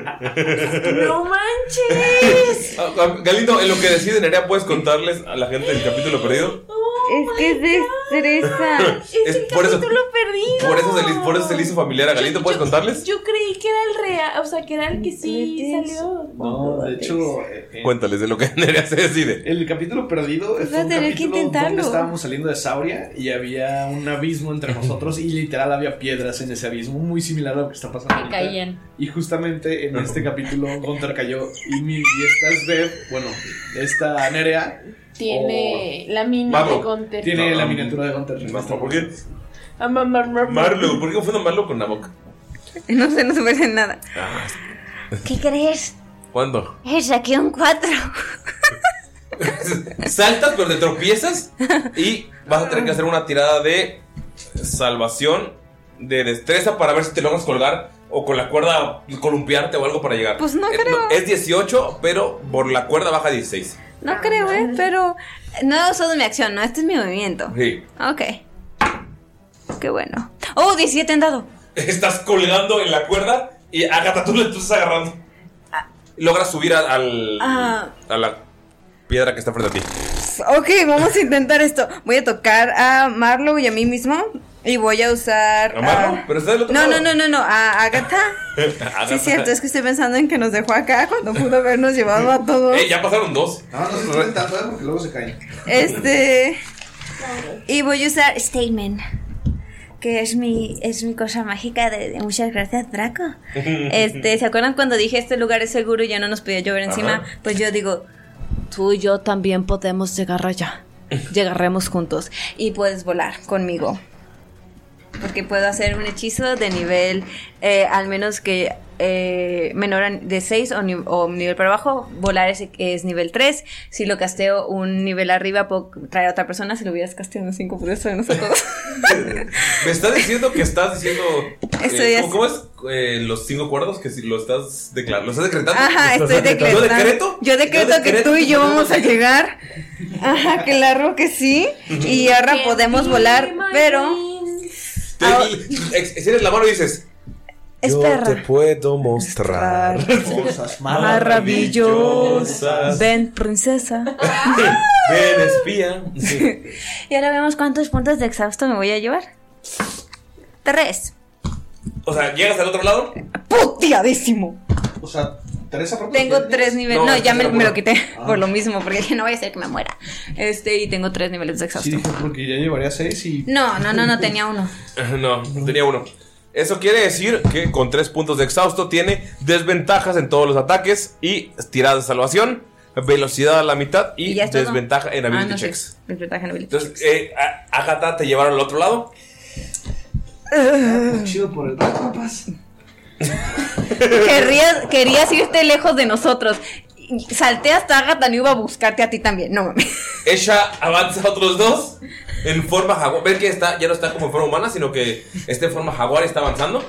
¡No manches!
Galindo, Ah, en lo que decide Nerea, ¿puedes contarles a la gente del capítulo perdido?
es
Oh
que es destreza.
Es por eso,
Lo perdido.
por, eso se le, por eso se le hizo familiar a Galindo, ¿puedes contarles?
Yo creí que era el real, o sea, que era el que sí salió.
No, de hecho. eh, eh,
Cuéntales de lo que Nerea se decide.
El capítulo perdido fue
Vas Pues a
un
tener que
capítulo
intentarlo.
donde estábamos saliendo de Sauria y había un abismo entre nosotros y literal había piedras en ese abismo, muy similar a lo que está pasando. ahorita. Y justamente en este capítulo Gunter cayó y mi y estas Bev, bueno, esta Nerea
Oh.
Tiene la mina
Marlo,
de Gunter.
tiene la miniatura de Gunter.
¿Por qué?
Ah, ma- ma- ma-
Marlo, ¿por qué fue Marlo con Nabok?
No sé, no se parece en nada.
Ah,
¿Qué crees?
¿Cuándo?
Eh, saqué un 4.
Saltas, pero te tropiezas y vas a tener que hacer una tirada de salvación, de destreza para ver si te logras colgar o con la cuerda columpiarte o algo para llegar.
Pues no
Eh,
creo.
Es 18, pero por la cuerda baja 16.
No creo, ¿eh? Pero no he usado mi acción, ¿no? Este es mi movimiento.
Sí.
Ok. Qué bueno. Oh, 17 en dado.
Estás colgando en la cuerda y Agatha, tú le estás agarrando. Logras subir a, al-
Ah.
a la piedra que está frente a ti.
Ok, vamos a intentar esto. Voy a tocar a Marlowe y a mí mismo. Y voy a usar.
¿Amarro?
a-
Pero está del otro
No,
lado.
no, no, no, no. A Agatha.
Ah, pues,
Sí, es cierto. Es que estoy pensando en que nos dejó acá cuando pudo habernos llevado a todos.
Eh, ya pasaron dos.
No, no se lo tan tanto, ¿eh? porque luego se caen.
Este.
Y voy a usar Statement, que es mi, es mi cosa mágica de, de muchas gracias, Draco.
Este, ¿se acuerdan cuando dije este lugar es seguro y ya no nos podía llover encima?
Ajá.
Pues yo digo,
Tú y yo también podemos llegar allá.
llegaremos juntos y puedes volar conmigo. Porque puedo hacer un hechizo de nivel, eh, al menos que eh, menor a- de 6 o, ni- o nivel para abajo, volar es, es nivel 3. Si lo casteo un nivel arriba, puedo traer a otra persona. Si lo hubieras casteado en 5, podrías traer a nosotros.
Me estás diciendo que estás diciendo. eh,
Estoy
¿cómo, cómo es eh, los cinco cuerdos? Que si lo estás declarando. ¿Lo estás decretando?
Ajá,
¿Lo
estoy
estás
decretando.
¿Yo decreto?
Yo decreto
Yo
que
decreto
tú y
que
yo
podemos
vamos a llegar. Ajá, claro que sí. Y ahora podemos volar, pero.
Te- ex- Extiendes la mano y dices.
Es
yo
perra.
te puedo mostrar
cosas
maravillosas.
Ven, princesa.
Ven, espía. Sí.
Y ahora vemos cuántos puntos de exhausto me voy a llevar.
Tres.
O sea, llegas al otro lado.
¡Putiadísimo!
O sea, Teresa propia.
Tengo tres niveles.
No,
No,
es
ya
que
me,
se lo
me lo
juro.
quité
Ah.
por lo mismo, porque dije, no voy a ser que me muera. Este, y tengo tres niveles de
Sí,
exhausto.
dije, porque ya llevaría seis y.
No, no, no, no, tenía uno.
No, tenía uno. Eso quiere decir que con tres puntos de exhausto tiene desventajas en todos los ataques y tirada de salvación, velocidad a la mitad y,
Y ya es todo.
desventaja en ability
Ah, no, sí,
checks.
desventaja en ability
Entonces, eh, a- Agatha te llevaron al otro lado.
Ah.
Chido por el compas.
Querrías, querías irte lejos de nosotros. Y Salté hasta Agatha y iba a buscarte a ti también. No mames.
Ella avanza otros dos en forma jaguar. Ven que está, ya no está como en forma humana, sino que está en forma jaguar y está avanzando.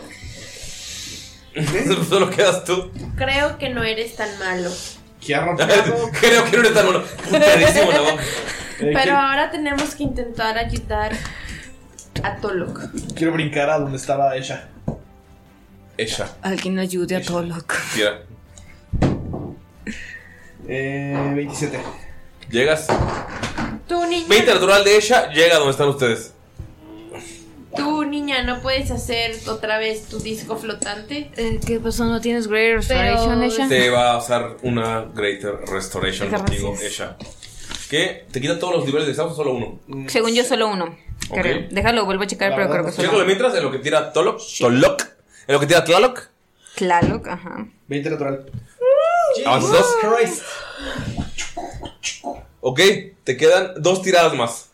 Solo quedas tú.
Creo que no eres tan malo.
Creo que no eres tan bueno. Putadísimo, la boca.
Pero ahora tenemos que intentar ayudar a Tolok.
Quiero brincar a donde estaba ella.
Ella.
Alguien ayude a todo loco.
Tira.
Eh, 27.
Llegas.
Tú, niña.
20 natural de ella, llega donde están ustedes.
Tú, niña, no puedes hacer otra vez tu disco flotante.
Eh,
¿Qué
pues,
pasó? ¿No tienes Greater Restoration, ella?
Te va a usar una Greater Restoration
Qué
contigo, ella. ¿Qué? ¿Te quita todos los niveles de exhausto solo uno?
Según yo, solo uno.
Ok.
Creo. Déjalo, vuelvo a checar, pero creo que solo
Chécale mientras en lo que tira Tolok. Tolok. En lo que tira Tlaloc.
Tlaloc, ajá.
20 natural.
Avanzas dos. Ok, te quedan dos tiradas más.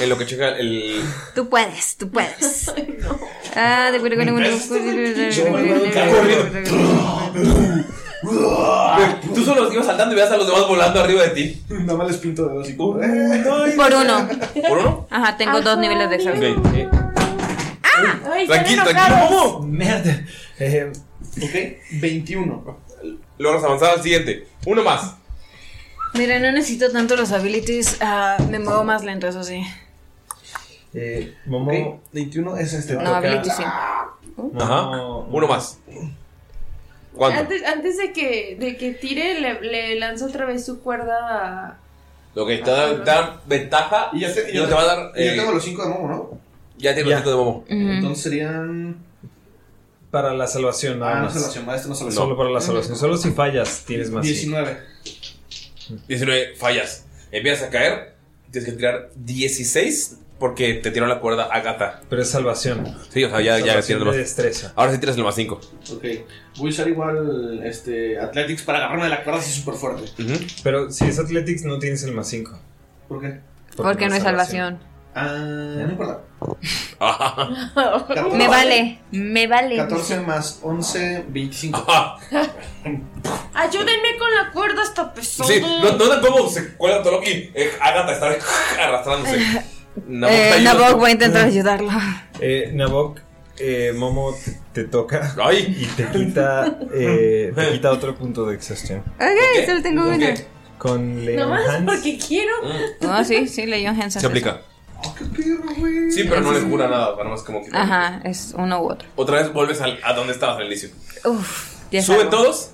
En lo que checa el.
Tú puedes, tú puedes. Ah, de acuerdo con
Tú solo ibas saltando y veas a los demás volando arriba de ti.
Nada más les pinto de dos y Eh,
Por uno.
¿Por uno?
Ajá, tengo dos niveles de examen.
Ok, ok.
Ay,
Tranquilo, tranquilo. ¿Cómo?
Merda. Eh, ok, 21.
Logras avanzar al siguiente. Uno más.
Mira, no necesito tanto los abilities. ah, me muevo más lento, eso sí.
Eh, Momo. 21 es este.
No, abilities sí.
Ajá. Uno más. ¿Cuánto?
Antes, antes de que de que tire, le, le lanzo otra vez su cuerda
Ok, te da, te da ventaja. Y ya
ya
te va a dar.
y ya
eh,
tengo los 5 de Momo, ¿no?
Ya tienes los cinco de Momo.
Entonces serían.
Para la salvación, nada
Ah, no
más.
salvación, va, esto no salvación.
Solo para la salvación. Solo si fallas tienes más. sí.
19.
19, fallas. Empiezas a caer. Tienes que tirar 16 porque te tiró la cuerda a gata.
Pero es salvación.
Sí, o sea, ya, ya
Salvación
tienes
de
lo más.
destreza.
Ahora sí tiras lo más 5.
Ok. Voy a usar igual este, Athletics para agarrarme de la cuerda así súper fuerte.
Pero si es Athletics no tienes el más 5.
¿Por qué?
Porque no es salvación.
Ah, no importa.
Ah.
Me vale, me vale.
14 más 11, 25.
Ayúdenme con la cuerda hasta pesado.
Sí, no, no dan cómo se cuelga todo y eh, Agatha está arrastrándose. Nabok
Eh,
está ayudando.
Nabok voy a intentar ayudarlo.
Eh, Nabok, eh, Momo te- te toca y te quita, eh, te quita otro punto de exhaustión.
Ok, Eh, solo tengo uno.
Con Leon
Nomás
Hans.
porque quiero. No, sí, sí, Leon Hansen.
Se aplica. Sí, pero no le cura nada, nada más como que.
Ajá, es uno u otro.
Otra vez vuelves al- a donde estabas al inicio.
Uf, ya
Suben
salgo.
todos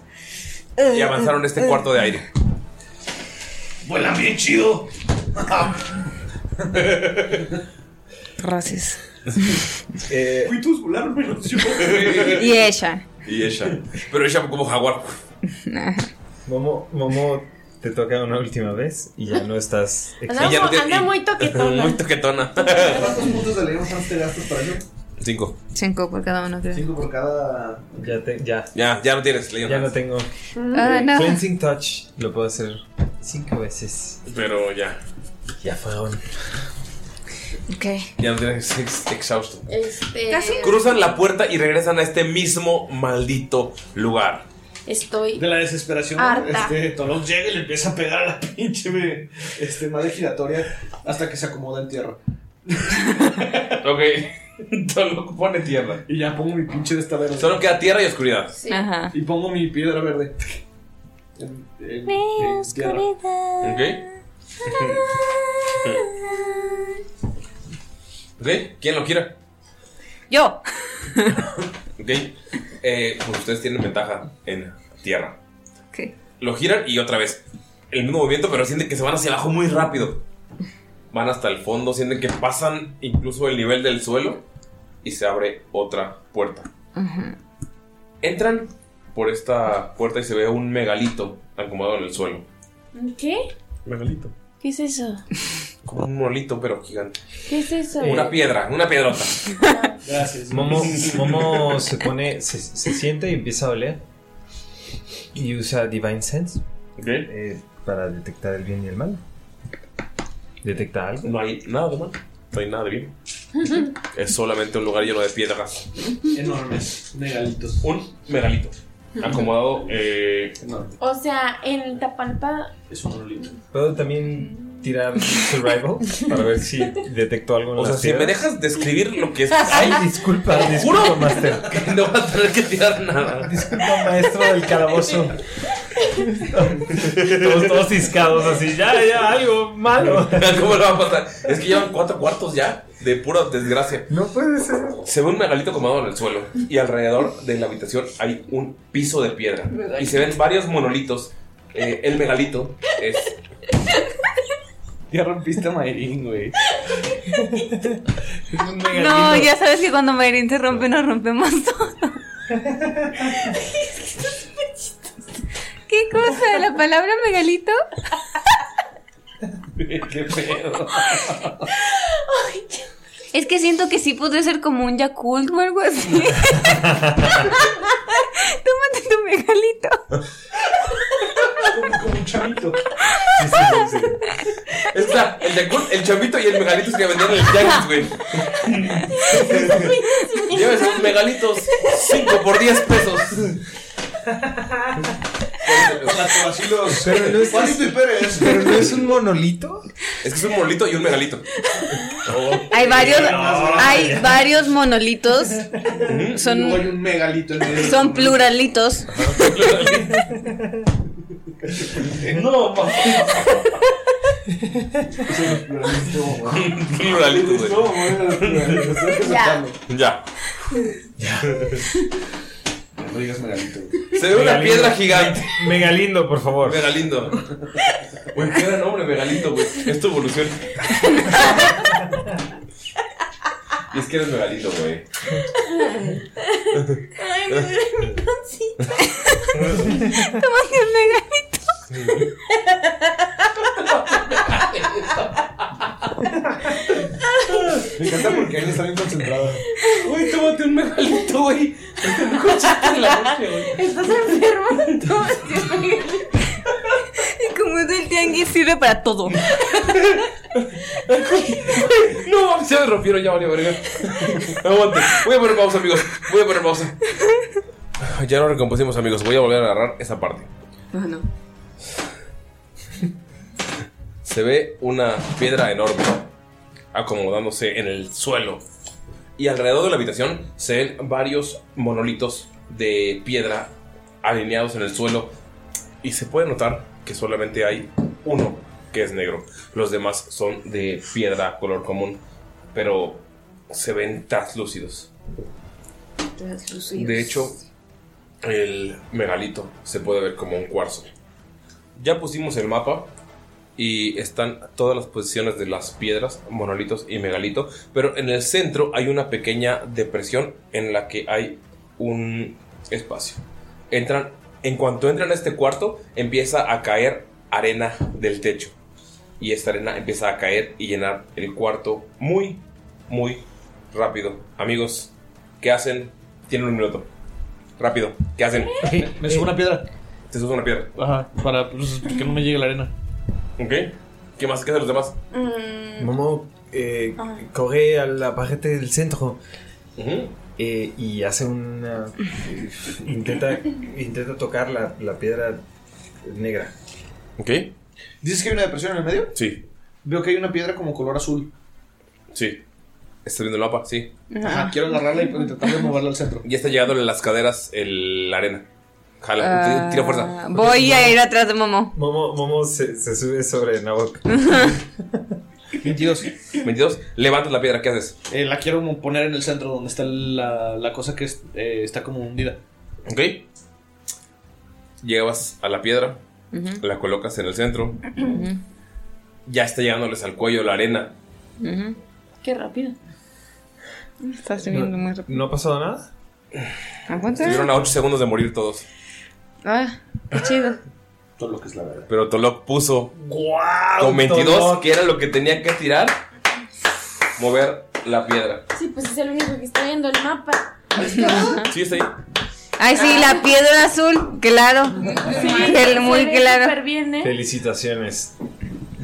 y avanzaron este cuarto de aire.
Vuelan bien chido.
Gracias.
Eh,
Fui tú solar, menos yo.
Y ella.
Y ella. Pero ella como jaguar.
Momo, Momo, te toca una última vez y ya no estás.
Anda,
ya no tiene-
anda
y-
muy toquetona.
Muy toquetona.
¿Cuántos puntos de leemos antes te gastas para yo?
Cinco.
Cinco por cada uno, creo.
Cinco por cada.
Ya, te- ya.
Ya, ya no tienes.
Ya no tengo.
Ah,
Eh,
no.
Cleansing Touch lo puedo hacer cinco veces.
Pero ya.
Ya fueron.
Ok.
Ya no tienes ex- exhausto.
Este,
Cruzan la puerta y regresan a este mismo maldito lugar.
Estoy.
De la desesperación,
Harta.
este Tolón llega y le empieza a pegar a la pinche me- este, madre giratoria hasta que se acomoda en tierra.
ok. Tolok pone tierra.
Y ya pongo mi pinche de esta verde.
Solo queda tierra y oscuridad.
Ajá.
Y pongo mi piedra verde. En- en- en Eh, tierra.
Ok. ok. ¿Quién lo quiera?
Yo.
Ok. Eh, pues ustedes tienen ventaja en tierra.
Ok.
Lo giran y otra vez. El mismo movimiento, pero sienten que se van hacia abajo muy rápido. Van hasta el fondo, sienten que pasan incluso el nivel del suelo y se abre otra puerta. Entran por esta puerta y se ve un megalito acomodado en el suelo.
¿Qué?
Megalito.
¿Qué es eso?
Como un monolito, pero gigante.
¿Qué es eso?
Una piedra, una piedrota.
Gracias.
Momo, Momo se pone, se, se siente y empieza a oler. Y usa Divine Sense eh, para detectar el bien y el mal. ¿Detecta algo?
No hay nada de mal. No hay nada de bien. Es solamente un lugar lleno de piedras.
Enormes. Megalitos.
Un megalito. Acomodado. Eh,
O sea, en el Tapalpa.
Es un monolito.
¿Puedo también tirar Survival para ver si detecto algo en
o sea,
las
si me
piedras?
dejas describir lo que es.
Ay, disculpa,
Te lo
disculpa,
juro
Master.
que no vas a tener que tirar nada.
Disculpa, maestro del calabozo. Todos, todos ciscados así, ya, ya, algo malo.
¿Cómo lo va a pasar? Es que llevan cuatro cuartos ya de pura desgracia.
No puede ser.
Se ve un megalito acomodado en el suelo y alrededor de la habitación hay un piso de piedra y se ven varios monolitos. Eh, el megalito es
Ya rompiste a Mayrin, güey.
No, ya sabes que cuando Mayrin te rompe, nos rompemos todo. ¿Qué cosa? ¿La palabra megalito?
¿Qué pedo?
Es que siento que sí podría ser como un Yakult o algo así. Tómate tu megalito.
Como un chavito.
Es la- el, Yakult, el chavito y el megalito que vendían en el Yakult, güey. Lleves esos megalitos 5 por 10 pesos.
Pero no es-
¿Cuál es tu Pérez?
Pero no es un monolito.
Es que es un monolito y un megalito. Oh.
Hay varios,
No, Mm.
hay
ya.
varios monolitos.
Y
Son,
luego hay un megalito en medio.
son pluralitos.
No, mamá.
Pluralito, güey.
Ya.
Ya.
No digas megalito.
Se ve una
Megalindo.
piedra gigante.
Megalindo, por favor.
Megalindo. Güey, qué gran nombre, Megalindo, güey. Es tu evolución. Y es que eres Megalindo, güey.
Ay, me duele mi pancita.
Tómate un megalito.
Me encanta porque él está bien concentrado.
Uy, tómate un megalito, güey. Este
Estás enfermo. Tómate un megalito. Y como es del tianguis, sirve para todo.
No, se me rompieron ya, valió, verga. Aguante. Voy a poner pausa, amigos. Voy a poner pausa. Ya lo recompusimos, amigos. Voy a volver a agarrar esa parte.
Bueno.
Se ve una piedra enorme acomodándose en el suelo. Y alrededor de la habitación se ven varios monolitos de piedra alineados en el suelo. Y se puede notar que solamente hay uno que es negro. Los demás son de piedra color común. Pero se ven translúcidos. De hecho, el megalito se puede ver como un cuarzo. Ya pusimos el mapa y están todas las posiciones de las piedras, monolitos y megalito, pero en el centro hay una pequeña depresión en la que hay un espacio. Entran, en cuanto entran a este cuarto, empieza a caer arena del techo y esta arena empieza a caer y llenar el cuarto muy, muy rápido. Amigos, ¿qué hacen? Tienen un minuto. Rápido, ¿qué hacen?
Me subo una piedra.
Te subes una piedra.
eh, Ajá, para pues, que no me llegue la arena.
Ok. ¿Qué más? ¿Qué hacen los demás?
Mm,
Momo eh,
Ah.
corre a la pared del centro
Ujú.
eh, y hace una. eh, intenta, intenta tocar la, la piedra negra.
Ok.
¿Dices que hay una depresión en el medio?
Sí.
Veo que hay una piedra como color azul.
Sí. Estoy viendo el mapa, sí.
Ajá, quiero agarrarla y tratar de moverla al centro.
Ya está llegando las caderas el, la arena. Jala,
Ah,
tira fuerza.
Voy a ir atrás de Momo.
Momo, Momo se, se sube sobre Nabok.
22.
22. Levantas la piedra, ¿qué haces?
Eh, la quiero como poner en el centro donde está la, la cosa que es- eh, está como hundida.
Ok. Llevas a la piedra,
Ujú.
la colocas en el centro.
Ujú.
Ya está llegándoles al cuello la arena.
Ujú. Qué rápido. Estás subiendo muy rápido.
¿No ha pasado nada?
¿A cuánto era?
Estuvieron a 8 segundos de morir todos.
Ah, qué chido.
Todo lo que es la verdad.
Pero Tolok puso con 22,
Tolok!
que era lo que tenía que tirar, mover la piedra.
Sí, pues es el único que está viendo el mapa.
Sí, está ahí.
Ay, sí, la piedra azul, claro. El- muy claro.
Felicitaciones.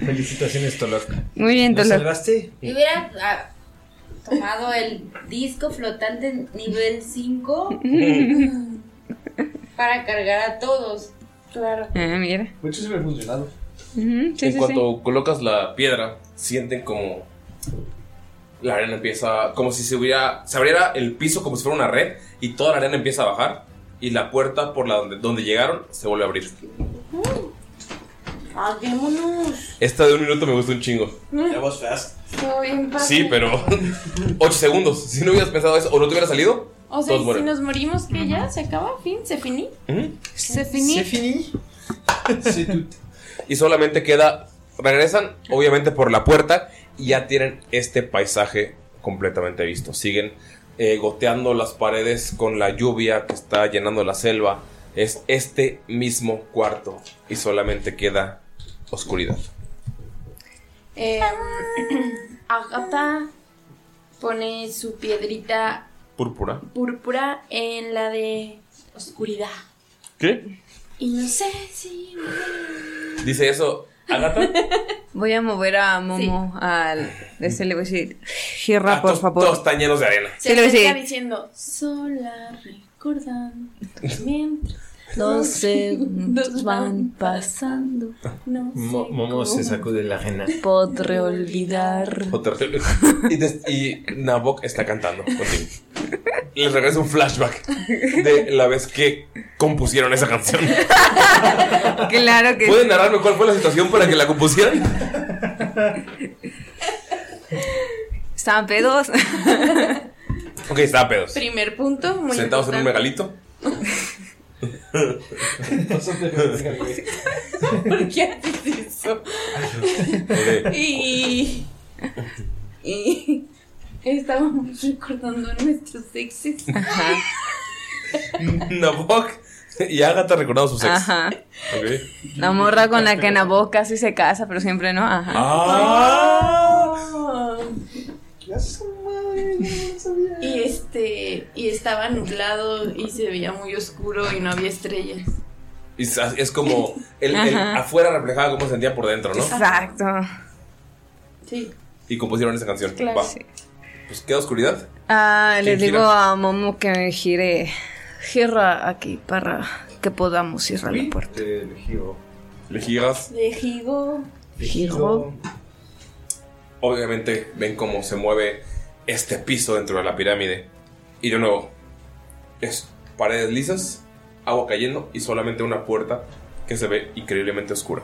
Felicitaciones, Tolok.
Muy bien,
¿Lo
Tolok.
salvaste?
Y hubiera ah, tomado el disco flotante nivel 5 para cargar a todos. Claro.
Ah, mira.
Mucho se me ha funcionado.
Ujú, sí,
en
sí,
cuanto colocas la piedra, sienten como la arena empieza, como si se hubiera, se abriera el piso como si fuera una red y toda la arena empieza a bajar y la puerta por la donde, donde llegaron se vuelve a abrir.
Hagámonos.
Esta de un minuto me gustó un chingo.
That
was fast.
Soy un padre.
Sí, pero 8 segundos. Si no hubieras pensado eso o no te hubiera salido,
O sea,
todos
¿y si
mueren.
nos morimos, que ya se acaba, fin, se finí.
Ujú.
Se finí. Se
finí.
Y solamente queda, regresan obviamente por la puerta y ya tienen este paisaje completamente visto. Siguen eh, goteando las paredes con la lluvia que está llenando la selva. Es este mismo cuarto y solamente queda oscuridad.
Eh, Agatha pone su piedrita
Púrpura.
púrpura en la de oscuridad.
¿Qué?
Y no sé si.
Dice eso. Agatha,
Voy a mover a Momo al. De ese le voy a decir. Girra, por favor.
todos están llenos de arena.
Sí, le voy a
Se está
decir.
diciendo, sola recordando. Mientras
Los
segundos van
pasando.
No
Mo- Momo se sacude la arena.
Podré olvidar.
Otra- y, des- y Nabok está cantando contigo. Les regresa un flashback de la vez que compusieron esa canción.
Claro que
¿Pueden narrarme cuál fue la situación para que la compusieran?
Estaban pedos.
Pues Ok, estaba pedos.
Primer punto, muy
Sentados en un
importante.
megalito.
¿Por qué haces eso? Y. Y. Estábamos recordando nuestros exes.
Nabok y Agatha recordando sus ex.
Ajá.
Ok.
La morra con la que Nabok casi se casa, pero siempre no. Ajá.
Ah.
Y este. Y estaba nublado y se veía muy oscuro y no había estrellas.
Y es es como el, el
Ajá.
afuera reflejaba cómo se sentía por dentro, ¿no?
Exacto.
Sí.
Y compusieron esa canción.
Claro,
Va.
sí.
Pues queda oscuridad.
Ah, le
¿Quién gira?
digo a Momo que me gire. Gira aquí para que podamos ir a la puerta.
eh,
El giro.
Le giras.
De Higo.
Giro.
Obviamente ven cómo se mueve este piso dentro de la pirámide. Y de nuevo, es paredes lisas, agua cayendo y solamente una puerta que se ve increíblemente oscura.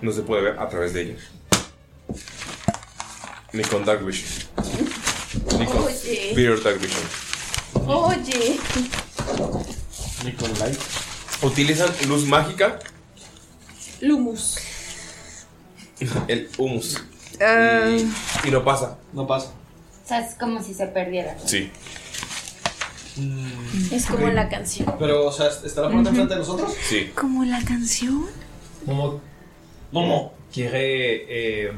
No se puede ver a través de ella. Ni con Dark Vision. Ni con
Oye.
Peter Dark Vision.
Oye.
Ni con Light. Utilizan luz mágica
Lumus.
el humus.
Ah.
Y no pasa. No pasa.
O sea, es como si se perdiera.
Sí.
Es como la canción.
Pero, o sea, ¿está la puerta enfrente de nosotros?
Sí.
Como la canción.
Momo.
Momo.
Quiere eh,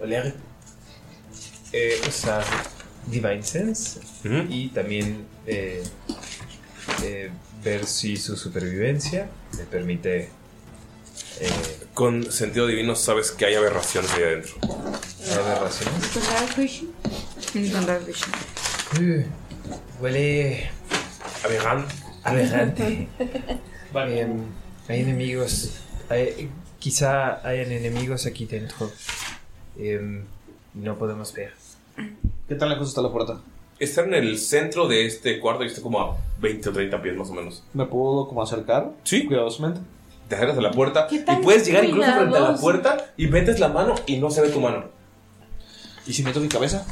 oler. eh, usar Divine Sense. Y también eh, eh, ver si su supervivencia le permite.
Eh, Con sentido divino sabes que hay aberraciones ahí adentro.
aberraciones?
¿Encontrar Vision? Encontrar Vision.
Uh, huele.
Aberrante.
Aberrante. Em, hay enemigos. Hay- quizá hayan enemigos aquí dentro. Em, no podemos ver.
¿Qué tan lejos está la puerta?
Está en el centro de este cuarto y está como a 20 o 30 pies más o menos.
¿Me puedo como acercar?
Sí.
Cuidadosamente.
Te acercas a la puerta
¿Qué
y
tan
puedes llegar incluso frente a la
cuidadoso?
puerta y metes la mano y no se ve tu mano.
¿Y si meto mi cabeza?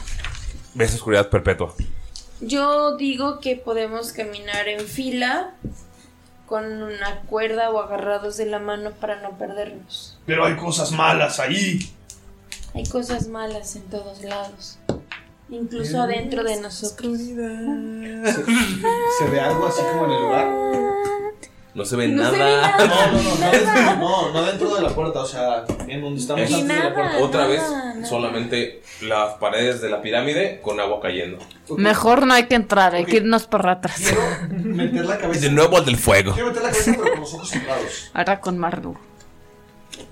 Ves oscuridad perpetua.
Yo digo que podemos caminar en fila con una cuerda o agarrados de la mano para no perdernos.
Pero hay cosas malas ahí.
Hay cosas malas en todos lados, incluso
Eh,
adentro de nosotros.
¿Se ve algo así como en el lugar?
No se ve
No se
nada.
No,
ve nada.
no, no, no, no, no dentro de la puerta, o sea, en donde estamos.
Es-
antes de la puerta.
Otra vez, solamente las paredes de la pirámide con agua cayendo.
Mejor no hay que entrar, hay que irnos para atrás.
Meter la cabeza.
De nuevo al del fuego.
Quiero meter la cabeza, pero con los ojos cerrados.
Ahora con Mardu.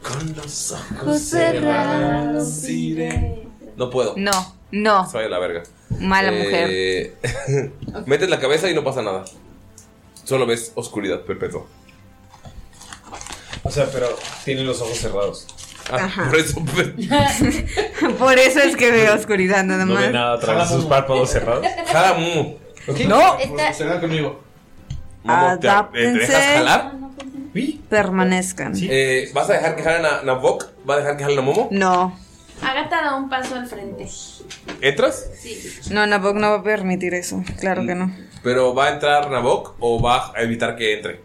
Con los ojos
Ojos cerrados
cerrados iré. No puedo.
No, no.
Soy la verga.
Mala
Eh. mujer. metes la cabeza y no pasa nada. Solo ves oscuridad perpetua.
O sea, pero tiene los ojos cerrados.
Ah, por eso.
Por eso es que veo oscuridad nada más.
nada a través de sus párpados cerrados.
Jala Mumu.
No.
Se ve conmigo.
Momo, ¿te- eh, ¿Te dejas
Adáptense.
jalar?
Permanezcan.
Eh, ¿Vas a dejar que jalen a Nabok? ¿Vas a dejar que jalen a Momo?
No.
Agatha da un paso al frente.
¿Entras?
No, Nabok no va a permitir eso. Claro que no.
¿Pero va a entrar Nabok o va a evitar que entre?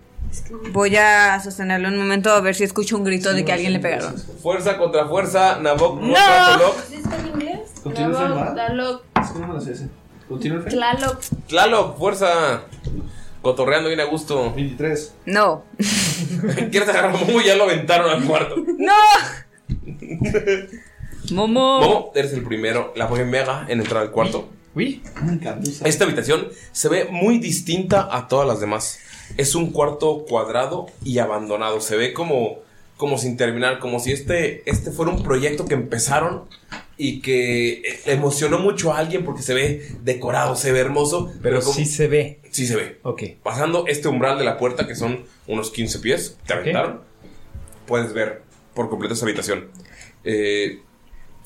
Voy a sostenerlo un momento a ver si escucho un grito de que alguien le pegaron.
Fuerza contra fuerza, Nabok
No.
contra Tlaloc.
¿Sí está en inglés?
Continúa
Tlaloc,
enferma.
Tlaloc,
Es que no me lo sé ese. Continúa
¿eh?
el
Tlaloc.
Tlaloc, fuerza. Cotorreando bien a gusto.
23.
No.
¿Quieres agarrar a Momo? Ya lo aventaron al cuarto.
¡No! Momo.
Momo, eres el primero, la primera en entrar al cuarto.
Uy,
Esta habitación se ve muy distinta a todas las demás. Es un cuarto cuadrado y abandonado. Se ve como, como sin terminar, como si este, este fuera un proyecto que empezaron y que eh, emocionó mucho a alguien porque se ve decorado, se ve hermoso.
Pero
como-
sí se ve.
Sí se ve.
Ok.
Pasando este umbral de la puerta, que son unos 15 pies, te aventaron, puedes ver por completo esa habitación. Eh,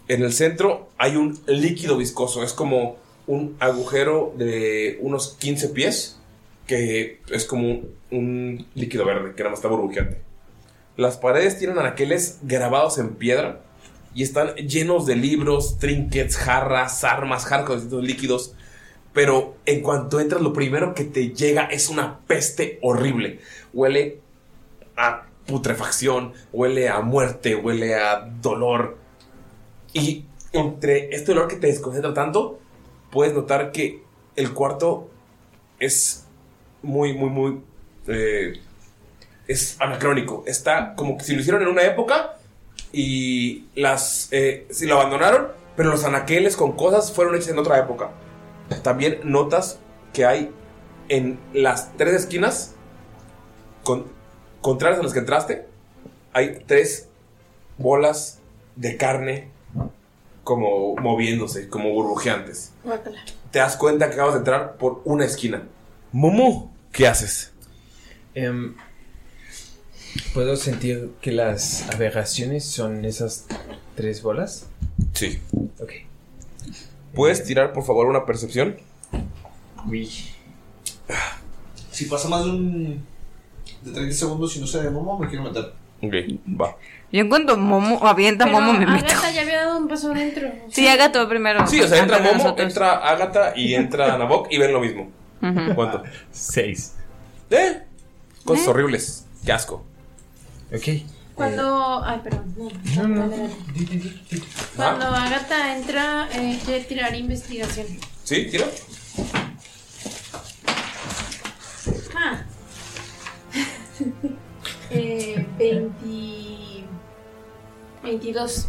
en el centro hay un líquido viscoso, es como un agujero de unos 15 pies, que es como un, un líquido verde, que nada más está burbujeante. Las paredes tienen anaqueles grabados en piedra y están llenos de libros, trinkets, jarras, armas, jarras con distintos líquidos. Pero en cuanto entras, lo primero que te llega es una peste horrible. Huele a putrefacción, huele a muerte, huele a dolor. Y entre este olor que te desconcentra tanto, puedes notar que el cuarto es muy, muy, muy... eh, es anacrónico. Está como que si lo hicieron en una época y las... eh, si lo abandonaron, pero los anaqueles con cosas fueron hechas en otra época. También notas que hay en las tres esquinas, con, contrarias a las que entraste, hay tres bolas de carne como moviéndose, como burbujeantes.
Guácala.
Te das cuenta que acabas de entrar por una esquina. Momo, ¿qué haces?
Em, ¿Puedo sentir que las aberraciones son esas tres bolas?
Sí.
Ok.
¿Puedes tirar por favor una percepción?
Uy.
Si pasa más de un. de 30 segundos y no se ve Momo, me quiero meter.
Ok, va.
Yo en cuanto Momo avienta
Pero
Momo me meto.
Agatha ya había dado un paso adentro.
Sí, haga todo primero.
Sí, o sea, entra
Antes de
Momo,
nosotros.
entra Agatha y entra Nabok y ven lo mismo.
Ujú.
¿Cuánto? Seis. ¿Eh? Cosas horribles. Qué asco.
Ok.
Cuando. Ay, perdón.
No,
no,
no.
dale, dale. Cuando
¿Ah?
Agatha entra, eh, quiere tirar investigación.
¿Sí? ¿Tira?
Ah. eh, 20 22.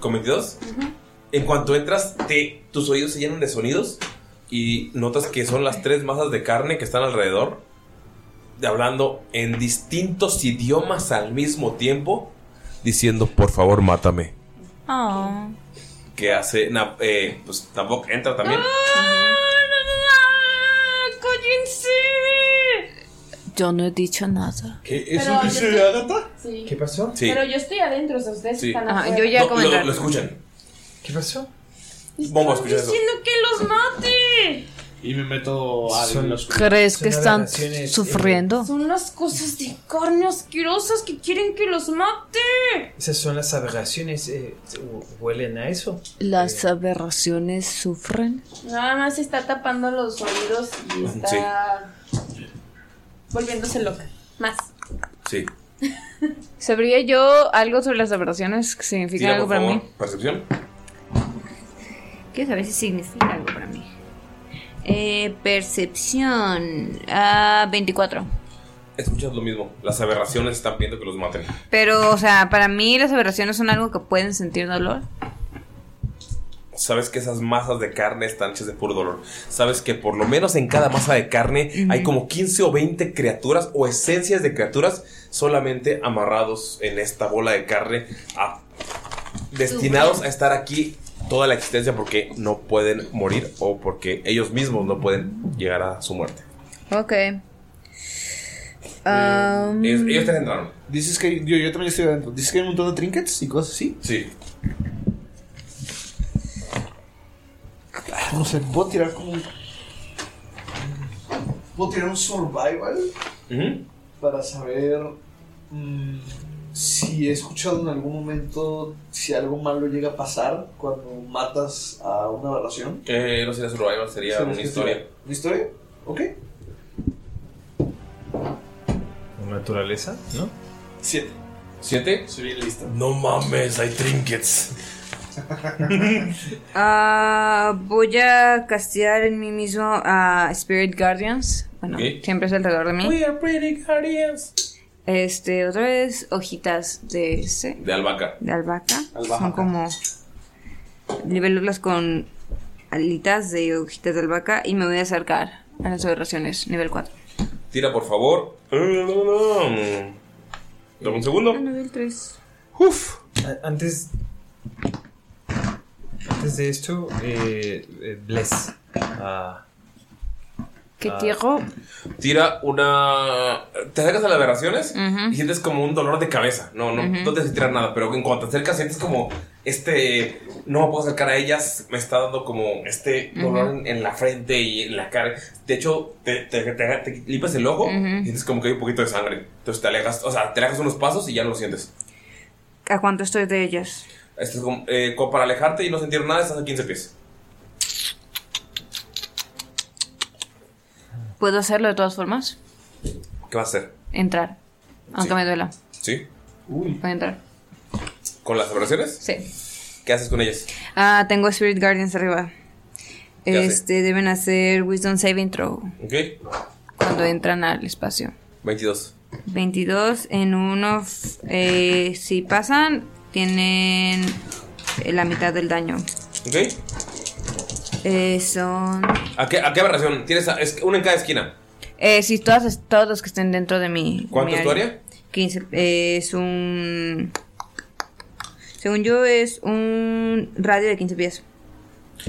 ¿Con 22?
Ujú.
En cuanto entras, te, tus oídos se llenan de sonidos y notas que son las tres masas de carne que están alrededor, hablando en distintos idiomas al mismo tiempo, diciendo, por favor, mátame.
Ah.
Oh.
Que hace, na- eh, pues tampoco entra también.
¡Cállense!
Yo no he dicho nada.
¿Qué?
¿Eso Pero dice yo-
Agatha?
Sí.
¿Qué pasó?
Pero yo estoy adentro, o sea, ustedes
Sí.
están
Ah,
afuera.
yo ya No, acabo de lo- entrar. lo escuchan.
¿Qué pasó?
Bombo, escucha eso.
Diciendo que los mate.
Y me meto a
Son-
los...
¿Crees que están
relaciones, eh,
sufriendo?
Son unas cosas de carne asquerosas que quieren que los mate.
Esas son las aberraciones. eh, hu- ¿Huelen a eso?
¿Las aberraciones sufren?
Nada más está tapando los oídos y está volviéndose loca. Más.
Sí.
¿Sabría yo algo sobre las aberraciones que significan
Tira,
algo
por
para
favor,
mí?
percepción.
Quiero saber si significa algo para mí. Eh, percepción. Ah, 24.
Escuchas lo mismo. Las aberraciones están pidiendo que los maten.
Pero, o sea, para mí las aberraciones son algo que pueden sentir dolor.
Sabes que esas masas de carne están hechas de puro dolor. Sabes que por lo menos en cada masa de carne hay como 15 o 20 criaturas o esencias de criaturas solamente amarrados en esta bola de carne, a- destinados a estar aquí toda la existencia porque no pueden morir o porque ellos mismos no pueden llegar a su muerte.
Ok.
Eh,
Ah,
Ellos, ellos te entraron.
Dices que yo, yo también estoy adentro. Dices que hay un montón de trinkets y cosas así.
Sí.
No sé, ¿puedo tirar como un. ¿Puedo tirar un survival? Para saber mm, si he escuchado en algún momento si algo malo llega a pasar cuando matas a una aberración.
Eh, no sería survival, sería
Sí,
una
sí, sí.
historia.
¿Una historia? ¿Ok?
Naturaleza, ¿no?
Siete.
¿Siete?
Soy bien listo.
No mames, hay trinkets.
ah, voy a castear en mí mismo a Spirit Guardians. Bueno,
Ok.
siempre es alrededor de mí.
We are pretty guardians.
Este, otra vez, hojitas de ese.
De albahaca.
De albahaca.
Albahaca.
Son como libélulas con alitas de hojitas de albahaca. Y me voy a acercar a las aberraciones, nivel 4.
Tira, por favor. Dame un segundo.
nivel 3.
Uf. Antes. Antes de esto, eh, eh, Bless. Ah,
¿Qué
Ah.
tierro?
Tira una. Te acercas a las aberraciones
Ujú.
y sientes como un dolor de cabeza. No, no,
Ujú.
no te hace tirar nada, pero en cuanto te acercas, sientes como este. No me puedo acercar a ellas. Me está dando como este dolor
Ujú.
en, en la frente y en la cara. De hecho, te, te, te, te limpias el ojo
Ujú.
y sientes como que hay un poquito de sangre. Entonces te alejas, o sea, te alejas unos pasos y ya no lo sientes.
¿A cuánto estoy de ellas?
Esto es como, eh, como para alejarte y no sentir nada, estás a 15 pies.
¿Puedo hacerlo de todas formas?
¿Qué vas a hacer?
Entrar. Aunque
Sí.
me duela.
¿Sí?
Voy a entrar.
¿Con las aberraciones?
Sí.
¿Qué haces con ellas?
Ah, tengo Spirit Guardians arriba.
Ya sé.
Este, deben hacer Wisdom Saving Throw
Ok,
cuando entran al espacio.
22.
22 en uno. f- eh, si pasan, tienen eh, la mitad del daño.
Ok.
Eh, son.
¿A qué, a qué aberración? Tienes a- es una en cada esquina.
Eh, si todas, todos los que estén dentro de mi.
¿Cuánto
mi
es tu área?
15. eh, es un. Según yo, es un radio de 15 pies.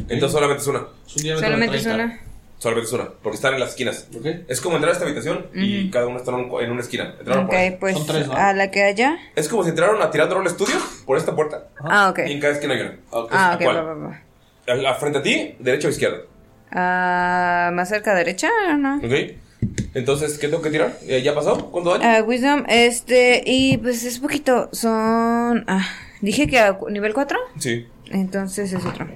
Entonces solamente es una.
Solamente es una.
Solamente es una, porque están en las esquinas. Es como entrar a esta habitación y cada uno está en, un- en una esquina. Entraron
Ok,
por ahí.
pues a la que haya.
Es como si entraron a Tirando Roll Studio por esta puerta.
Ah, ok.
Y en cada esquina hay una.
Ah, ok,
¿Cuál?
va, va, va.
A la- frente a ti, derecha o izquierda.
Ah, más cerca derecha, ¿no?
Ok. Entonces, ¿qué tengo que tirar? Eh, ¿Ya pasó? ¿Cuánto daño?
Ah, wisdom, este, y pues es poquito. Son. Ah, dije que a cu- nivel 4.
Sí.
Entonces es otro.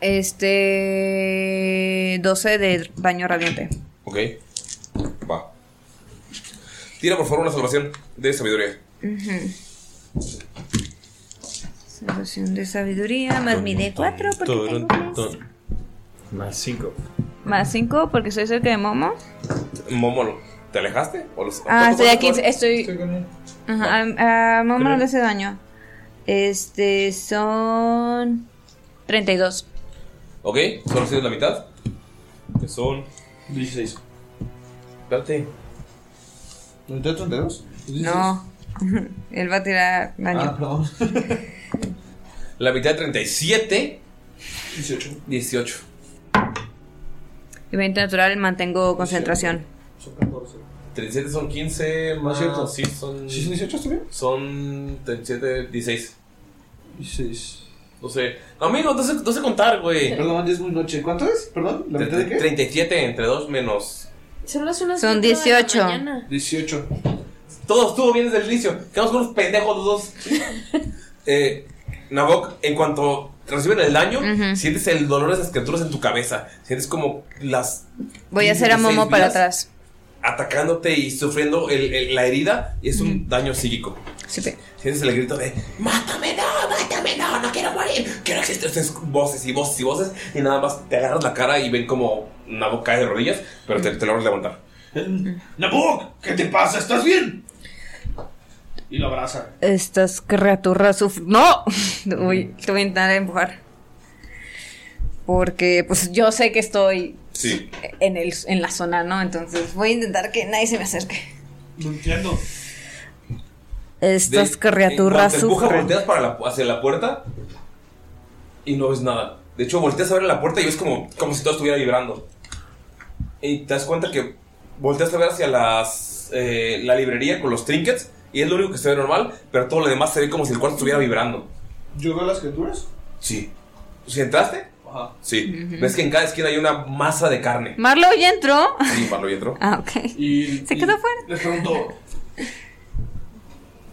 Este. 12 de baño radiante.
Ok. Va. Tira por favor una salvación de sabiduría.
Ujú. Salvación de sabiduría, más mi D4 porque tengo
Más 5.
más 5 porque soy cerca de Momo.
Momo, ¿te alejaste? ¿O los,
Ah,
¿cuánto
estoy
vas a
aquí,
jugar?
estoy. Ajá, a, a Momo no le hace daño. Este son 32.
Ok, solo recibes la mitad. Que son 16. Espérate.
¿No te 32?
No. Él va a tirar daño.
Ah, perdón.
La mitad de 37. 18. 18.
Y 20 natural, mantengo concentración.
37 son 15 más.
cierto.
Sí, son.
¿Sí son 18 también?
Son 37, 16. 16. No sé. Amigo, no sé, no sé contar, güey.
Perdón, es muy noche. ¿Cuánto es? Perdón, ¿la mitad de qué?
37 entre 2 menos.
Son las unas
Son
cuatro de la
18.
mañana.
18. Todo estuvo bien desde el inicio. Quedamos con unos pendejos los dos. eh, Nabok, en cuanto reciben el daño,
Ujú.
sientes el dolor de esas criaturas en tu cabeza. Sientes como las
Voy a hacer a Momo
16
para
vidas
atrás.
atacándote y sufriendo el- el- la herida. Y es un daño psíquico. Sientes el grito de ¡Mátame, no! ¡Mátame, no! ¡No quiero morir! ¡Quiero existir! Entonces, voces y voces y voces. Y nada más te agarras la cara y ven como Nabok cae de rodillas, pero te, te logras levantar.
¡Nabok! ¿Qué te pasa? ¿Estás bien? Y lo abraza.
Estas criaturas sufren. ¡No! Uy, te voy a intentar empujar. Porque, pues yo sé que estoy
Sí.
en, el, en la zona, ¿no? Entonces voy a intentar que nadie se me acerque.
No entiendo.
Estas
De-
criaturas
en cuanto te empuja,
sufren.
volteas para la- hacia la puerta y no ves nada. De hecho, volteas a ver la puerta y ves como, como si todo estuviera vibrando. Y te das cuenta que volteas a ver hacia las, eh, la librería con los trinkets y es lo único que se ve normal, pero todo lo demás se ve como si el cuarto estuviera vibrando.
¿Yo veo las criaturas?
Sí. ¿Si entraste?
Ajá.
Sí.
Ujú.
Ves que en cada esquina hay una masa de carne.
Marlo ya entró.
Sí, Marlo y entró.
Ah, ok. se quedó fuera.
Les pregunto.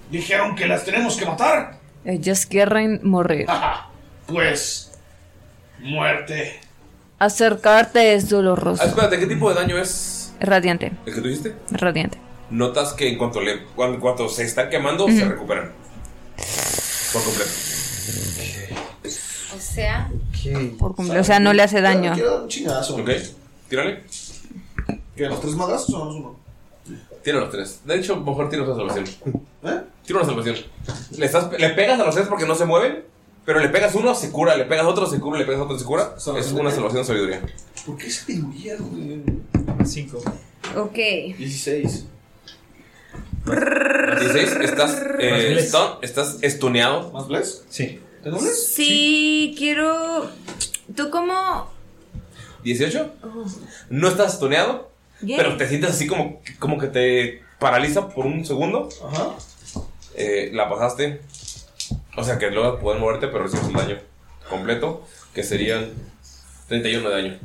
Dijeron que las tenemos que matar.
Ellas quieren morir.
Ah.
Ajá. Pues. Muerte.
Acercarte es
Ah,
doloroso.
espérate, ¿qué tipo de daño es
Pues, Radiante.
el que tú hiciste?
Radiante.
Notas que en cuanto, le, cuan- en cuanto se están quemando, se
Ujú.
recuperan. Por completo.
O sea,
Por cumplir, o sea, no le hace daño.
Quiero dar un chingadazo.
Ok, tírale.
¿Que los tres madrazos o uno?
Tira los tres. De hecho, mejor tira una salvación.
¿Eh?
Tira una salvación. Le, estás, le pegas a los tres porque no se mueven, pero le pegas uno, se cura. Le pegas otro, se cura. Le pegas otro, se cura. Es una salvación de sabiduría.
¿Por qué se diluía, güey?
5.
Ok.
16.
16. Estás, eh, stun- estás estuneado.
¿Más bless?
Sí.
Sí, quiero. ¿Tú cómo?
¿18? No estás estuneado,
Yay.
pero te sientes así como, como que te paraliza por un segundo.
Ajá.
Eh, la pasaste. O sea que logras poder moverte, pero recibes un daño completo, que serían 31 de daño.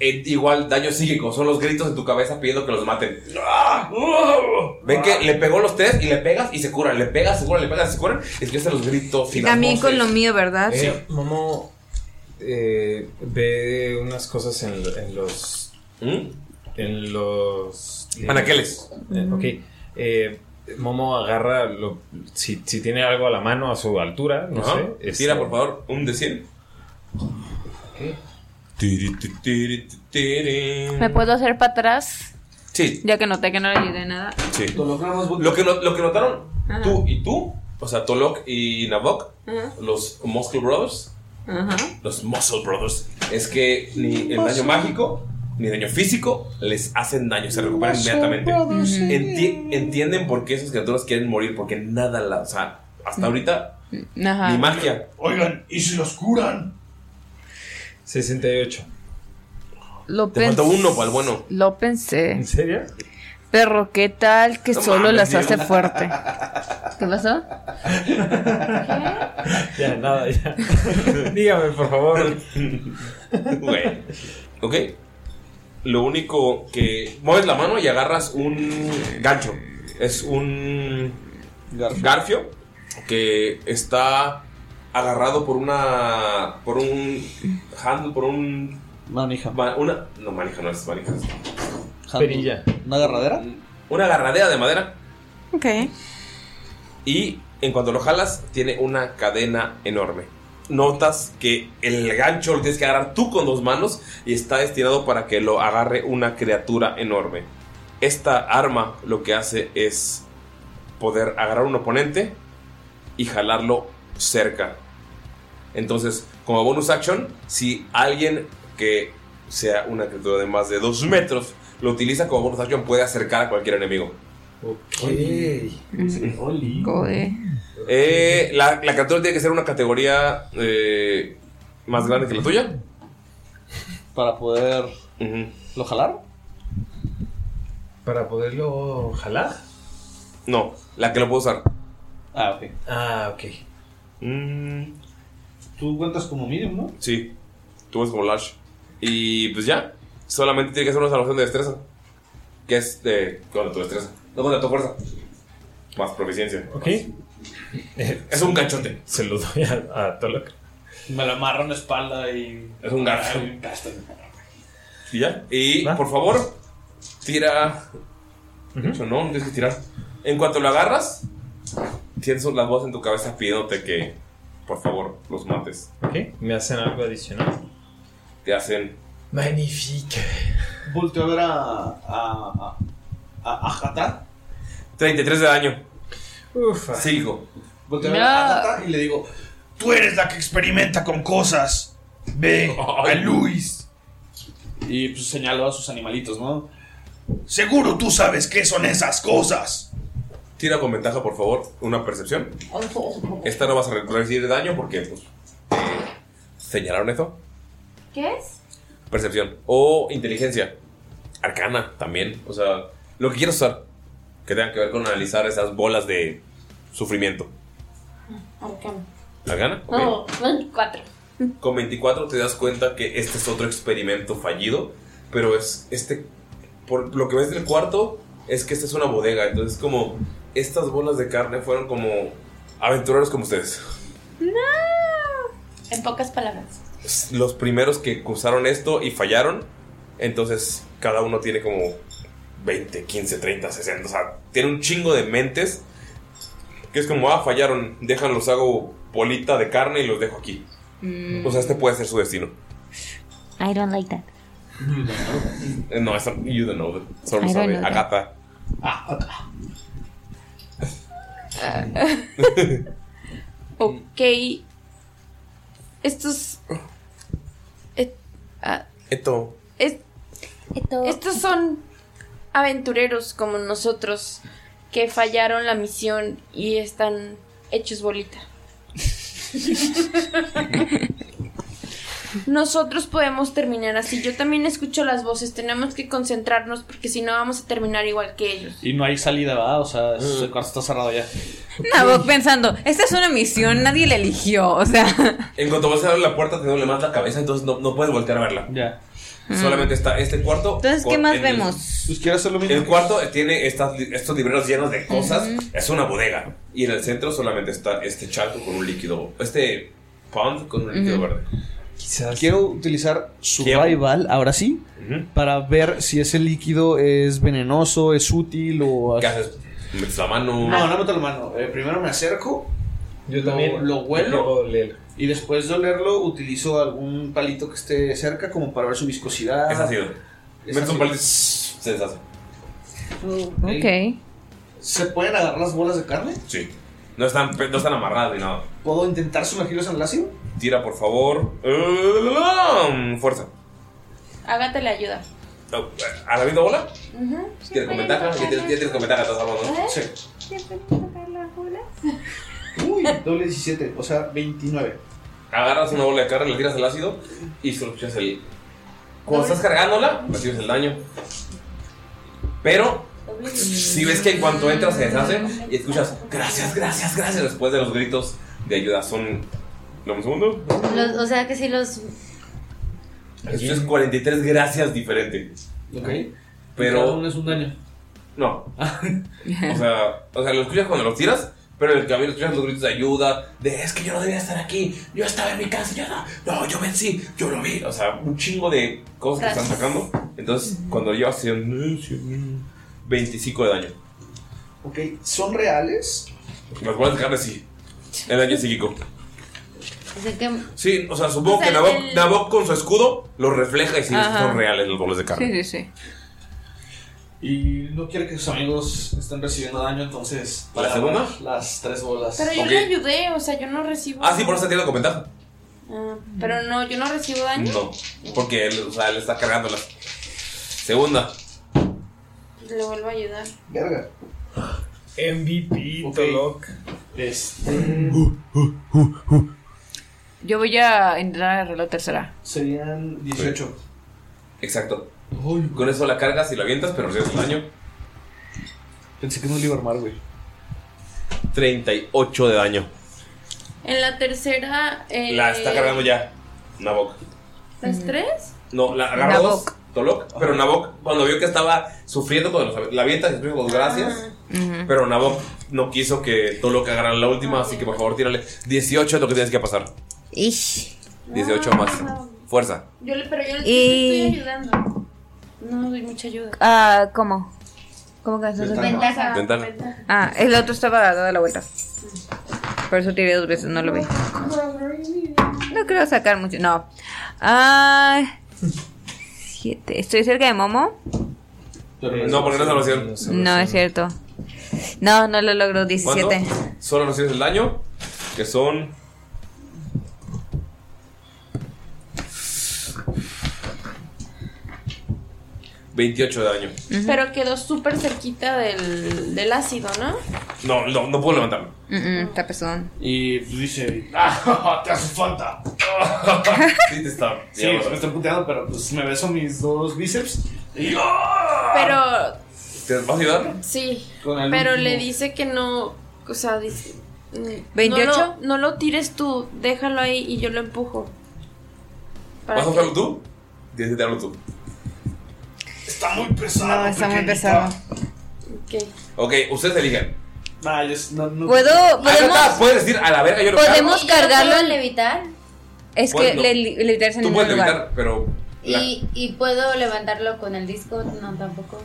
Eh, igual daño psíquico, son los gritos en tu cabeza pidiendo que los maten. ¡Ah! ¡Uh! Ven que le pegó los tres y le pegas y se curan, le pegas, se curan, le pegas, se curan. Es que hacen los gritos. y las
También con
voces.
lo mío, ¿verdad?
Eh, Momo eh, ve unas cosas en, en los. En los.
¿Mm? Anaqueles.
Eh, ok. Eh, Momo agarra. lo- si, si tiene algo a la mano a su altura, no
Ajá.
sé.
Tira,
este,
por favor, un de 100.
¿Me puedo hacer para atrás?
Sí,
Ya que noté que no le ayudé nada.
sí. Lo que, no- lo que notaron
Ajá.
tú y tú, o sea, Tolok y Nabok,
Ajá.
los Muscle Brothers,
Ajá.
los Muscle Brothers, es que ni el daño
Muscle.
mágico ni daño físico les hacen daño, se recuperan
Muscle
inmediatamente.
Brothers, sí.
Enti- entienden por qué esas criaturas quieren morir, porque nada la. O sea, hasta ahorita,
Ajá.
ni magia.
Oigan, ¿y si los curan?
68.
Lo
Te falta
pens-
uno para el bueno.
Lo pensé.
¿En serio?
Pero qué tal que
No
solo
mames,
las
Diego.
hace fuerte. ¿Qué pasó?
Ya, nada, ya. Dígame, por favor.
Güey. Ok. Lo único que. Mueves la mano y agarras un gancho. Es un. Garfio. que está agarrado por una. Por un. Handle, por un.
Manija.
una, no, manija no es manija. es-
¿Perilla? ¿Una agarradera?
una agarradera de madera
Ok.
y en cuanto lo jalas tiene una cadena enorme. Notas que el gancho lo tienes que agarrar tú con dos manos y está destinado para que lo agarre una criatura enorme. Esta arma lo que hace es poder agarrar un oponente y jalarlo cerca. Entonces, como bonus action, si alguien que sea una criatura de más de 2 metros lo utiliza como bonus action, puede acercar a cualquier enemigo. Eh, la, la criatura tiene que ser una categoría eh, más grande que la tuya.
Para poder. ¿Lo jalar?
Para poderlo jalar.
No, la que lo puedo usar.
Ah, ok.
Ah, ok.
Tú cuentas como medium, ¿no?
Mm. Sí, tú vas como Lash. Y pues ya, solamente tiene que hacer una salvación de destreza. Que es de. Contra tu destreza. No contra tu fuerza. Más proficiencia.
Ok.
Es un ganchote.
Se lo doy a, a Tolok.
Me lo amarro en la espalda y.
Es un gancho.
Ah, un gasto.
Y ya. Pues- Y por favor, tira. De hecho, no, no tienes que tirar. En cuanto lo agarras, tienes las voces en tu cabeza pidiéndote que, por favor, los mates.
Ok. ¿Me hacen algo adicional?
Te hacen.
Magnifique. Volteo a ver a. a. a. a, a Hatar.
33 de daño. Ah.
Ufa.
Sigo.
Volteo a ver a Hatar y le digo: Tú eres la que experimenta con cosas. Ve a Luis. Y pues señaló a sus animalitos, pues, ¿no? Seguro tú sabes qué son esas cosas.
Tira con ventaja, por favor, una percepción. Esta no vas a re- recibir daño porque pues, eh, señalaron eso.
¿Qué es?
Percepción. O inteligencia. Arcana también. O sea, lo que quieras usar. Que tenga que ver con analizar esas bolas de sufrimiento.
Arcano.
¿Arcana? Ok.
No, 24.
Con 24 te das cuenta que este es otro experimento fallido, pero es este por lo que ves del cuarto es que esta es una bodega, entonces como estas bolas de carne fueron como aventureros como ustedes.
No. En pocas palabras.
Los primeros que cruzaron esto y fallaron, entonces cada uno tiene como 20, 15, 30, 60, o sea, tiene un chingo de mentes que es como, ah, fallaron, dejan los hago polita de carne y los dejo aquí.
Mm.
O sea, este puede ser su destino.
I don't like that.
Eh, No, eso, you don't know. that. Solo
I don't
sabe.
know that.
Agatha.
ok. Estos.
eh,
et- ah,
Esto.
es- Estos son aventureros como nosotros que fallaron la misión y están hechos bolita. Nosotros podemos terminar así. Yo también escucho las voces. Tenemos que concentrarnos porque si no vamos a terminar igual que ellos.
Y no hay salida, ¿verdad? O sea, es- el cuarto está cerrado ya.
Nabok pensando, esta es una misión, nadie la eligió, o sea.
En cuanto vas a abrir la puerta, te duele más la cabeza, entonces no, no puedes voltear a verla.
Ya.
Solamente está este cuarto.
Mm. Entonces, ¿qué
con-
más
en el-
vemos?
Pues quiero hacer lo mismo.
El cuarto tiene estas, li- estos libreros llenos de cosas.
Ujú.
Es una bodega. Y en el centro solamente está este charco con un líquido. Este pond con un líquido
Ujú.
verde.
Quizás. Quiero utilizar Survival, ahora sí, para ver si ese líquido es venenoso, es útil o...
¿Qué haces? Metes la mano.
No, no meto la mano. Eh, primero me acerco,
Yo
lo,
también.
lo
Yo
huelo y después de olerlo utilizo algún palito que esté cerca como para ver su viscosidad.
Es ácido.
Es
Metes un
ácido.
palito. y Se deshace.
Ok. ¿Se pueden agarrar las bolas de carne?
Sí. No están, no están amarradas ni nada.
¿Puedo intentar sumergirlos en el ácido?
Tira, por favor. Eh, Fuerza.
Hágate la ayuda.
No, ¿A la misma bola?
Ujú.
¿Tienes con ventaja? Ya tienes, ya tienes con ventaja, estás armado, ¿no?
¿Eh?
Sí. Uy, doble 17, o sea, 29.
Agarras una bola de carne, le tiras el ácido y solo escuchas el. Cuando estás cargándola, recibes el daño. Pero, si ves que en cuanto entras se deshace y escuchas gracias, gracias, gracias después de los gritos de ayuda. Son. ¿Lo un segundo?
Los- o sea que si los.
Escuchas 43 gracias diferentes.
Ok. Cada
Pero.
uno es un daño. Ah.
No. O sea, o sea, lo escuchas cuando lo tiras, pero en el camino escuchas los gritos de ayuda, de es que yo no debía estar aquí, yo estaba en mi casa, yo no, no, yo vencí, yo lo vi. O sea, un chingo de cosas que están
Gracias.
sacando. Entonces, cuando llevas silencio, 25 de daño.
Ok, ¿son reales?
Las voy a dejar así. El daño psíquico. Sí, o sea, supongo
O sea,
que Nabok,
el-
Nabok con su escudo lo refleja y sí
Ajá.
son reales los bolos de carne.
sí, sí. Y no quiere que sus amigos estén recibiendo daño, entonces.
¿La segunda?
Las tres bolas.
Pero yo le ayudé, o sea, yo no recibo.
Ah, sí, por eso tiene la ventaja.
Ah, pero no, yo no recibo daño.
No, porque él, o sea, él está cargándolas. Segunda.
Le vuelvo a ayudar.
Verga.
MVP, Tolok.
Este,
Yo voy a entrar a la tercera.
Serían
18. Exacto. Con eso la cargas y la avientas, pero recibes un daño.
Pensé que no le iba a armar, güey.
38 de daño.
En la tercera. eh,
La está cargando ya. Nabok.
¿Las tres?
No, la agarró dos. Tolok. Pero Nabok, cuando vio que estaba sufriendo con los- la avienta, dijo gracias. Pero Nabok no quiso que Tolok agarrara la última, así que por favor tírale. 18 es lo que tienes que pasar. 18 más. Fuerza.
Yo le, pero yo le
Y-
estoy ayudando. No doy mucha ayuda.
Ah, ¿cómo? ¿Cómo que haces
Ventaja.
Ventana.
Ah, el otro estaba dado la vuelta. Por eso tiré dos veces, no lo vi. No creo sacar mucho. No. Ah. Siete. ¿Estoy cerca de Momo?
Eh,
No, porque no es salvación.
No, es cierto. No, no lo logró. 17.
¿Cuánto? Solo recibes el daño, que son. ...28 de daño.
Pero quedó súper cerquita del, del ácido, ¿no?
No, no, no puedo levantarlo.
Mm, mm, Está pesón.
Y pues dice: ¡Ah, te hace falta!
sí, te está.
Sí, me están puteando, pero pues me beso mis dos bíceps. Y yo.
Pero
¿Te vas a ayudar?
sí.
Con el
Pero
último.
le dice que no. O sea, dice. mm, No
¿Veintiocho?
lo, no lo tires tú, déjalo ahí y yo lo empujo.
¿Vas a hacerlo tú? Tienes que tirarlo tú.
Ah, Está muy pesado.
No, está muy pesado.
Ok, ustedes eligen.
Nah, yo s- no, no.
¿Puedo-
Ah,
podemos-
no, está, Puedes decir a la verga, yo lo
¿Podemos
cargo.
cargarlo
puedo
en levitar?
Es
que Bueno, le-
levitarse
Tú puedes levitar, pero. la-
¿Y, y puedo levantarlo con el disco, no tampoco.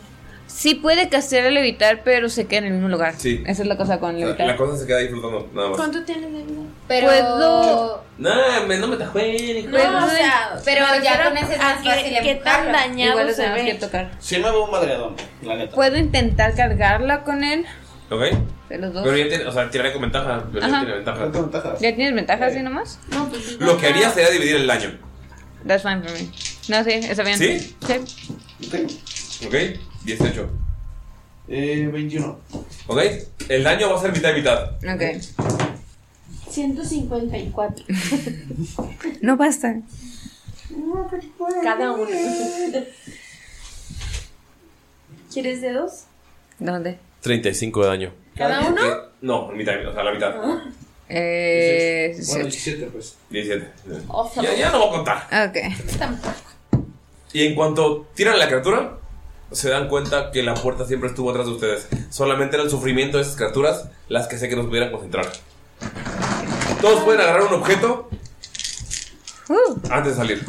Sí puede castear el levitar, pero se queda en el mismo lugar.
Sí.
Esa es la cosa con el
La, la
levitar.
cosa se queda ahí flotando, nada más.
tienes de vida?
Pero.
Puedo-
No, me- no me tajuen.
No, o sea, pero
me
ya
refiero
con ese es
a
más
que-
fácil
que tan
empujarlo.
dañado
Igual
se
tenemos
ve.
que tocar.
Sí, me hago un madreadón, la neta.
¿Puedo intentar cargarla con él?
Ok.
De los dos.
Pero ya tiene, o sea, tiraré con ventaja. Pero ya
Ajá.
tiene ventaja.
¿Ya tienes ventaja así nomás? No, pues.
Lo que haría sería dividir el daño.
That's fine for me. No, sí, está bien.
¿Sí?
Sí.
Ok, 18.
Eh, 21.
Ok, el daño va a ser mitad y mitad.
Ok.
154.
No basta.
Cada uno. ¿Quieres dedos?
¿Dónde?
35 de daño.
¿Cada uno?
No, mitad, y mitad, o sea, la mitad.
Ah. Eh.
Bueno,
18.
17, pues.
17.
Ojo.
Ya, ya no voy a contar.
Ok.
Y en cuanto tiran a la criatura, se dan cuenta que la puerta siempre estuvo atrás de ustedes. Solamente era el sufrimiento de esas criaturas las que sé que nos pudieran concentrar. Todos pueden agarrar un objeto
Uh,
antes de salir.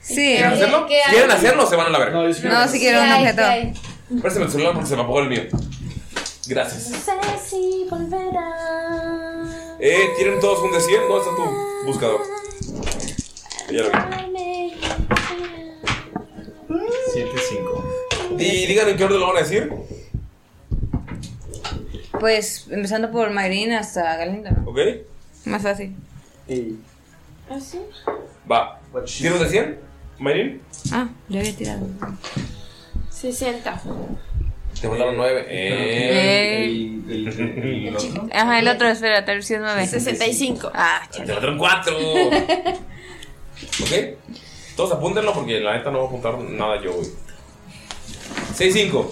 sí.
¿Quieren hacerlo? ¿Quieren hacerlo o se van a la verga? No,
No, si quiero un objeto.
Préstame el celular porque se me apagó el mío. Gracias.
No sé si volverá.
Eh, ¿tienen todos un de 100? ¿Dónde está tu buscador? Ya lo vi. 7-5. Y díganme en qué orden lo van a decir.
Pues empezando por Mayrin hasta Galindo, ¿no?
¿Ok?
Más fácil.
¿Ah,
¿Así?
Va. ¿Tiene un de 100? ¿Mayrin?
Ah, yo había tirado.
60.
Te mandaron 9.
Eh.
El chico.
Ajá, el otro, espera, tal vez sí es 9.
65.
Ah,
Te mandaron 4. ¿Ok? Todos apúntenlo porque la neta no voy a apuntar nada yo, güey. 6-5.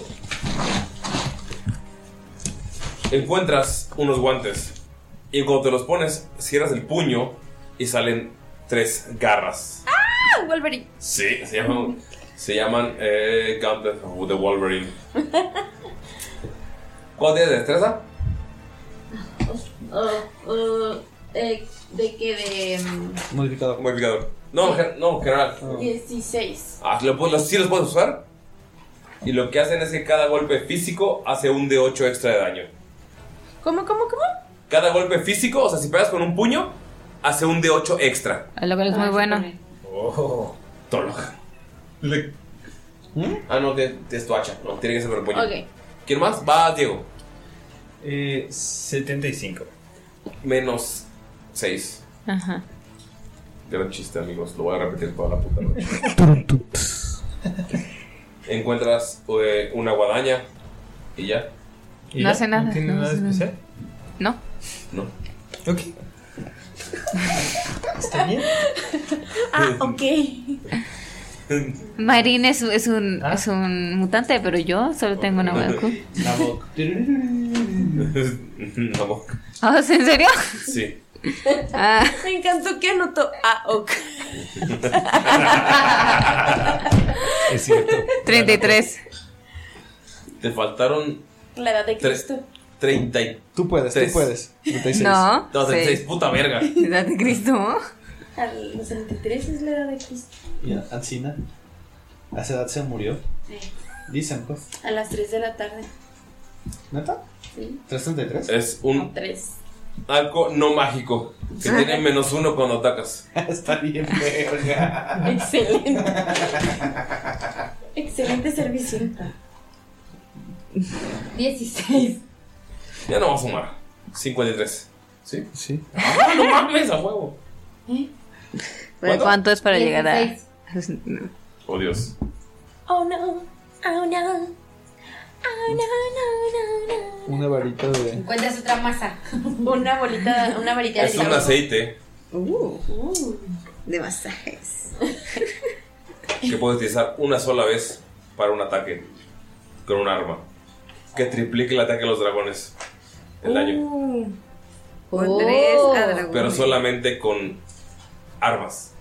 Encuentras unos guantes. Y cuando te los pones, cierras el puño y salen tres garras.
¡Ah! Wolverine.
Sí, se llaman. Se llaman eh, Gauntlet of the Wolverine. ¿Cuál tienes de destreza?
Uh, uh, eh, ¿De qué? De. mm,
Modificador. Modificador. No, en gen- no, en general.
16.
Ah, ¿lo puedes- los- ¿Sí los puedes usar? Y lo que hacen es que cada golpe físico hace un de 8 extra de daño.
¿Cómo, cómo, cómo?
Cada golpe físico, o sea, si pegas con un puño, hace un de 8 extra.
Lo
Ah,
cual es muy bueno.
Oh, Tolog. Le- Ah, no, que es tu hacha. No, tiene que ser con el puño.
Ok.
¿Quién más? Va, Diego.
Eh, 75.
Menos 6.
Ajá.
Gran chiste, amigos. Lo voy a repetir toda la puta noche. Encuentras eh, una guadaña y ya.
No hace nada. no hace nada. No.
No.
Ok.
¿Está bien? ah, ok.
Marín es, es un, es un mutante, pero yo solo tengo una Waku.
Nabok.
Nabok.
Ah, ¿es ¿En serio?
Sí.
Ah.
Me encantó que anotó. Ah, ok.
Es cierto.
33.
Te faltaron
La edad de
tre-
Cristo.
30 y... Tú puedes,
tú puedes.
36.
No,
No, 36,
sí.
puta verga.
Edad de Cristo.
A los 73 es la edad de Cristo.
Y Ancina. A esa edad se murió. Dicen, pues.
A las 3 de la tarde.
¿Neta?
Sí.
333.
Es un
3.
arco no mágico que tiene menos uno cuando atacas.
Está bien, verga.
Excelente. Excelente servicio. 16.
Ya no va a sumar. 53. ¿Sí? Sí.
no
mames, a juego.
¿Cuánto? ¿Cuánto es para llegar a.? Pues,
16.
Oh, Dios.
Oh no. Oh no. Oh no, no, no, no.
Una varita de.
Encuentras otra masa. Una bolita, una varita Uh,
Es un aceite
de masajes.
que puedes utilizar una sola vez para un ataque con un arma. Que triplique el ataque a los dragones. El daño.
Oh.
Tres a dragón.
Pero solamente con armas.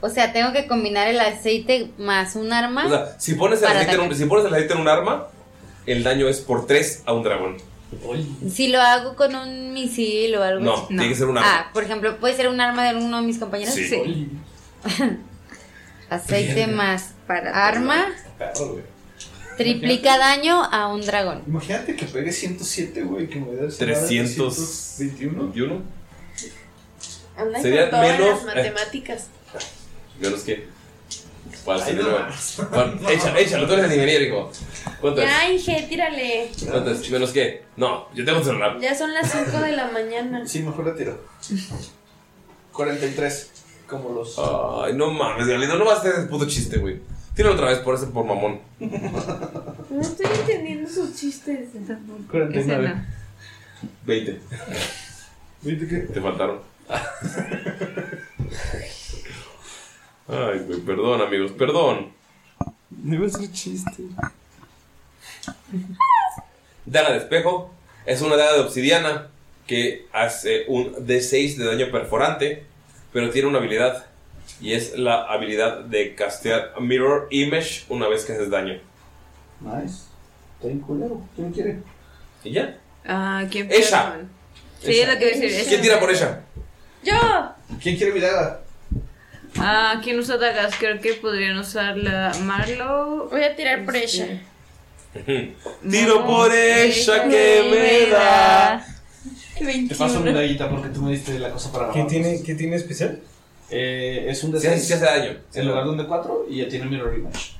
O sea, tengo que combinar el aceite más un arma.
O sea, si pones el
¿Ah? Para
aceite en un,
ataque.
si pones el aceite en un arma, el daño es por 3 a un dragón.
Si lo hago con un misil o algo.
No,
así.
tiene que ser un arma.
Ah, por ejemplo, ¿puede ser un arma de uno de mis compañeros?
Sí.
Aceite
Verga.
más para arma. Triplica daño a un dragón.
Imagínate que pegue 107, güey, que me voy a dar
300. 21.
Anda
Serían
con todas
menos- eh,
las matemáticas.
Menos que. Para el cerebro. Para- Échalo, échalo, tú eres el ingeniero, hijo. ¿Cuánto es?
Ya, Inge, tírale.
¿Cuánto es? ¿Menos qué? No, yo tengo un celular.
Ya son las 5 de la mañana.
Sí, mejor la tiro. 43. Como los.
Ay, no mames, Galindo, no vas a hacer ese puto chiste, güey. Tíralo otra vez por ese por mamón.
No estoy entendiendo sus chistes.
49. 20. ¿20 qué? Te faltaron. Ay, güey, perdón, amigos, perdón.
No iba a ser chiste.
Daga de espejo es una daga de obsidiana que hace un D6 de daño perforante, pero tiene una habilidad. Y es la habilidad de castear Mirror Image una vez que haces daño.
Nice. Está bien culero. ¿Quién no quiere?
¿Y ya?
Ah, ¿quién
Ella.
Sí,
Ella.
lo que iba a decir, ella.
¿Quién tira por ella?
¡Yo!
¿Quién quiere mi daga?
Ah, ¿quién usa dagas? Creo que podrían usar la Este, Marlow. Voy a tirar por ella.
Tiro por ella que me da.
Te paso mi daguita porque tú me diste la cosa para
¿Qué
abajo.
tiene, ¿Qué tiene especial?
Eh, es un
Sí,
D6.
sí hace daño.
En lugar de un D4 y ya tiene Mirror Image.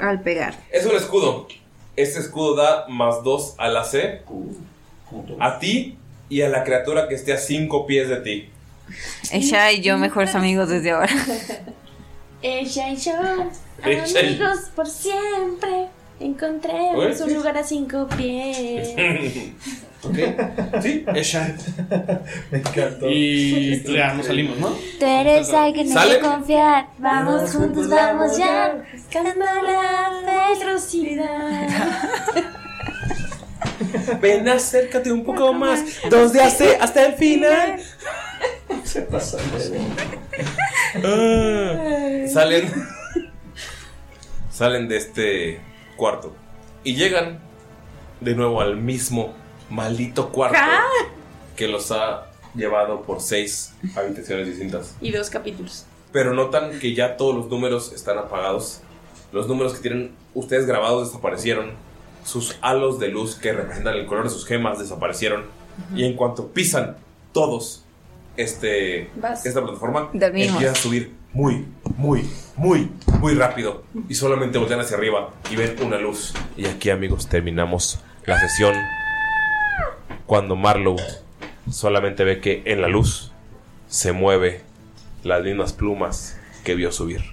Al pegar.
Es un escudo. Este escudo da más 2 a la C,
Uh,
a ti y a la criatura que esté a 5 pies de ti.
Ella y yo mejores amigos desde ahora.
Ella y yo,
Ella y-
amigos por siempre, encontremos
¿Eh?
un lugar a cinco pies.
ok. Sí, ella.
Me encantó.
Y ya no salimos, ¿no?
Tú eres alguien en
¿Sale?
que confiar. Vamos
Vamos
juntos, vamos ya.
buscando la ferocidad.
Ven, acércate un poco más. Dos de AC hasta el final.
Se pasa.
Ah, salen. Salen de este cuarto. Y llegan de nuevo al mismo maldito cuarto que los ha llevado por seis habitaciones distintas.
Y dos capítulos.
Pero notan que ya todos los números están apagados Los números que tienen ustedes grabados desaparecieron. Sus halos de luz que representan el color de sus gemas desaparecieron.
Ujú.
Y en cuanto pisan todos este,
Vas.
esta plataforma,
Dormimos.
empieza a subir muy, muy, muy, muy rápido. Y solamente voltean hacia arriba y ven una luz. Y aquí, amigos, terminamos la sesión. Cuando Marlow solamente ve que en la luz se mueve las mismas plumas que vio subir.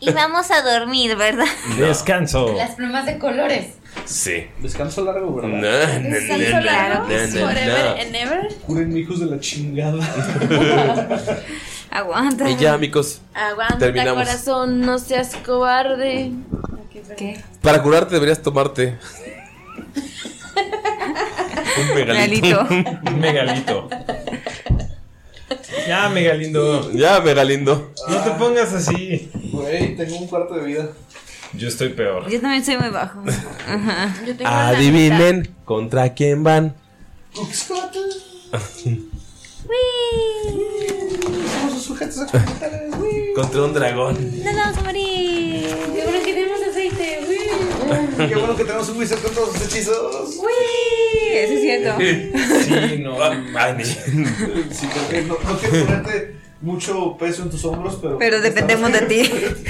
Y vamos a dormir, ¿verdad?
Descanso.
Las plumas de colores.
Sí.
Descanso largo, ¿verdad?
Na, na,
Descanso
na, na,
largo,
na, na, na.
and ever.
Curen hijos de la chingada.
Aguanta.
Y ya, amigos,
Aguanta,
terminamos.
corazón, no seas cobarde. ¿Qué?
Para curarte deberías tomarte un megalito.
Un megalito.
Ya, megalindo. Ya, megalindo.
No te pongas así.
Ah. Güey, tengo un cuarto de vida.
Yo estoy peor.
Yo también soy muy bajo. Ajá.
Adivinen contra quién van.
Somos los sujetos
contra un dragón.
No nos vamos a morir.
Seguro que tenemos aceite.
Qué bueno que tenemos un wizard con todos los hechizos.
Uy, eso es cierto.
Sí,
no.
ah, Sí, creo que no, no quiero ponerte mucho peso en tus hombros, pero.
Pero dependemos de ti.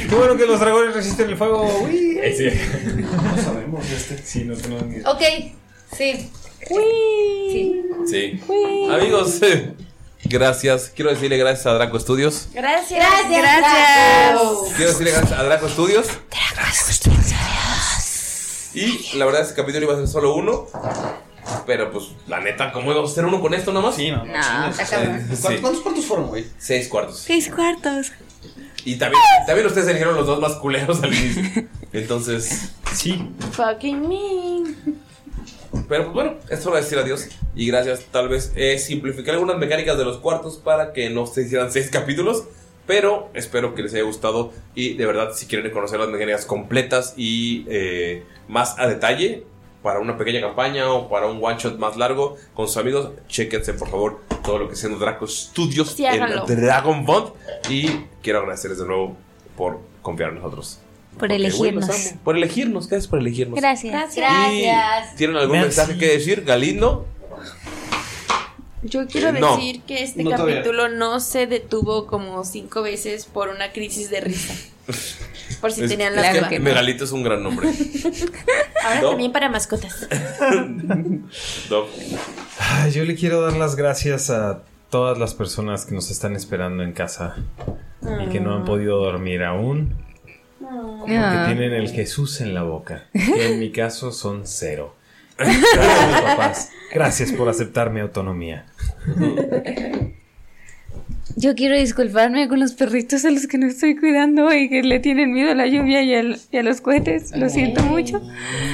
Qué bueno que los dragones resisten el fuego. Eh,
No sabemos este. Sí, no tenemos ni
Ok, sí. Sí.
Sí. Amigos, eh, gracias. Quiero decirle gracias a Draco Studios.
Gracias.
Gracias.
Gracias.
Quiero decirle gracias a Draco Studios. Y la verdad, este capítulo iba a ser solo uno. Pero pues, la neta, ¿cómo íbamos a hacer uno con esto nomás? Sí, no,
No, está cabrón.
¿Cuántos cuartos fueron, güey? Seis cuartos.
Seis cuartos.
Y también, también ustedes eligieron los dos más culeros al inicio. Entonces, sí.
Fucking me.
Pero pues bueno, es hora de decir adiós. Y gracias, tal vez, eh, simplificar algunas mecánicas de los cuartos para que no se hicieran seis capítulos. Pero espero que les haya gustado. Y de verdad, si quieren conocer las mecánicas completas y eh, más a detalle para una pequeña campaña o para un one shot más largo con sus amigos, chequense por favor todo lo que sea en Draco Studios
Sí,
en
háganlo.
Dragon Bond. Y quiero agradecerles de nuevo por confiar en nosotros.
Por
Porque, güey,
elegirnos.
los amo. Por elegirnos, gracias por elegirnos.
Gracias.
Gracias. ¿Tienen algún
Merci.
mensaje que decir, Galindo?
Yo quiero
Eh, no.
decir que este
No, todavía.
capítulo no se detuvo como cinco veces por una crisis de risa. Por si
Es-
tenían
es
la
que
duda.
Megalito es un gran nombre.
Ahora
No.
también para mascotas.
Doc.
Ay, Yo le quiero dar las gracias a todas las personas que nos están esperando en casa y que no han podido dormir aún porque
Ah.
Ah.
tienen el Jesús en la boca. Que en mi caso son cero. Gracias, a mis papás. Gracias por aceptar mi autonomía.
Yo quiero disculparme con los perritos a los que no estoy cuidando y que le tienen miedo a la lluvia y, al- y a los cohetes. Lo siento mucho.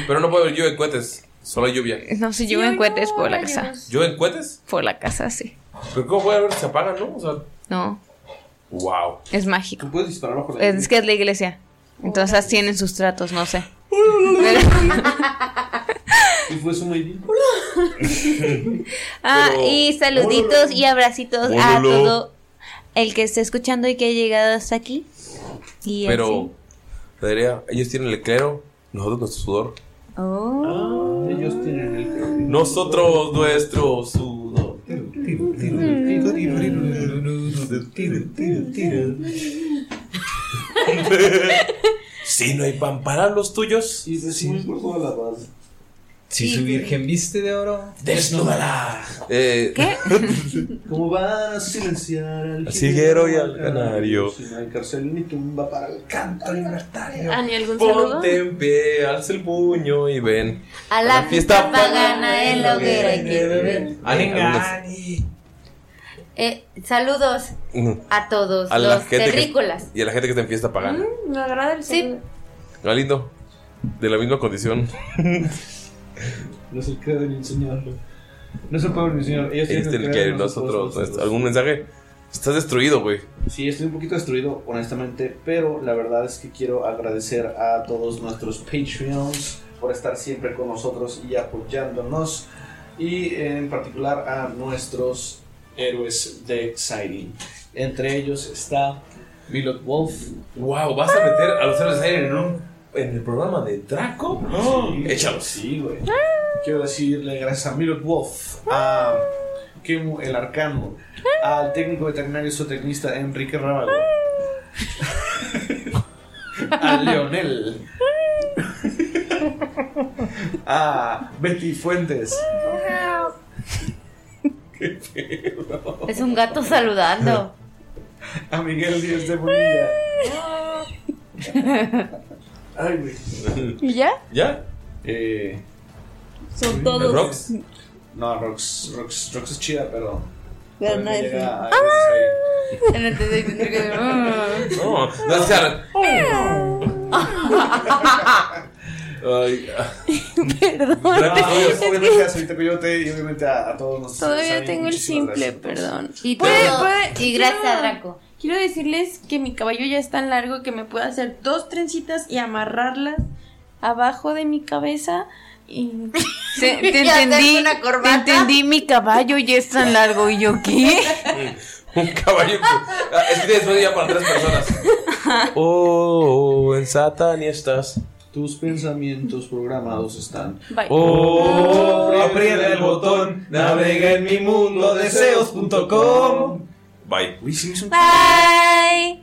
Pero no puedo ver yo en cohetes, solo hay lluvia.
No, si yo en cohetes por la casa.
¿Yo en cohetes?
Por la casa, sí.
Pero ¿cómo voy a ver si se apagan, no? O sea,
No,
wow.
es mágico.
Puedes disparar bajo
Es que es la iglesia. Entonces así tienen sus tratos, no sé.
Y fue eso muy bien.
Ah, y saluditos y abracitos a
Ololo.
todo el que esté escuchando y que ha llegado hasta aquí. Y
Pero, Federia, ellos tienen el clero, nosotros nuestro sudor.
así. Oh.
Ellos tienen el.
Nosotros nuestro sudor. Si no hay pan para los tuyos.
Y decimos por toda la base.
Si su virgen viste de oro,
desnudará. Eh,
¿Qué?
¿Cómo van a
Eh.
silenciar al
Al jilguero y al canario?
Si no hay cárcel ni tumba para el canto libertario.
¿Ani algún saludo?
Ponte en pie, alza el puño y ven.
A
la fiesta
pagana en la
hoguera
y que
beben. Ani, algunas-
Eh, saludos a todos
A la
los
gente que-
terrícolas.
y a la gente que está en fiesta pagana.
Me agrada el sí.
Galindo, de la misma condición.
No es el credo ni enseñarlo. No es el pueblo ni enseñarlo. Ellos
Ellos
tienen
tienen
el
Este que
credo.
nosotros. ¿Algún mensaje? Estás destruido, güey.
Sí, estoy un poquito destruido, honestamente, pero la verdad es que quiero agradecer a todos nuestros Patreons por estar siempre con nosotros y apoyándonos, y en particular a nuestros héroes de Siren. Entre ellos está Milot Wolf.
Wow, ¿vas a meter a los héroes de aire en, un- en el programa de Draco?
Sí,
Échalos.
Sí, güey. Quiero decirle gracias a Milot Wolf, a Kemu el Arcano, al técnico veterinario y zootecnista Enrique Rábago, a Leonel, a Betty Fuentes.
Es un gato saludando.
A Miguel Díaz de Bonilla. Ay, güey.
¿Y ya?
¿Ya?
Eh,
Son todos.
¿Rox? No, Rox, Rox, Rox es chida, pero.
Pero
no
no es-
llega a-
Ah. En el TDI tendría
Oh.
que-
No, no es cara. Ay,
Perdón.
No,
es que-
obviamente a Solita Coyote y obviamente a, a todos nos.
Todavía
saben
tengo el
muchísimas
simple,
gracias. pues.
perdón.
Y
Puede-
todo-
puede-
y gracias
quiero-
a Draco.
Quiero decirles que mi caballo ya es tan largo que me puedo hacer dos trencitas y amarrarlas abajo de mi cabeza y...
Te, te entendí, te entendí, mi caballo y es tan largo y yo qué.
Un caballo. que- Ah, Es que tienes media para tres personas.
Oh, en Satan y estás.
Tus pensamientos programados están.
Bye.
Oh,
aprieta el botón, navega en mi mundo, deseos.com.
Bye.
Uy, sí me hizo un-
Bye.